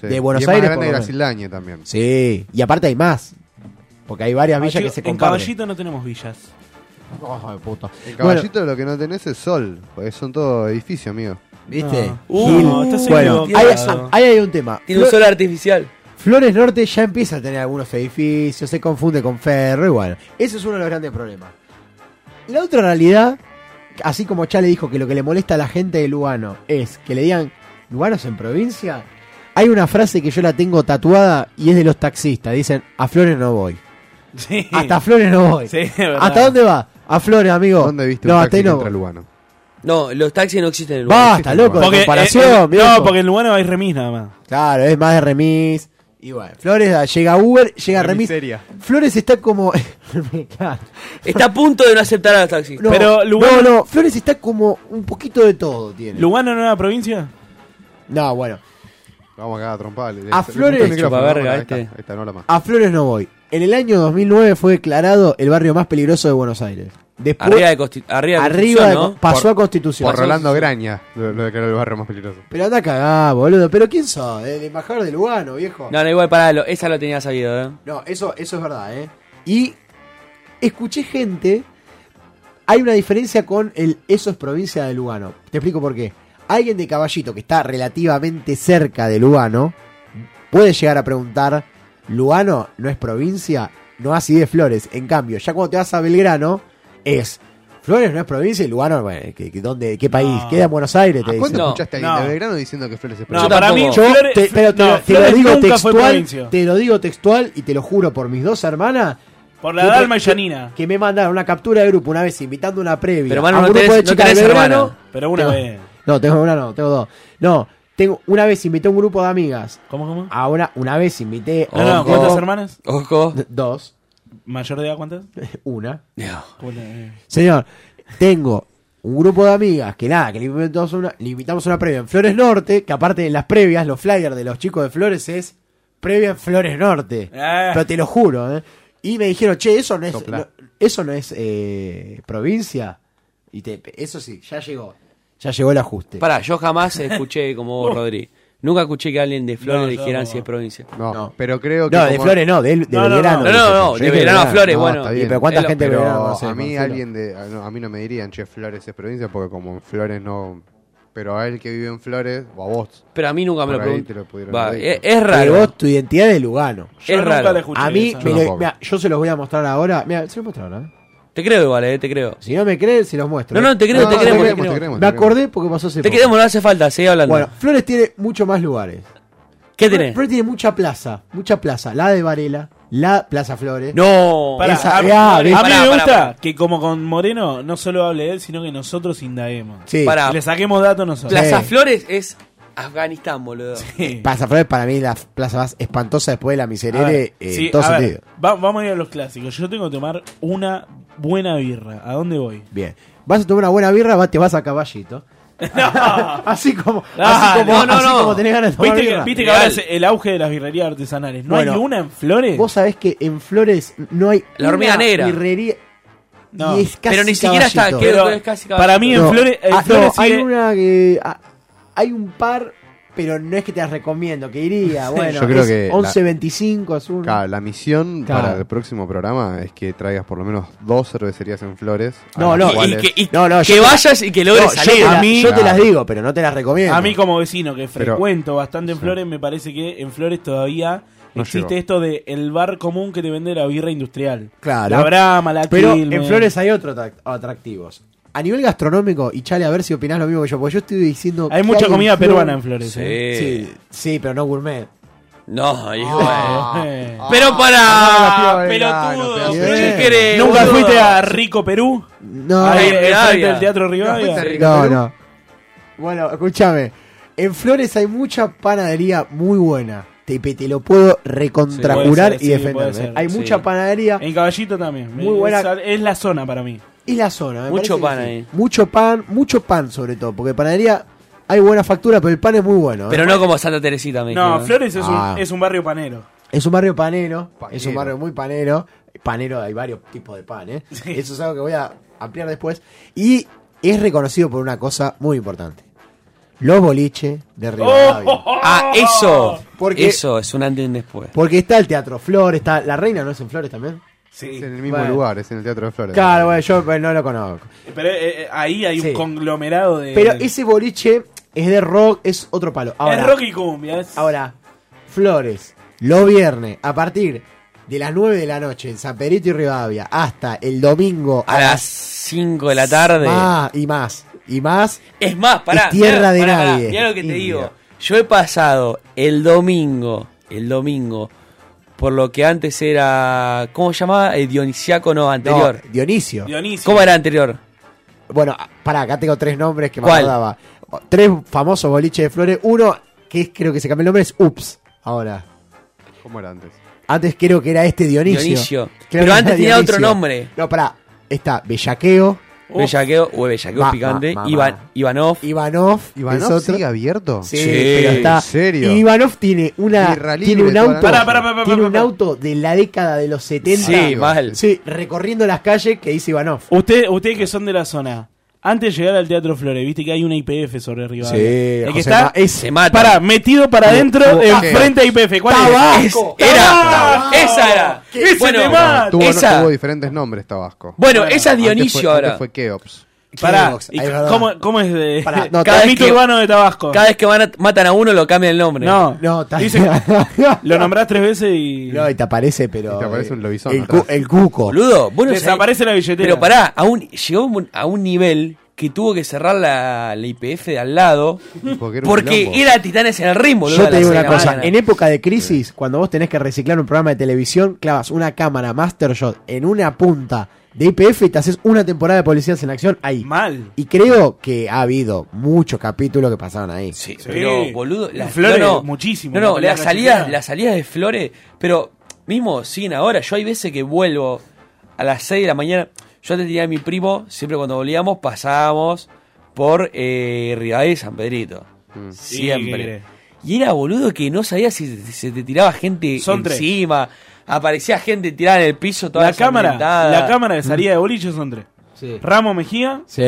Sí.
de Buenos
Y es más
Aires.
grande
por
que
lo
Gracildañe también.
Sí, y aparte hay más. Porque hay varias
Ah,
villas
chico,
que se
en
comparten.
Caballito no tenemos villas.
Ojo de puta.
En Caballito lo que no tenés es sol. Porque son todos edificios, mío.
¿Viste?
Uh,
Gil.
bueno, ahí, ahí hay un tema.
Tiene un
Flor-
sol artificial.
Flores Norte ya empieza a tener algunos edificios, se confunde con Ferro, y bueno, ese es uno de los grandes problemas. La otra realidad, así como Chá le dijo que lo que le molesta a la gente de Lugano es que le digan, ¿Lugano es en provincia? Hay una frase que yo la tengo tatuada y es de los taxistas, dicen, a Flores no voy.
Sí.
Hasta Flores no voy.
Sí, es verdad.
¿Hasta dónde va? A Flores, amigo.
¿Dónde viste
no,
un
hasta
taxi
ahí no
que entra
voy.
a No, los taxis no existen en Lugano.
Basta, loco, de comparación, viejo.
eh, no, porque en Lugano hay remis nada más.
Claro, es más de remis. Y bueno, Flores ah, llega a Uber, llega a remis.
Remisería.
Flores está como. Claro.
Está a punto de no aceptar a los taxis.
No,
Pero
no,
Lugano-
no, Flores está como un poquito de todo tiene.
¿Lugano no era provincia?
No, bueno.
Vamos acá a tromparle.
A Flores- Chupaverga,
esta,
este.
esta no la más.
A Flores no voy. En el año 2009 fue declarado el barrio más peligroso de Buenos Aires. Después,
Arriba de Consti- arriba de
arriba
Constitución,
de-
¿no?
pasó
Por-
a Constitución.
Por Rolando Graña, lo, lo declaró el barrio más peligroso.
Pero anda cagá, boludo. Pero ¿quién sos? El embajador de Lugano, viejo.
No, no, igual pará, lo- esa lo tenía sabido, ¿eh?
No, eso, eso es verdad, ¿eh? Y escuché gente. Hay una diferencia con el eso es provincia de Lugano. Te explico por qué. Alguien de Caballito que está relativamente cerca de Lugano puede llegar a preguntar: ¿Lugano no es provincia? No así de Flores. En cambio, ya cuando te vas a Belgrano, es. Flores no es provincia y Lugano, bueno, ¿qué, qué- dónde, ¿qué país? ¿Queda en Buenos Aires? Te
¿Cuánto
dicen.
escuchaste ahí de Belgrano diciendo que Flores es
Yo
provincia?
tampoco. Yo te, pero te,
no,
lo- te
Flores
lo digo
nunca fue
textual,
provincia.
te lo digo textual y te lo juro por mis dos hermanas.
Por la
que-
Dalma y
que-
Yanina.
Que me mandaron una captura de grupo una vez invitando una previa.
Pero, mano,
a un
no
grupo
tenés-
de
no
chicas de
tenés
Belgrano.
hermana. Pero una
Tengo-
vez.
No, tengo una, no, tengo dos. No, tengo una vez invité a un grupo de amigas.
¿Cómo, cómo?
A una, una vez invité
No, no,
Ojo.
¿cuántas hermanas?
Ojo.
D- Dos.
¿Mayor de edad cuántas?
Una.
¿Cómo te-
Señor, tengo un grupo de amigas que nada, que le invitamos una, le invitamos una previa en Flores Norte, que aparte en las previas, los flyers de los chicos de Flores es previa en Flores Norte.
Ah.
Eh.
Pero te lo juro, ¿eh? Y me dijeron, che, eso no es,
Sopla.
no- eso no es eh, provincia. Y te, eso sí, ya llegó. Ya llegó el ajuste.
Pará, yo jamás escuché como
Oh.
vos, Rodri. Nunca escuché que alguien de Flores
No, yo
dijeran
tampoco.
si es provincia.
No, pero creo que.
No, de
como-
Flores no, de, de Belgrano.
No, no, no,
Yo
de
dije
Belgrano a Flores,
No,
bueno.
está bien.
pero ¿cuánta gente de
Pero
Belgrano conoce,
a mí
Marcelo?
alguien de a no, a mí no me dirían, "Che, Flores es provincia" porque como en Flores no pero a él que vive en Flores o a vos.
Pero a mí nunca me
por
lo
ahí
pregun-
te lo pudieron
Va,
haber
eh,
dicho.
es
Pero
raro.
vos, tu identidad es de Lugano.
Yo Es nunca raro. la escuché
a mí,
esa.
me
Yo
lo-
tampoco.
mira, yo se los voy a mostrar ahora. Mira, se los muestro ahora. ¿eh?
Te creo igual, eh, te creo.
Si no me creen, se los muestro.
No, no, te creo, te creemos, te creemos.
Me acordé porque pasó hace
Te
poco.
quedemos, no hace falta, seguí hablando.
Bueno, Flores tiene mucho más lugares.
¿Qué
Flores-
tenés?
Flores tiene mucha plaza, mucha plaza. La de Varela, la Plaza Flores.
No.
Pará,
Esa-
a,
ah,
a mí
¿ves?
me gusta que como con Moreno no solo hable él, sino que nosotros indaguemos.
Sí.
Pará.
Le saquemos datos nosotros.
Plaza Flores es Afganistán, boludo.
Plaza Flores para mí es la plaza más espantosa después de la
A ver,
miserere eh,
sí,
en todo
a ver,
sentido.
va- vamos a ir a los clásicos. Yo tengo que tomar una buena birra. ¿A dónde voy?
Bien. Vas a tomar una buena birra, va- te vas a caballito. Ah, así como,
Ah,
así como, así como tenés ganas de tomar
¿Viste,
birra.
Que, viste que ahora es el auge de las birrerías artesanales. ¿No hay
Bueno,
una en Flores?
Vos sabés que en Flores no hay.
La hormiga
una
negra.
birrería.
No.
Y es casi
Pero ni siquiera está-
Caballito.
creo que es casi Caballito. para mí en Flores- en
ah, no,
Flores
hay
sigue-
una que. ah, hay un par, pero no es que te las recomiendo, que iría. Bueno,
Yo creo
es
que la-
11.25 es uno.
Claro, la misión
Claro.
para el próximo programa es que traigas por lo menos dos cervecerías en Flores. a
No,
las
no,
cuales-
no, no,
que
yo te-
vayas y que logres
no, yo
salir.
te la-
A mí-
yo te las
Claro.
digo, pero no te las recomiendo.
Ah. A mí como vecino que
Pero-
frecuento bastante en Flores, me parece que en Flores todavía
No
existe
llegó.
esto de el bar común que te vende la birra industrial.
Claro.
La Brahma, la
Pero
Quilmes.
en Flores hay otros atractivos. A nivel gastronómico, y chale, a ver si opinás lo mismo que yo, porque yo estoy diciendo.
Hay
que
mucha
en
comida
Flor-
peruana en Flores,
Sí.
¿eh?
sí, sí, pero no gourmet.
No, hijo.
eh.
Pero
Ah,
para
no,
pelotudo,
pelotudo,
pero
sí.
¿qué querés,
¿Nunca
boludo?
fuiste a Rico Perú?
No.
Ahí,
Ahí en
enfrente
Rivadavia.
Ah, del Teatro
No,
Rivadavia.
no, no. Bueno, escúchame. En Flores hay mucha panadería muy buena. Te, te lo puedo recontracurar
Puede ser,
y
sí,
defender. ¿eh?
puede ser,
hay
sí.
mucha panadería.
En Caballito también.
Muy buena.
Es, es la zona para mí.
Y la zona, me
Mucho
parece
pan
que sí.
ahí.
Mucho pan, mucho pan sobre todo, porque panadería Hay buena factura, pero el pan es muy bueno. ¿eh?
Pero no como Santa Teresita, me
No,
dijeron, ¿eh?
Flores es,
Ah.
un, es un barrio panero.
Es un barrio panero, es un
Panero.
barrio muy panero. Panero, hay varios tipos de pan, ¿eh? Eso es algo que voy a ampliar después. Y es reconocido por una cosa muy importante. Los boliches de
Oh,
Rivadavia.
Ah, eso.
Porque-
Eso es un antes y un después.
Porque está el Teatro Flores, está La Reina, ¿no es en Flores también?
Sí.
Es en el mismo
Bueno.
lugar, es en el Teatro de Flores.
Claro, bueno, yo bueno, no lo conozco.
Pero eh, eh, ahí hay un conglomerado de.
Pero ese boliche es de rock, es otro palo. Ahora,
Eh. es rock y cumbia. es-
Ahora, Flores, los viernes, a partir de las 9 de la noche en San Pedrito y Rivadavia, hasta el domingo
A las 5 de la tarde.
Ah, y más, y más.
Es más, pará.
Es tierra
mirá,
de
pará, pará,
nadie.
mirá lo que te
India.
digo. Yo he pasado el domingo, el domingo, por lo que antes era. ¿Cómo se llamaba? El Dionisiaco, no, anterior.
Dionisio.
¿Cómo era anterior?
Bueno, pará, acá tengo tres nombres que me
¿Cuál?
acordaba. O- Tres famosos boliches de Flores. Uno, que es- creo que se cambió el nombre, es Ups. Ahora.
¿Cómo era antes?
Antes creo que era este Dionisio.
Dionisio.
Creo
Pero
que
antes
era
tenía
Dionisio.
otro nombre.
No, pará. Está Bellaqueo.
Bellaqueo, o Bellaqueo
Ma-
picante.
ma- ma-
Ivan, Ivanov.
Ivanov.
¿Ivanov sigue abierto?
Sí, pero está.
¿En serio?
y Ivanov tiene una
Birra libre
tiene un
toda la
auto,
noche. Pará, pará,
tiene un auto de la década de los 70.
Sí, mal.
Sí, recorriendo las calles que dice Ivanov.
Usted- ustedes que son de la zona, antes de llegar al Teatro Flores, viste que hay una IPF sobre Rivadavia.
Sí,
el que
José
está
Ma- es-
se mata.
Pará, metido para
Tuvo-
adentro,
tuvo-
enfrente a IPF. ¿Cuál era?
Es- era, esa era.
Ese
Bueno,
tema.
Tuvo,
esa-
tuvo diferentes nombres Tabasco.
Bueno, esa es
Antes
Dionisio
fue-
ahora.
antes fue Keops.
Pará,
¿y ¿Cómo, cómo es de.?
Pará,
no,
no,
cada
cada
mito
vez que-
urbano de Tabasco.
Cada vez que van a- matan a uno lo cambian el nombre.
No, Dice que- lo nombrás tres veces y.
No, y te aparece, pero. eh,
Y te aparece un
lobizón
El, cu- el cuco.
Boludo, vos no sabés-
Desaparece la billetera.
Pero pará, a un- llegó un- a un nivel que tuvo que cerrar la, la IPF de al lado
porque
era,
era un quilombo.
Titanes en el ritmo. boludo,
Yo
a
te
las
digo
seis
una
de la
cosa,
mañana.
en época de crisis, cuando vos tenés que reciclar un programa de televisión, clavas una cámara Master Shot en una punta de IPF y te haces una temporada de Policías en Acción ahí.
Mal.
Y creo que ha habido muchos capítulos que pasaron ahí.
Sí, Pero, boludo,
Las
las
flores,
no, no.
muchísimo.
No, no,
La
las
pelea
salidas,
callejera.
las salidas de flores, pero mismo siguen ahora. Yo hay veces que vuelvo a las 6 de la mañana. Yo antes tenía a mi primo, siempre cuando volvíamos pasábamos por eh, Rivadavia y San Pedrito.
¿Y qué
Siempre.
querés?
Y era boludo que no sabía si se- se te tiraba gente
Son tres.
encima. Aparecía gente tirada en el piso toda
La cámara,
ensangrentada.
la cámara de salida de bolillos son tres. Ramos Mejía,
Sí.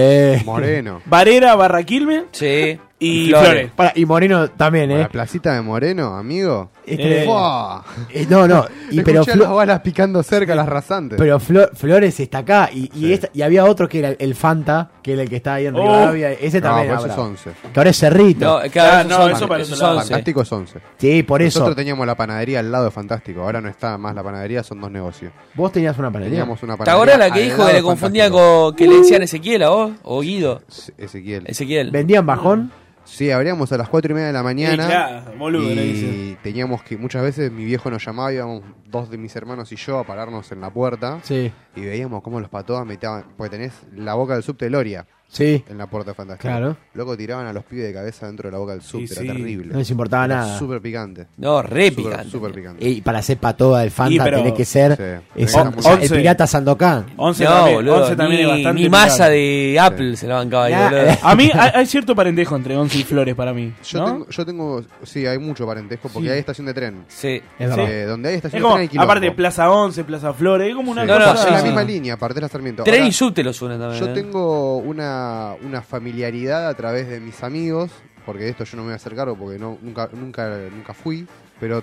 Moreno.
Varera, Barraquilme
Sí.
y Flores.
Pará, y Moreno también, ¿eh?
La placita de Moreno, amigo.
Eh.
Este-
¡Fua!
Eh, no, no. Y,
Escuchá
pero, Flo-
las balas picando cerca, las rasantes.
pero Flo- Flores está acá. Y, y esta- y había otro que era el, el Fanta, que era el que está ahí en
Oh. eh,
Rivadavia. eh, Ese
No,
también
pero
era
ese es
bravo.
11.
Que ahora es Cerrito.
No, claro, esos son- esos son once.
Fantástico es 11.
Sí, por eso.
Nosotros teníamos la panadería al lado de Fantástico. Ahora no está más la panadería, son dos negocios.
Vos tenías una panadería.
Teníamos una
¿Te
panadería.
acordás la que
al
dijo
lado
que
de
le confundía
Fantástico.
con que le
Uh.
decían Ezequiel a vos? ¿O Guido?
Ezequiel.
Ezequiel.
¿Vendían bajón?
Sí, abríamos a las 4 y media de la mañana.
Sí, claro, boludo,
y
le dicen.
teníamos que. Muchas veces mi viejo nos llamaba, íbamos dos de mis hermanos y yo a pararnos en la puerta.
Sí.
Y veíamos cómo los patodas metían. Porque tenés la boca del subte de Loria.
Sí.
En la puerta de Fantástico.
Claro.
Luego tiraban a los pibes de cabeza dentro de la boca del subte.
Sí,
era
sí.
terrible.
No les importaba
Era
nada.
Súper picante.
No, re
Súper-
picante.
Súper picante.
Y para ser patoda del Fanta
Y, pero-
tenés que ser
Sí.
eh,
Sí,
San-
era muy
San- el
once.
pirata Sandokan.
Once
no,
también,
boludo,
once también
ni,
es bastante
ni masa
picante.
de Apple se la bancaba ahí, boludo.
A mí hay, hay cierto parentejo entre Once y Flores para mí.
Yo,
¿no?
tengo, yo tengo. Sí, hay mucho parentesco porque
Sí.
hay estación de tren.
Sí.
Eh,
verdad.
donde hay estación
Es como,
de tren hay quilombo.
aparte, Plaza 11, Plaza Flores, es como una
Sí.
cosa.
Es la misma línea, aparte de la Sarmiento.
Tren
Ahora,
y subte lo suena también.
Yo
eh.
tengo una, una familiaridad a través de mis amigos, porque de esto yo no me voy a hacer cargo porque no, nunca, nunca, nunca fui, pero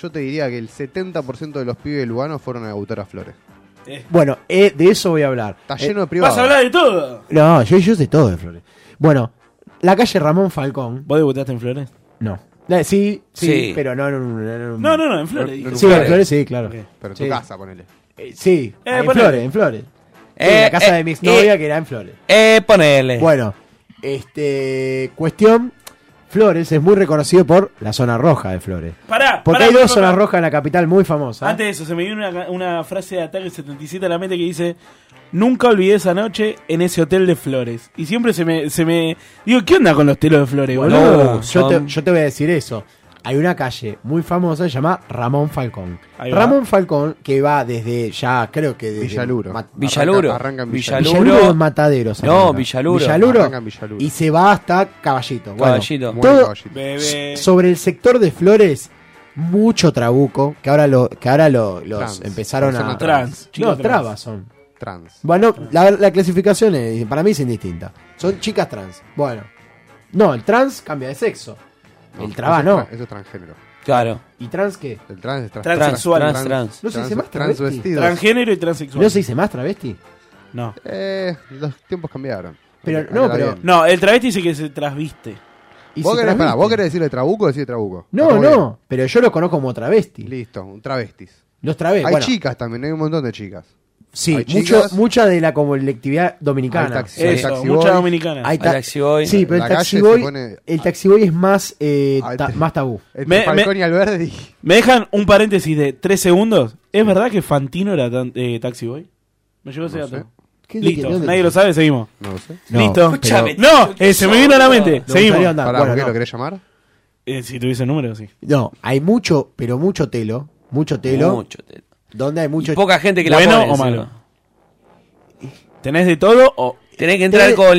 yo te diría que el 70% de los pibes luganos fueron a Autora Flores.
Bueno, eh, de eso voy a hablar.
Está lleno de
Vas
privados.
a hablar de todo.
No, yo, yo sé todo de Flores. Bueno, la calle Ramón Falcón.
¿Vos debutaste en Flores?
No. Eh, sí, sí,
Sí.
pero no en un. en un-
No, no, no, en Flores, dije.
Sí, en Flores, sí, claro.
Pero en
Sí.
tu casa, ponele.
Eh, sí,
Eh,
ahí en
ponele.
Flores, en Flores. Sí,
Eh,
la casa
eh,
de mi
eh.
novia que era en Flores.
Eh, ponele.
Bueno, este. Cuestión. Flores es muy reconocido por la zona roja de Flores.
Pará,
Porque
pará,
hay
pará,
dos
pará.
zonas rojas en la capital muy famosas.
Antes de eso, se me vino una, una frase de Ataque 77 a la mente que dice: Nunca olvidé esa noche en ese hotel de Flores. Y siempre se me. Se me digo, ¿qué onda con los telos de Flores,
Bueno,
boludo?
yo, te, yo te voy a decir eso. hay una calle muy famosa que se llama Ramón Falcón.
Ahí va.
Ramón Falcón, que va desde ya, creo que desde
Villaluro.
Ma-
Villaluro.
Arranca en
Villaluro.
Villaluro los Mataderos.
No,
arranca.
Villaluro.
Villaluro.
Arranca en Villaluro.
Y se va hasta Caballito. Bueno,
Caballito.
todo-
Bueno, Caballito.
s- sobre el sector de Flores, mucho trabuco, que ahora, lo, que ahora lo- los
Trans.
empezaron
Persona
a...
trans. Chico
No,
trans.
trabas son.
Trans.
Bueno, la, la clasificación es- para mí es indistinta. Son chicas trans. Bueno. No, el trans cambia de sexo. el traba
eso es
no.
tra- Eso es transgénero.
Claro.
¿Y trans qué?
El trans es trans.
Transexual.
Trans,
Trans,
¿No se dice más
trans-
travesti?
transvestidos.
Transgénero y transexual.
¿No se dice más travesti?
No.
Eh, los tiempos cambiaron.
Pero,
Acá
no,
está
pero-
bien.
No, el travesti dice que se trasviste.
¿Vos querés, pará, ¿Vos querés decirle trabuco o decirle trabuco?
No,
Estamos
no. Pero yo lo conozco como travesti.
bien. Listo, un travestis.
Los travestis.
Hay
bueno,
chicas también, hay un montón de chicas.
Sí,
hay
mucho,
chicas.
mucha de la colectividad dominicana.
Hay taxi- hay Eso, taxi mucha boy. dominicana.
Hay ta-
Hay taxi boy.
Sí, pero
La
el
calle
taxi
se
boy,
pone- Ah, este-
el taxi boy es más, eh, ta- más tabú.
Me- me-
Alberdi.
¿Me dejan un paréntesis de tres segundos? ¿Es verdad que Fantino era tan- eh, Taxi Boy? Me llegó ese
No
dato.
¿Qué-
Listo,
de dónde-
nadie lo sabe, seguimos.
No lo sé.
Listo.
No, Escúchame,
No,
pero-
eh, se me vino a la mente.
Me
Seguimos.
gustaría andar. Pará, Bueno, ¿por qué no. lo querés llamar?
Eh, si tuviese el número, sí.
No, hay mucho, pero mucho telo. Mucho telo.
Mucho
telo.
Donde hay mucho.
poca gente que la
¿Bueno
pone,
o
encima.
malo? ¿Tenés de todo o...?
Tenés que entrar
Tenés- Es que
con
Flores es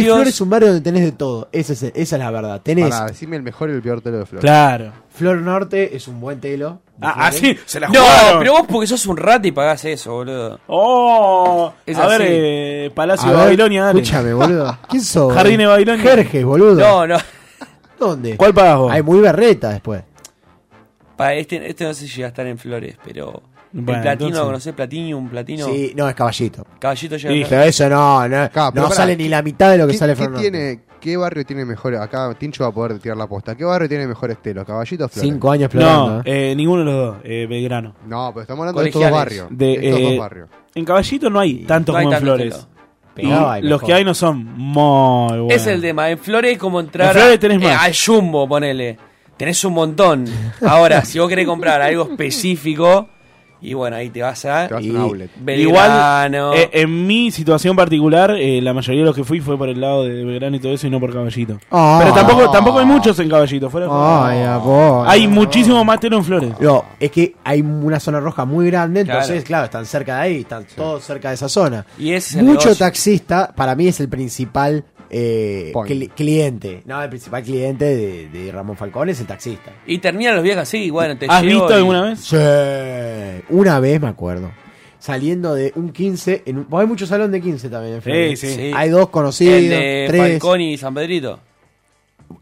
limpiavidrios.
un barrio donde tenés de todo. Ese es- esa es la verdad. Tenés.
Pará, decime el mejor y el peor telo de flores.
Claro.
Flor Norte es un buen telo.
Ah, así se la
No,
jugaron.
pero vos porque sos un rato y pagás eso, boludo.
¡Oh!
Es
a ver,
así.
eh, Palacio
A
de
ver,
Babilonia, dale.
Escúchame, boludo. ¿Quién sos?
Jardín de Babilonia.
Jerjes, boludo.
No, no.
¿Dónde?
¿Cuál pagás vos?
Hay muy berreta después.
Pa, este, este no sé si llega a estar en flores, pero.
Bueno,
el platino,
entonces-
¿conocés Platinum? Platino.
Sí, no, es caballito.
Caballito llega.
Pero eso no, no,
Acá,
no
Ah, pero pará,
sale ni
¿qué-
la mitad de lo que
¿qué-
sale
¿qué,
Flor Norte.
tiene, ¿Qué barrio tiene mejores? Acá Tincho va a poder tirar la posta. ¿Qué barrio tiene mejores telos? ¿Caballitos flores? Ah,
Cinco años
No, eh, ninguno de los dos. Eh, Belgrano.
No, pero estamos hablando de estos dos barrios.
De,
De estos
eh,
dos barrios.
En Caballito no hay tantos
no hay
como en
tantos
Flores.
telos.
Y
No, hay
los
mejor.
que hay no son muy buenos.
Es el tema. En Flores es como entrar
En Flores
a-
tenés
eh,
más.
al Jumbo, ponele. Tenés un montón. Ahora, si vos querés comprar algo específico, y bueno, ahí te vas a.
Te vas a
y-
un outlet.
Igual,
Belgrano.
eh, en mi situación particular, eh, la mayoría de los que fui fue por el lado de Belgrano y todo eso y no por Caballito.
Ah.
Pero tampoco, tampoco hay muchos en Caballito. Fuera de joda.
Ay, amor.
hay muchísimo más telo en Flores.
No, es que hay una zona roja muy grande, entonces,
Claro.
claro, están cerca de ahí, están todos cerca de esa zona.
Y ese es el
Mucho
negocio.
taxista, para mí es el principal eh,
Point.
cli- cliente. No, el principal cliente de, de Ramón Falcón es el taxista.
Y terminan los viajes así, bueno, te
¿Has
llevo
visto
y-
alguna vez?
Sí. Una vez me acuerdo. Saliendo de un 15, en un- hay muchos salones de 15 también en Flores.
sí. Sí.
Hay dos conocidos,
El de
tres.
Falcón y San Pedrito.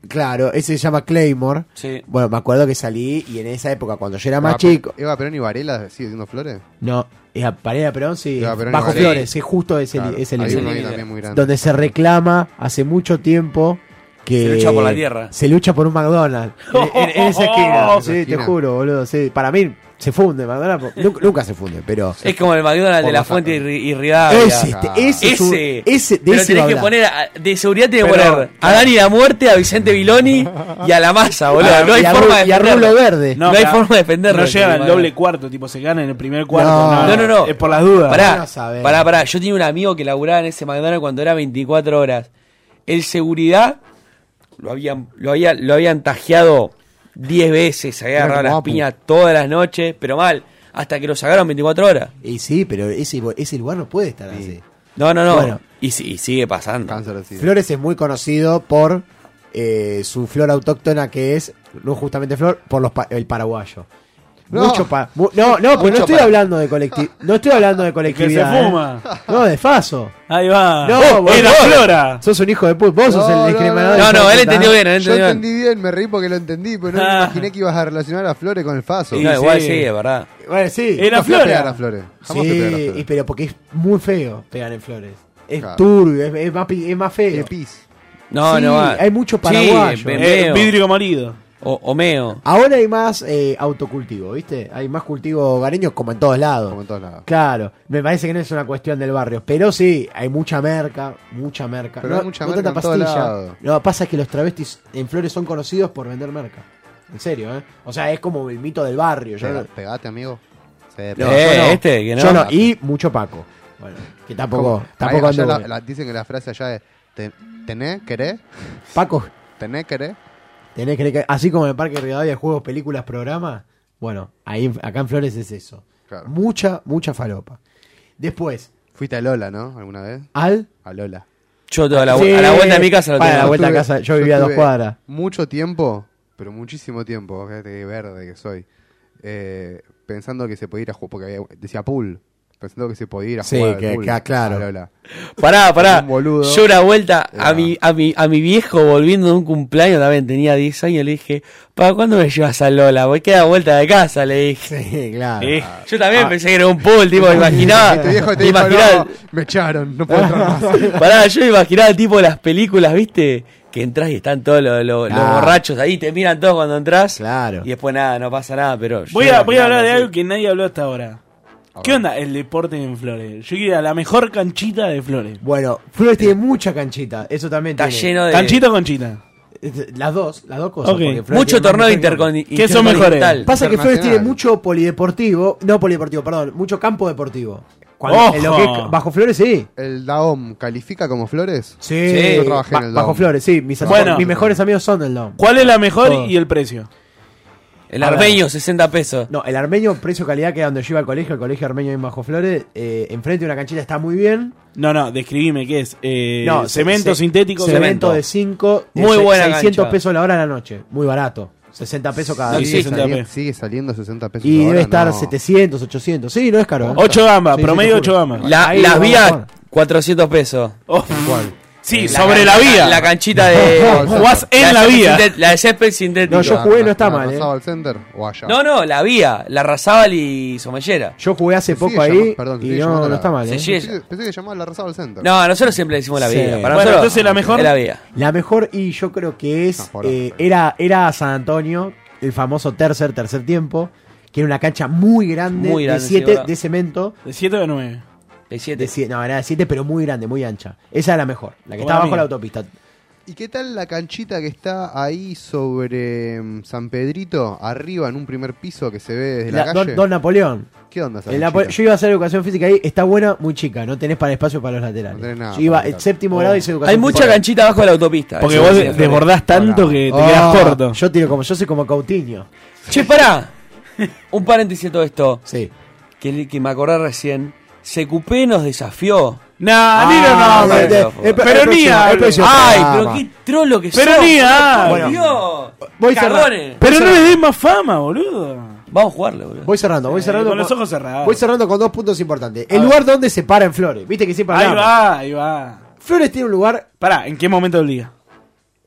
Claro, ese se llama Claymore.
Sí.
Bueno, me acuerdo que salí y en esa época, cuando yo era más
Ah,
chico.
¿Eva Perón y Varela sigue siendo flores?
No, es a Pareda Perón, sí.
Eva Perón y
Bajo
Varela.
Flores, es justo ese,
Claro,
li- ese
hay
libro.
uno ahí también muy grande.
Donde se reclama hace mucho tiempo que.
Se lucha por la tierra. Oh,
Se lucha por un McDonald's.
Oh,
En, en- en esa esquina. sí,
Esa esquina.
te juro, boludo. sí. Para mí se funde McDonald's. Nunca, nunca se funde, pero.
Es como el McDonald's de
Por
la
la
fuente irri- irrigable.
Ese, este,
Ah.
ese es un- ese- de
Pero
ese
tenés
iba a
que
hablar.
poner, a- de seguridad tenés que
Pero-
poner a Dani la muerte, a Vicente Viloni y a la masa, boludo.
Ah,
no hay
y a
forma
Ru-
de
y a Rulo
defenderlo.
Verde.
No, hay forma de defenderlo.
No llegan al
hermano.
doble cuarto, tipo, se ganan en el primer cuarto.
No, no, no.
Es por las dudas.
Pará, pará, pará. Yo tenía un amigo que laburaba en ese McDonald's cuando era 24 horas. El seguridad lo habían, lo había, lo habían tajeado 10 veces, había
Era
agarrado
como
las
Apu.
piñas todas las noches, pero mal, hasta que lo sacaron 24 horas.
Y sí, pero ese, ese lugar no puede estar así.
No, no, no.
Bueno.
Y, si- y sigue pasando.
Flores es muy conocido por eh, su flor autóctona que es, no justamente flor, por los pa- el paraguayo.
No.
Mucho pa- mu- no, no,
Mucho
pues no estoy
para-
hablando de colectividad. No estoy hablando de colectividad. ¿eh?
fuma.
No, de Faso.
Ahí va.
No,
Oh,
vos-
era
vos-
Flora.
Sos un hijo de puta. Vos sos el discriminador. de ¿eh? Faso, ¿tá?
Yo entendí bien, me reí porque lo entendí, pero no me imaginé que ibas a relacionar a Flores con el Faso.
Y Ah. No, sí. igual sí, es verdad.
Bueno, sí.
Era Nunca fui a Flora. pegar a Flores. Jamás fui
Sí,
a pegar a Flores.
y pero porque es muy feo pegar en Flores. Es
Claro.
turbio, es, es más, pi- es más feo.
No,
Sí,
no va.
Hay mucho
Sí,
paraguayo.
Bemeo.
Eh, vidrio marido.
O, Omeo.
Ahora hay más eh, autocultivo, ¿viste? Hay más cultivo hogareño como en todos lados.
Como en todos lados.
Claro, me parece que no es una cuestión del barrio, pero sí, hay mucha merca, mucha merca.
Pero
no,
hay mucha
no
merca
tanta
en todos
pastilla.
lados.
No, pasa que los travestis en Flores son conocidos por vender merca. En serio, ¿eh? O sea, es como el mito del barrio. Yo,
Pega-
no-
Pegate, amigo. Se
yo
pega.
no. Yo no, Y mucho Paco. Bueno, que tampoco,
Como-
tampoco
ahí allá
ando
la-
bien.
la- Dicen que la frase allá es: te- ¿Tenés, querés?
Paco.
¿Tenés, querés?
Tenés que, así como en el Parque de Rivadavia hay juegos, películas, programas, bueno, ahí, acá en Flores es eso. Mucha, mucha falopa. Después.
Fuiste a Lola, ¿no? ¿Alguna vez?
¿Al?
A Lola.
Yo toda la vu- a la vuelta de mi casa lo
Para
tenía.
la vuelta a
Estuve-
casa, yo vivía a dos
estuve
cuadras.
Mucho tiempo, pero muchísimo tiempo, fíjate qué verde que soy, eh, pensando que se podía ir a jugar, porque había- decía pool, pensando que se podía ir a
Sí,
jugar. al
que-
pool,
que- claro.
a Lola.
Pará, pará.
Un boludo.
Yo una vuelta a mi, a mi, a mi viejo volviendo de un cumpleaños, también tenía 10 años, le dije, ¿para cuándo me llevas a Lola? Voy queda vuelta de casa, le dije.
Sí, claro. Ah.
Eh, Yo también pensé que era un pool, tipo, imaginaba.
Tu viejo te dijo,
imaginaba-
"No, me echaron, no puedo entrar más.
Pará, yo imaginaba tipo las películas, ¿viste? Que entras y están todos los, los- los
Claro.
borrachos ahí, te miran todos cuando entras.
Claro.
Y después nada, no pasa nada, pero. yo
Voy a, voy a
imaginaba
hablar de
así.
algo que nadie habló hasta ahora. ¿Qué onda el deporte en Flores? Yo quiero ir a la mejor canchita de Flores.
Bueno, Flores tiene mucha canchita, eso también
Está
tiene.
lleno de- ¿Canchita o conchita?
Las dos, las dos cosas.
Ok.
porque Flores
Mucho
tiene más
torneo
mejor que-
intercon- ¿Qué son mejores? intercontinental.
Pasa que Flores tiene
Internacional.
mucho polideportivo, no polideportivo, perdón, mucho campo deportivo. Cuando-
¡Ojo!
en lo que es- bajo Flores, sí.
¿El DAOM califica como flores?
Sí,
Yo trabajé
Ba-
en el DAOM.
bajo Flores, sí. Mis,
Bueno.
mis mejores amigos son del DOM.
¿Cuál es la mejor
Todo.
y el precio?
El armeño, 60 pesos.
No, el armenio, precio calidad, que era donde yo iba al colegio, el colegio armenio en Bajo Flores, eh, enfrente de una canchita está muy bien.
No, no, describime qué es. Eh,
No,
cemento
ce-
sintético.
Cemento de 5,
Muy buena
600
cancha.
pesos la hora a la noche, muy barato. 60 pesos cada
sigue,
día.
saliendo, sigue saliendo 60 pesos.
Y
ahora,
debe estar
no.
700, 800. Sí, no es caro. ¿eh?
Ocho gambas,
Sí, sí,
promedio
te juro.
ocho gambas.
La-
Ahí
las
vamos,
vías,
vamos.
400 pesos.
Oh. Sí,
Eh,
sobre la
canchita-
vía.
La canchita de.
Jugás en la
césped
vía.
sintet- La de césped sintético.
No, yo jugué, no está mal. ¿eh?
¿Pasaba al center o allá?
No, no, la vía. La Razabal y Somellera.
Yo jugué hace poco
sigue
ahí
llamando- perdón,
y
sigue
no,
llamando
no
la-
está mal.
Se
¿eh?
llega.
Pensé- Pensé que llamaba la Razaba al center.
No, nosotros siempre le decimos la
Sí.
vía. Para
Bueno,
nosotros,
entonces la mejor-
es la vía.
La mejor, y yo creo que es.
por ahora,
eh, era, era San Antonio, el famoso tercer, tercer tiempo, que era una cancha muy grande,
Muy grande,
de
sí,
7
verdad.
de cemento.
¿De 7 o de 9?
De
De siete- no, era de 7, pero muy grande, muy ancha. Esa era la mejor, la que
Como
estaba
la
bajo
mía.
la autopista.
¿Y qué tal la canchita que está ahí sobre mm, San Pedrito, arriba en un primer piso que se ve desde la,
La-
calle?
don, Don Napoleón.
¿Qué onda esa
El
canchita?
Napo- yo iba a hacer educación física ahí, está buena, muy chica, no tenés para espacio para los laterales.
nada
yo iba
para
el
lateral.
séptimo
Oh.
grado hice educación
Hay mucha
física.
canchita abajo de la autopista.
Porque
Eso
vos
sí,
de-
es
desbordás tanto que te
Oh.
quedás corto.
Yo tiro como, yo soy como Coutinho.
Che, pará. Un paréntesis a todo esto.
Sí.
Que, que me acordé recién. Secupé nos desafió. Ah,
Nah,
ni no, no,
bueno,
pero-
pero-
eh, pero- el próximo, el próximo
Ay, pero
programa.
qué trolo que
Pero
sos,
ni
flaco,
hablo.
Dios.
Voy cerrando.
Cagones.
Pero no le des más fama, boludo.
Vamos a jugarlo, boludo.
Voy cerrando, voy
Eh,
cerrando.
con los ojos cerrados.
Voy cerrando con dos puntos importantes.
A
El
ver.
lugar donde se para en Flores. Viste que siempre
Ahí
hablamos.
va, ahí va.
Flores tiene un lugar
Pará, ¿en qué momento del día?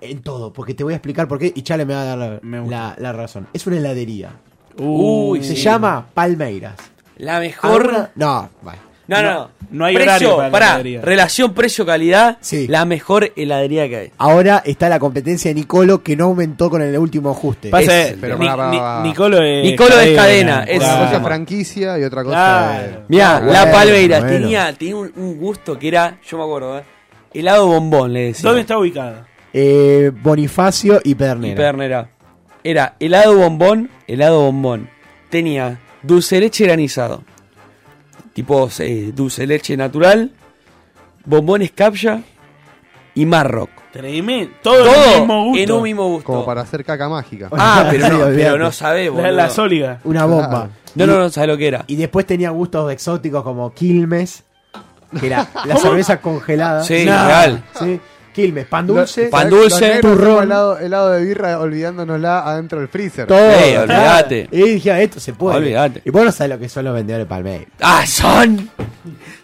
en todo, porque te voy a explicar por qué y Chale me va a dar la, la- la razón. Es una heladería.
Uy,
se
sí.
llama Palmeiras.
La mejor.
Alguna- No, vale.
No, no, no.
No hay
precio,
horario para la
pará,
heladería.
relación precio-calidad, la mejor heladería que hay.
Ahora está la competencia de Nicolo que no aumentó con el último ajuste.
Pasa,
Es-
pero
pará, pará, pará.
Nicolo es
Nicolo es cadena, es-
Una cosa
Claro.
franquicia y otra cosa. de-
Mirá,
Bueno,
la Palmeiras
bueno.
tenía, tenía un, un gusto que era, yo me acuerdo, ¿eh? helado bombón, le decía.
¿Dónde está ubicada?
eh, Bonifacio y Pernera.
Y Pernera. Era helado bombón, helado bombón. Tenía dulce de leche granizado. Tipo eh, dulce de leche natural, bombones capcha y marroc.
Tremendo. Todo, en
Todo
el mismo gusto.
en un mismo gusto.
Como para hacer caca mágica.
Ah, pero no, pero
olvídate.
no sabés,
La,
boludo.
la sólida.
Una bomba.
No, no, no sabés lo que era.
Y después tenía gustos exóticos como Quilmes, que era la cerveza congelada.
Sí, real.
Sí. Quilmes, pan dulce,
pan
Los
dulce,
negros hacemos
turrón,
helado, helado de birra olvidándonosla adentro del freezer.
todo.
Sí, olvidate.
Y dije, "Ah, esto se puede.
Olvidate.
Y vos no sabés lo que son los vendedores de Palmeiras.
¡Ah, son!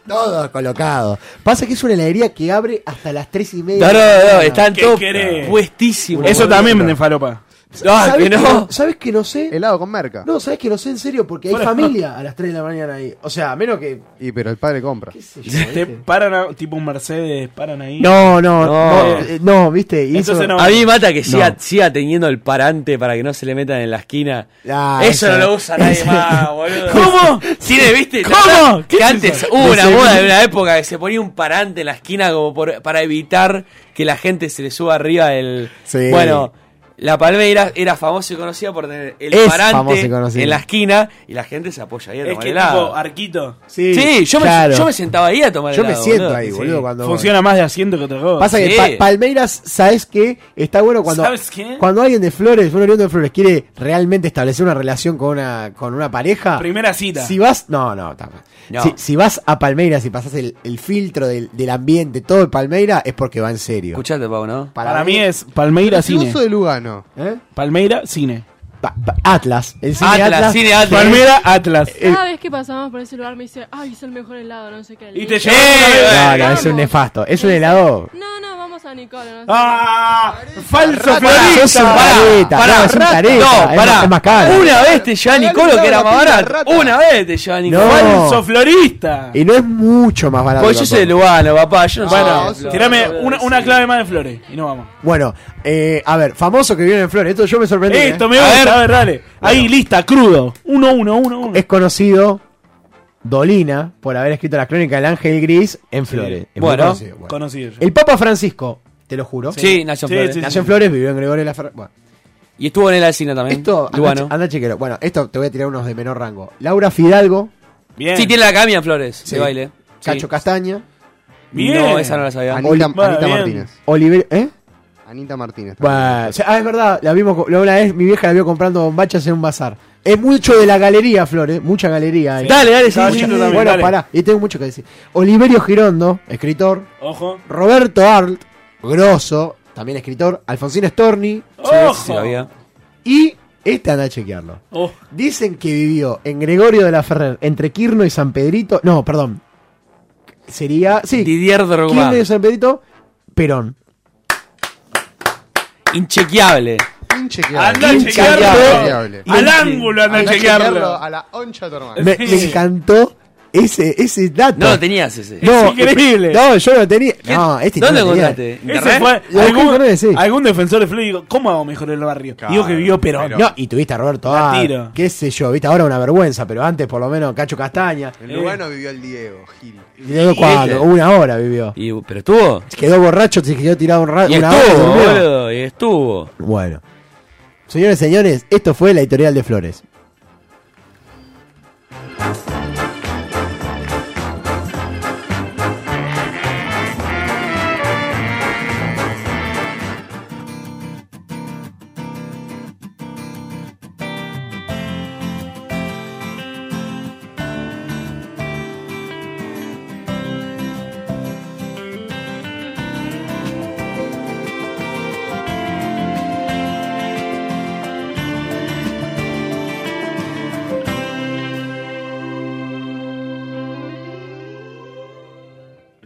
Todo colocado. Pasa que es una heladería que abre hasta las 3 y media.
No, no,
de la
no,
mañana.
están
¿Qué
todos
querés?
puestísimos.
Eso
boludo.
también vende falopa.
Ah,
¿Sabés
que no.
¿Sabes que no sé?
Helado con merca.
No, ¿sabes que no sé en serio? Porque hay
Bueno.
familia a las 3 de la mañana ahí. O sea, a menos que.
Y pero el padre compra.
qué sé yo,
Te
¿viste?
paran a- tipo un Mercedes, paran ahí.
No, no,
No.
no, eh, no, viste. Y
Entonces
eso,
no.
A mí me mata que
No.
siga, siga teniendo el parante para que no se le metan en la esquina.
Ah,
eso
esa-
no lo usa nadie
esa-
más, boludo.
¿Cómo?
Tiene, viste,
¿Cómo?
Que antes hubo una
Ese-
moda de una época que se ponía un parante en la esquina como por- para evitar que la gente se le suba arriba el.
Sí.
Bueno, La Palmeira era famosa y conocida por tener el
Es famosa
parante
y conocida.
en la esquina y la gente se apoya ahí a
Es
tomar
que tipo
helado.
arquito.
Sí, yo, me, yo me sentaba ahí a tomar
Yo me
helado.
siento
boludo.
ahí, boludo, cuando
Funciona más de asiento que otra cosa.
Pasa que Pa- Palmeiras, ¿sabes qué? Está bueno cuando,
¿Sabes qué?
cuando alguien de Flores, un oriundo de Flores, quiere realmente establecer una relación con una, con una pareja.
Primera cita.
Si vas. No, no, está mal. Si, si vas a Palmeiras y pasas el, el filtro del, del ambiente, todo de Palmeira, es porque va en serio.
Escuchate, Pau, ¿no?
Para, mí es Palmeira Cine.
uso de
Lugano.
Palmeira Cine.
Atlas. El cine
Atlas,
Atlas. Eh,
cine Atlas. Palmeira Atlas.
Cada vez que pasamos por ese lugar me dice, ay, es el mejor helado, no sé qué.
Y
Le
te
digo,
llevas
No,
Ah,
una
no,
vez.
es un nefasto. Es un helado.
No, no, vamos a Nicole. No sé.
¡Ah!
Pará, sos un careta. No, es un careta. Es más- es más caro.
Una vez te llevaba Nicolo, que era más barato. Una vez te llevaba Nicolo.
No.
Falso
florista!
Y no es mucho más barato.
Pues yo soy de
tampoco.
Lugano,
Ah,
papá. Yo no
Bueno,
soy de
tirame
Flores.
una, una clave más de flores y nos vamos.
Bueno, eh, a ver, famoso que viene en Flores. Esto yo me sorprendí. ¿eh?
Esto me gusta, a ver, dale. Ahí, lista, crudo. Uno, uno, uno, uno.
Es conocido Dolina por haber escrito la crónica del Ángel Gris en Flores. Es muy
Bueno,
conocido, bueno.
conocido yo.
El Papa Francisco, te lo juro.
Sí, Sí, nació en sí, Flores. sí,
Nació en
sí.
Flores, vivió en Gregorio de la Ferrer. Bueno,
Y estuvo en el Alcina también.
esto,
Lugano.
anda, anda chequero. Bueno, esto te voy a tirar unos de menor rango. Laura Fidalgo,
Sí, tiene la camia en Flores,
Sí.
de baile. Sí.
Cacho Castaña,
No, esa no la sabía.
Anita,
Oli-
Anita
Bueno,
Martínez.
Oliver. ¿Eh?
Anita Martínez.
Bueno, o sea, ah, es verdad, la vimos, co- la una vez mi vieja la vio comprando bombachas en un bazar. Es mucho de la galería, Flores, mucha galería. hay.
Dale, dale, sí,
Mucha-
sí, sí, sí,
Bueno,
dale.
pará, y tengo mucho que decir. Oliverio Girondo, escritor.
Ojo.
Roberto Arlt, grosso, también escritor. Alfonsín Storni.
Sí, sí, la había.
Y este anda a chequearlo.
Oh.
Dicen que vivió en Gregorio de la Ferrer, entre Quirno y San Pedrito. No, perdón. Sería. Sí.
Didier Drogba.
Quirno y San Pedrito, Perón.
Inchequeable.
Inchequeable.
Anda a
Inchequeable.
chequearlo. Al
Inche-
ángulo anda a
Andá a chequearlo
chequearlo.
a la oncha de tu hermano.
Me, me encantó ese, ese dato.
No lo tenías ese.
No,
Es increíble.
No, yo lo tenía. No, este
¿Dónde
no
lo
tenía.
encontraste?
Ese fue
Lo busqué en
algún,
internet, sí.
algún defensor de Flores digo, ¿cómo hago mejor el barrio? digo que vivió Perón.
No, y tuviste a Roberto
La
Ar,
tiro.
qué sé yo, viste, ahora una vergüenza, pero antes por lo menos Cacho Castaña.
En
Eh.
Lugano vivió el Diego, Gil.
Y luego cuando, una hora vivió.
Y, ¿Pero estuvo?
Se quedó borracho, se quedó tirado un ra-
Y
una hora.
estuvo,
durmió.
boludo. Y estuvo.
Bueno. Señores, señores, esto fue la editorial de Flores.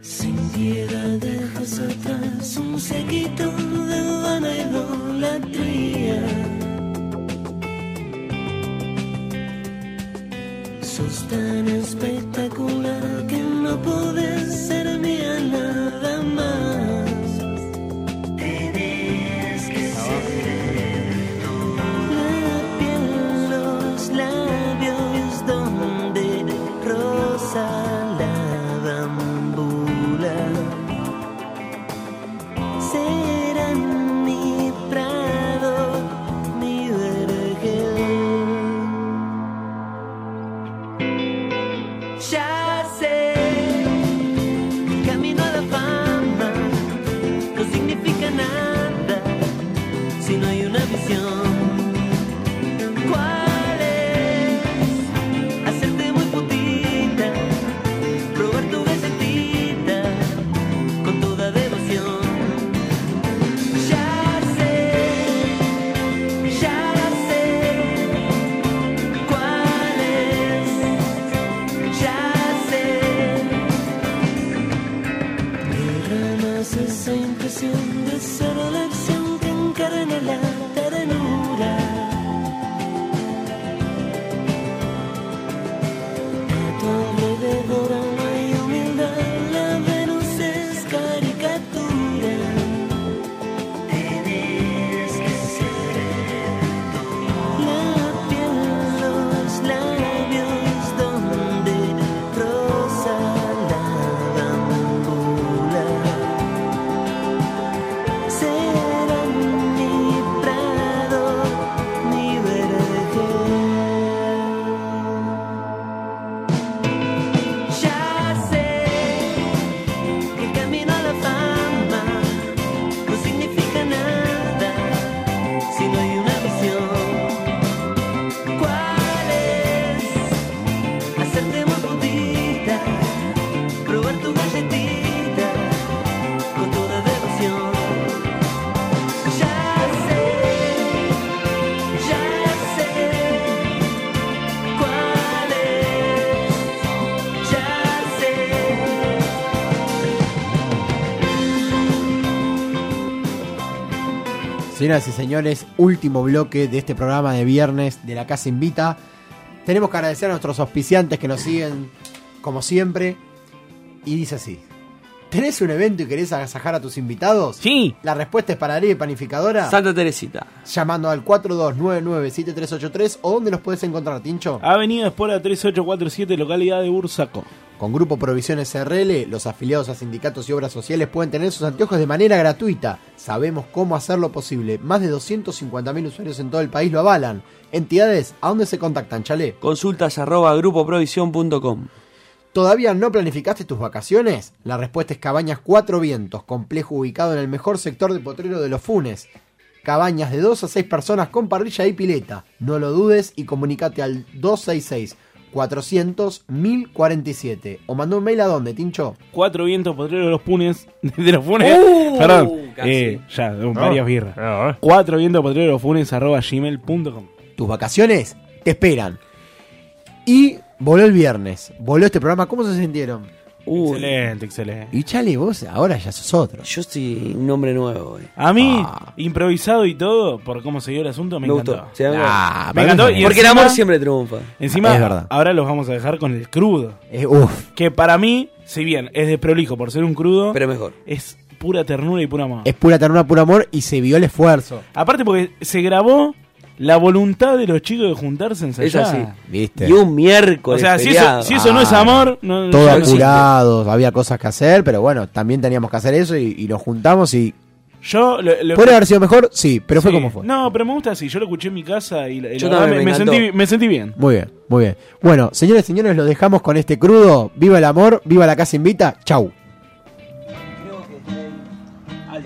Sintiera dejas atrás un sequito de vana idolatría. Sos tan espectacular que no podés ser mía nada más. Tenías que ser la piel, los labios donde rosa la bambula serán mi prado, mi vergel.
Señoras y señores, último bloque de este programa de viernes de la Casa Invita. Tenemos que agradecer a nuestros auspiciantes que nos siguen como siempre. Y dice así. ¿Tenés un evento y querés agasajar a tus invitados?
Sí.
La respuesta es panadería y panificadora.
Santa Teresita.
Llamando al 4299-7383 o donde los puedes encontrar, Tincho.
Avenida Espora 3847, localidad de Bursaco.
Con Grupo Provisiones RL, los afiliados a sindicatos y obras sociales pueden tener sus anteojos de manera gratuita. Sabemos cómo hacerlo posible. Más de 250.000 usuarios en todo el país lo avalan. Entidades, ¿a dónde se contactan, Chale?
Consultas arroba grupoprovisión.com.
¿Todavía no planificaste tus vacaciones? La respuesta es Cabañas Cuatro Vientos, complejo ubicado en el mejor sector de potrero de los Funes. Cabañas de 2 a 6 personas con parrilla y pileta. No lo dudes y comunícate al 266-400-1047. O mandó un mail a dónde, Tincho.
Cuatro vientos potreros de los punes. De los punes.
Uh,
Perdón.
casi.
Eh, ya,
No.
varias birras. Cuatro vientos potreros de los punes arroba gmail.com.
Tus vacaciones te esperan. Y voló el viernes. Voló este programa. ¿Cómo se sintieron?
Uh,
Uh.
Excelente, excelente.
Y Chale, vos ahora ya sos otro. Ah,
Yo estoy un hombre nuevo. eh. hoy.
A mí, improvisado y todo, por cómo se dio el asunto, me,
Me
encantó.
gustó. Sí, a mí
Ah,
me
me encantó.
gustó.
y
Porque el
encima-
amor siempre triunfa.
Encima,
Es verdad.
ahora los vamos a dejar con el crudo.
Eh, uf.
Que para mí, si bien es desprolijo por ser un crudo,
pero mejor.
Es pura ternura y pura amor.
Es pura ternura, puro amor y se vio el esfuerzo.
Aparte porque se grabó la voluntad de los chicos de juntarse en ensayar.
así.
¿Viste?
Y un miércoles.
O sea, si
feriado. Ah.
eso, si eso no es amor, no,
Todo
ya no existe.
apurados, había cosas que hacer, pero bueno, también teníamos que hacer eso y, y nos juntamos y...
Yo lo- lo-
¿Puede haber sido mejor? Sí, pero fue
Sí.
como fue.
No, pero me gusta así. Yo lo escuché en mi casa y la- y
Yo
la verdad
también,
me,
me
me sentí,
encantó.
me sentí bien.
Muy bien, muy bien. Bueno, señores, señores, los dejamos con este crudo. Viva el amor, viva la casa invita. Chau.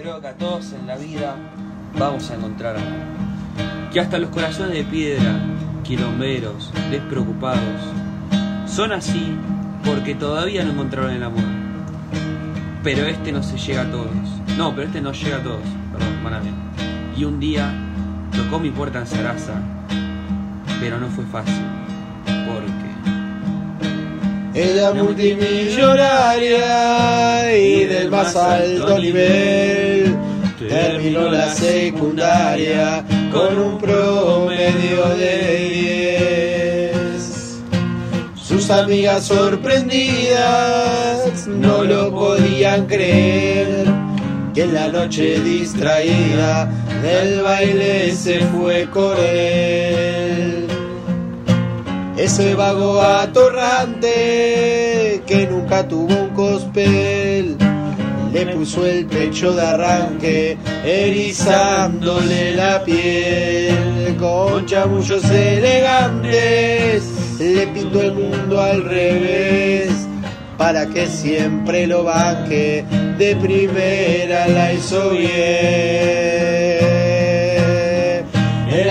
Creo que a todos en la vida vamos a encontrar amor. Que hasta los corazones de piedra, quilomberos, despreocupados, son así porque todavía no encontraron el amor. Pero este no se llega a todos. No, pero este no llega a todos. Perdón, maname. Y un día tocó mi puerta en Sarasa, pero no fue fácil. Porque.
Ella multimillonaria y del más alto nivel. Terminó la secundaria con un promedio de 10. Sus amigas sorprendidas no lo podían creer. Que en la noche distraída del baile se fue con él. Ese vago atorrante que nunca tuvo un cospel le puso el pecho de arranque, erizándole la piel. Con chamullos elegantes le pintó el mundo al revés para que siempre lo banque. De primera la hizo bien. El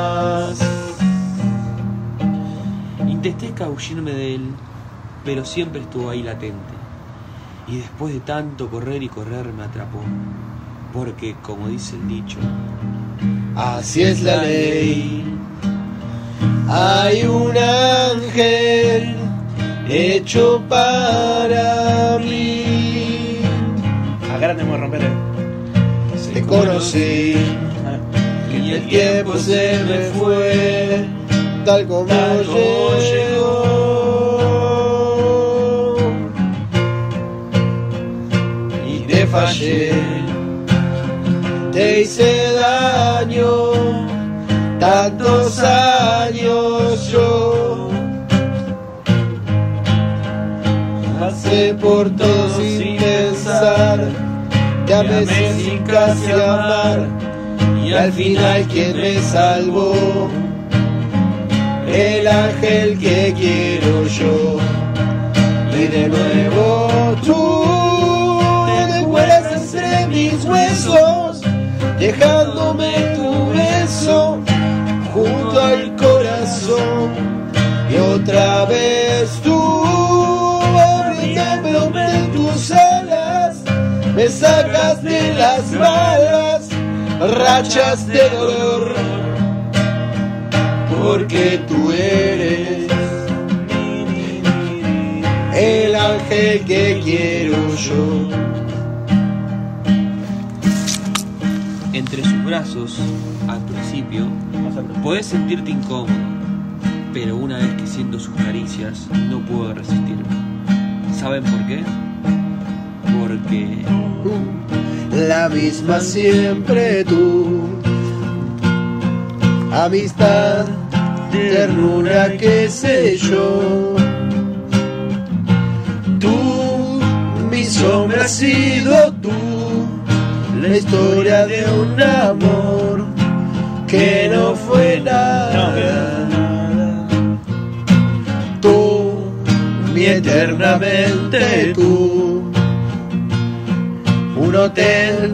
Intenté escabullirme de él, pero siempre estuvo ahí latente. Y después de tanto correr y correr me atrapó. Porque, como dice el dicho,
Así es la ley. Hay un ángel hecho para mí.
Acá tenemos que romper.
Te conocí y el tiempo se me fue tal como llegó. Y te fallé, te hice daño. Tantos años yo pasé por todo sin pensar. Te amé sin casi amar y al final quien me salvó el ángel que quiero yo y de nuevo tú te cuelas entre mis huesos dejándome tu beso junto al corazón otra vez tú abriéndome tus alas me sacas de las malas rachas de dolor porque tú eres el ángel que quiero yo
Entre sus brazos, al principio, podés sentirte incómodo, pero una vez que siento sus caricias, no puedo resistirme. ¿Saben por qué? Porque
la misma siempre tú. Amistad, ternura, qué sé yo. Tú, mi sombra has sido tú, la historia de un amor que no fue nada. Tú, mi eternamente tú un hotel,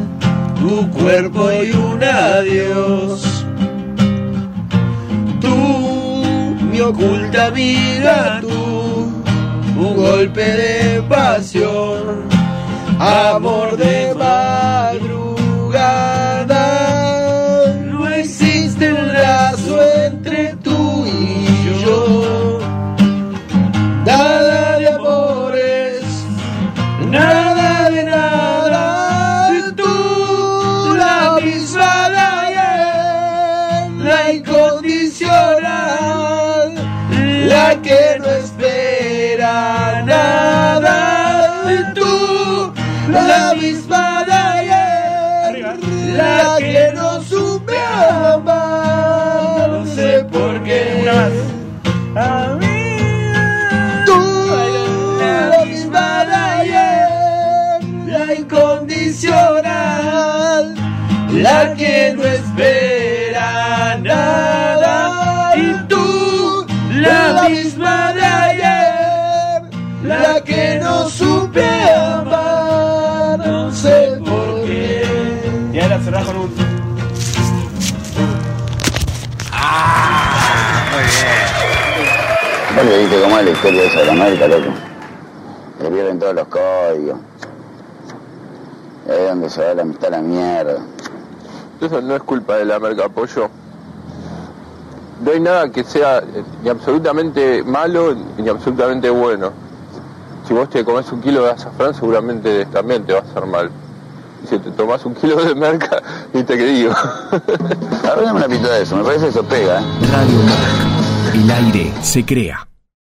tu cuerpo y un adiós. Tú, mi oculta vida, tú, un golpe de pasión, amor de madrugada. No existe un lazo entre tú y yo. Nada de amores, Nada de nada, tú la misma de ayer, la incondicional, la que no espera nada, tú la misma de ayer, la que no supe amar, no sé por qué. A mí, tú la misma de ayer la incondicional, la que no espera nada. Y tú, la misma de ayer, la que no supe amar, no sé por qué.
Y ahora cerrás con un.
Aparte, viste cómo es la historia esa de América, loco. Se pierden todos los códigos. Y ahí es donde se va la amistad a la mierda.
Eso no es culpa de la merca pollo. No hay nada que sea eh, ni absolutamente malo ni absolutamente bueno. Si vos te comes un kilo de azafrán seguramente también te va a hacer mal. Y si te tomás un kilo de merca, y te que digo.
Arreglame una pita de eso, me parece que eso pega, ¿eh?
El aire se crea.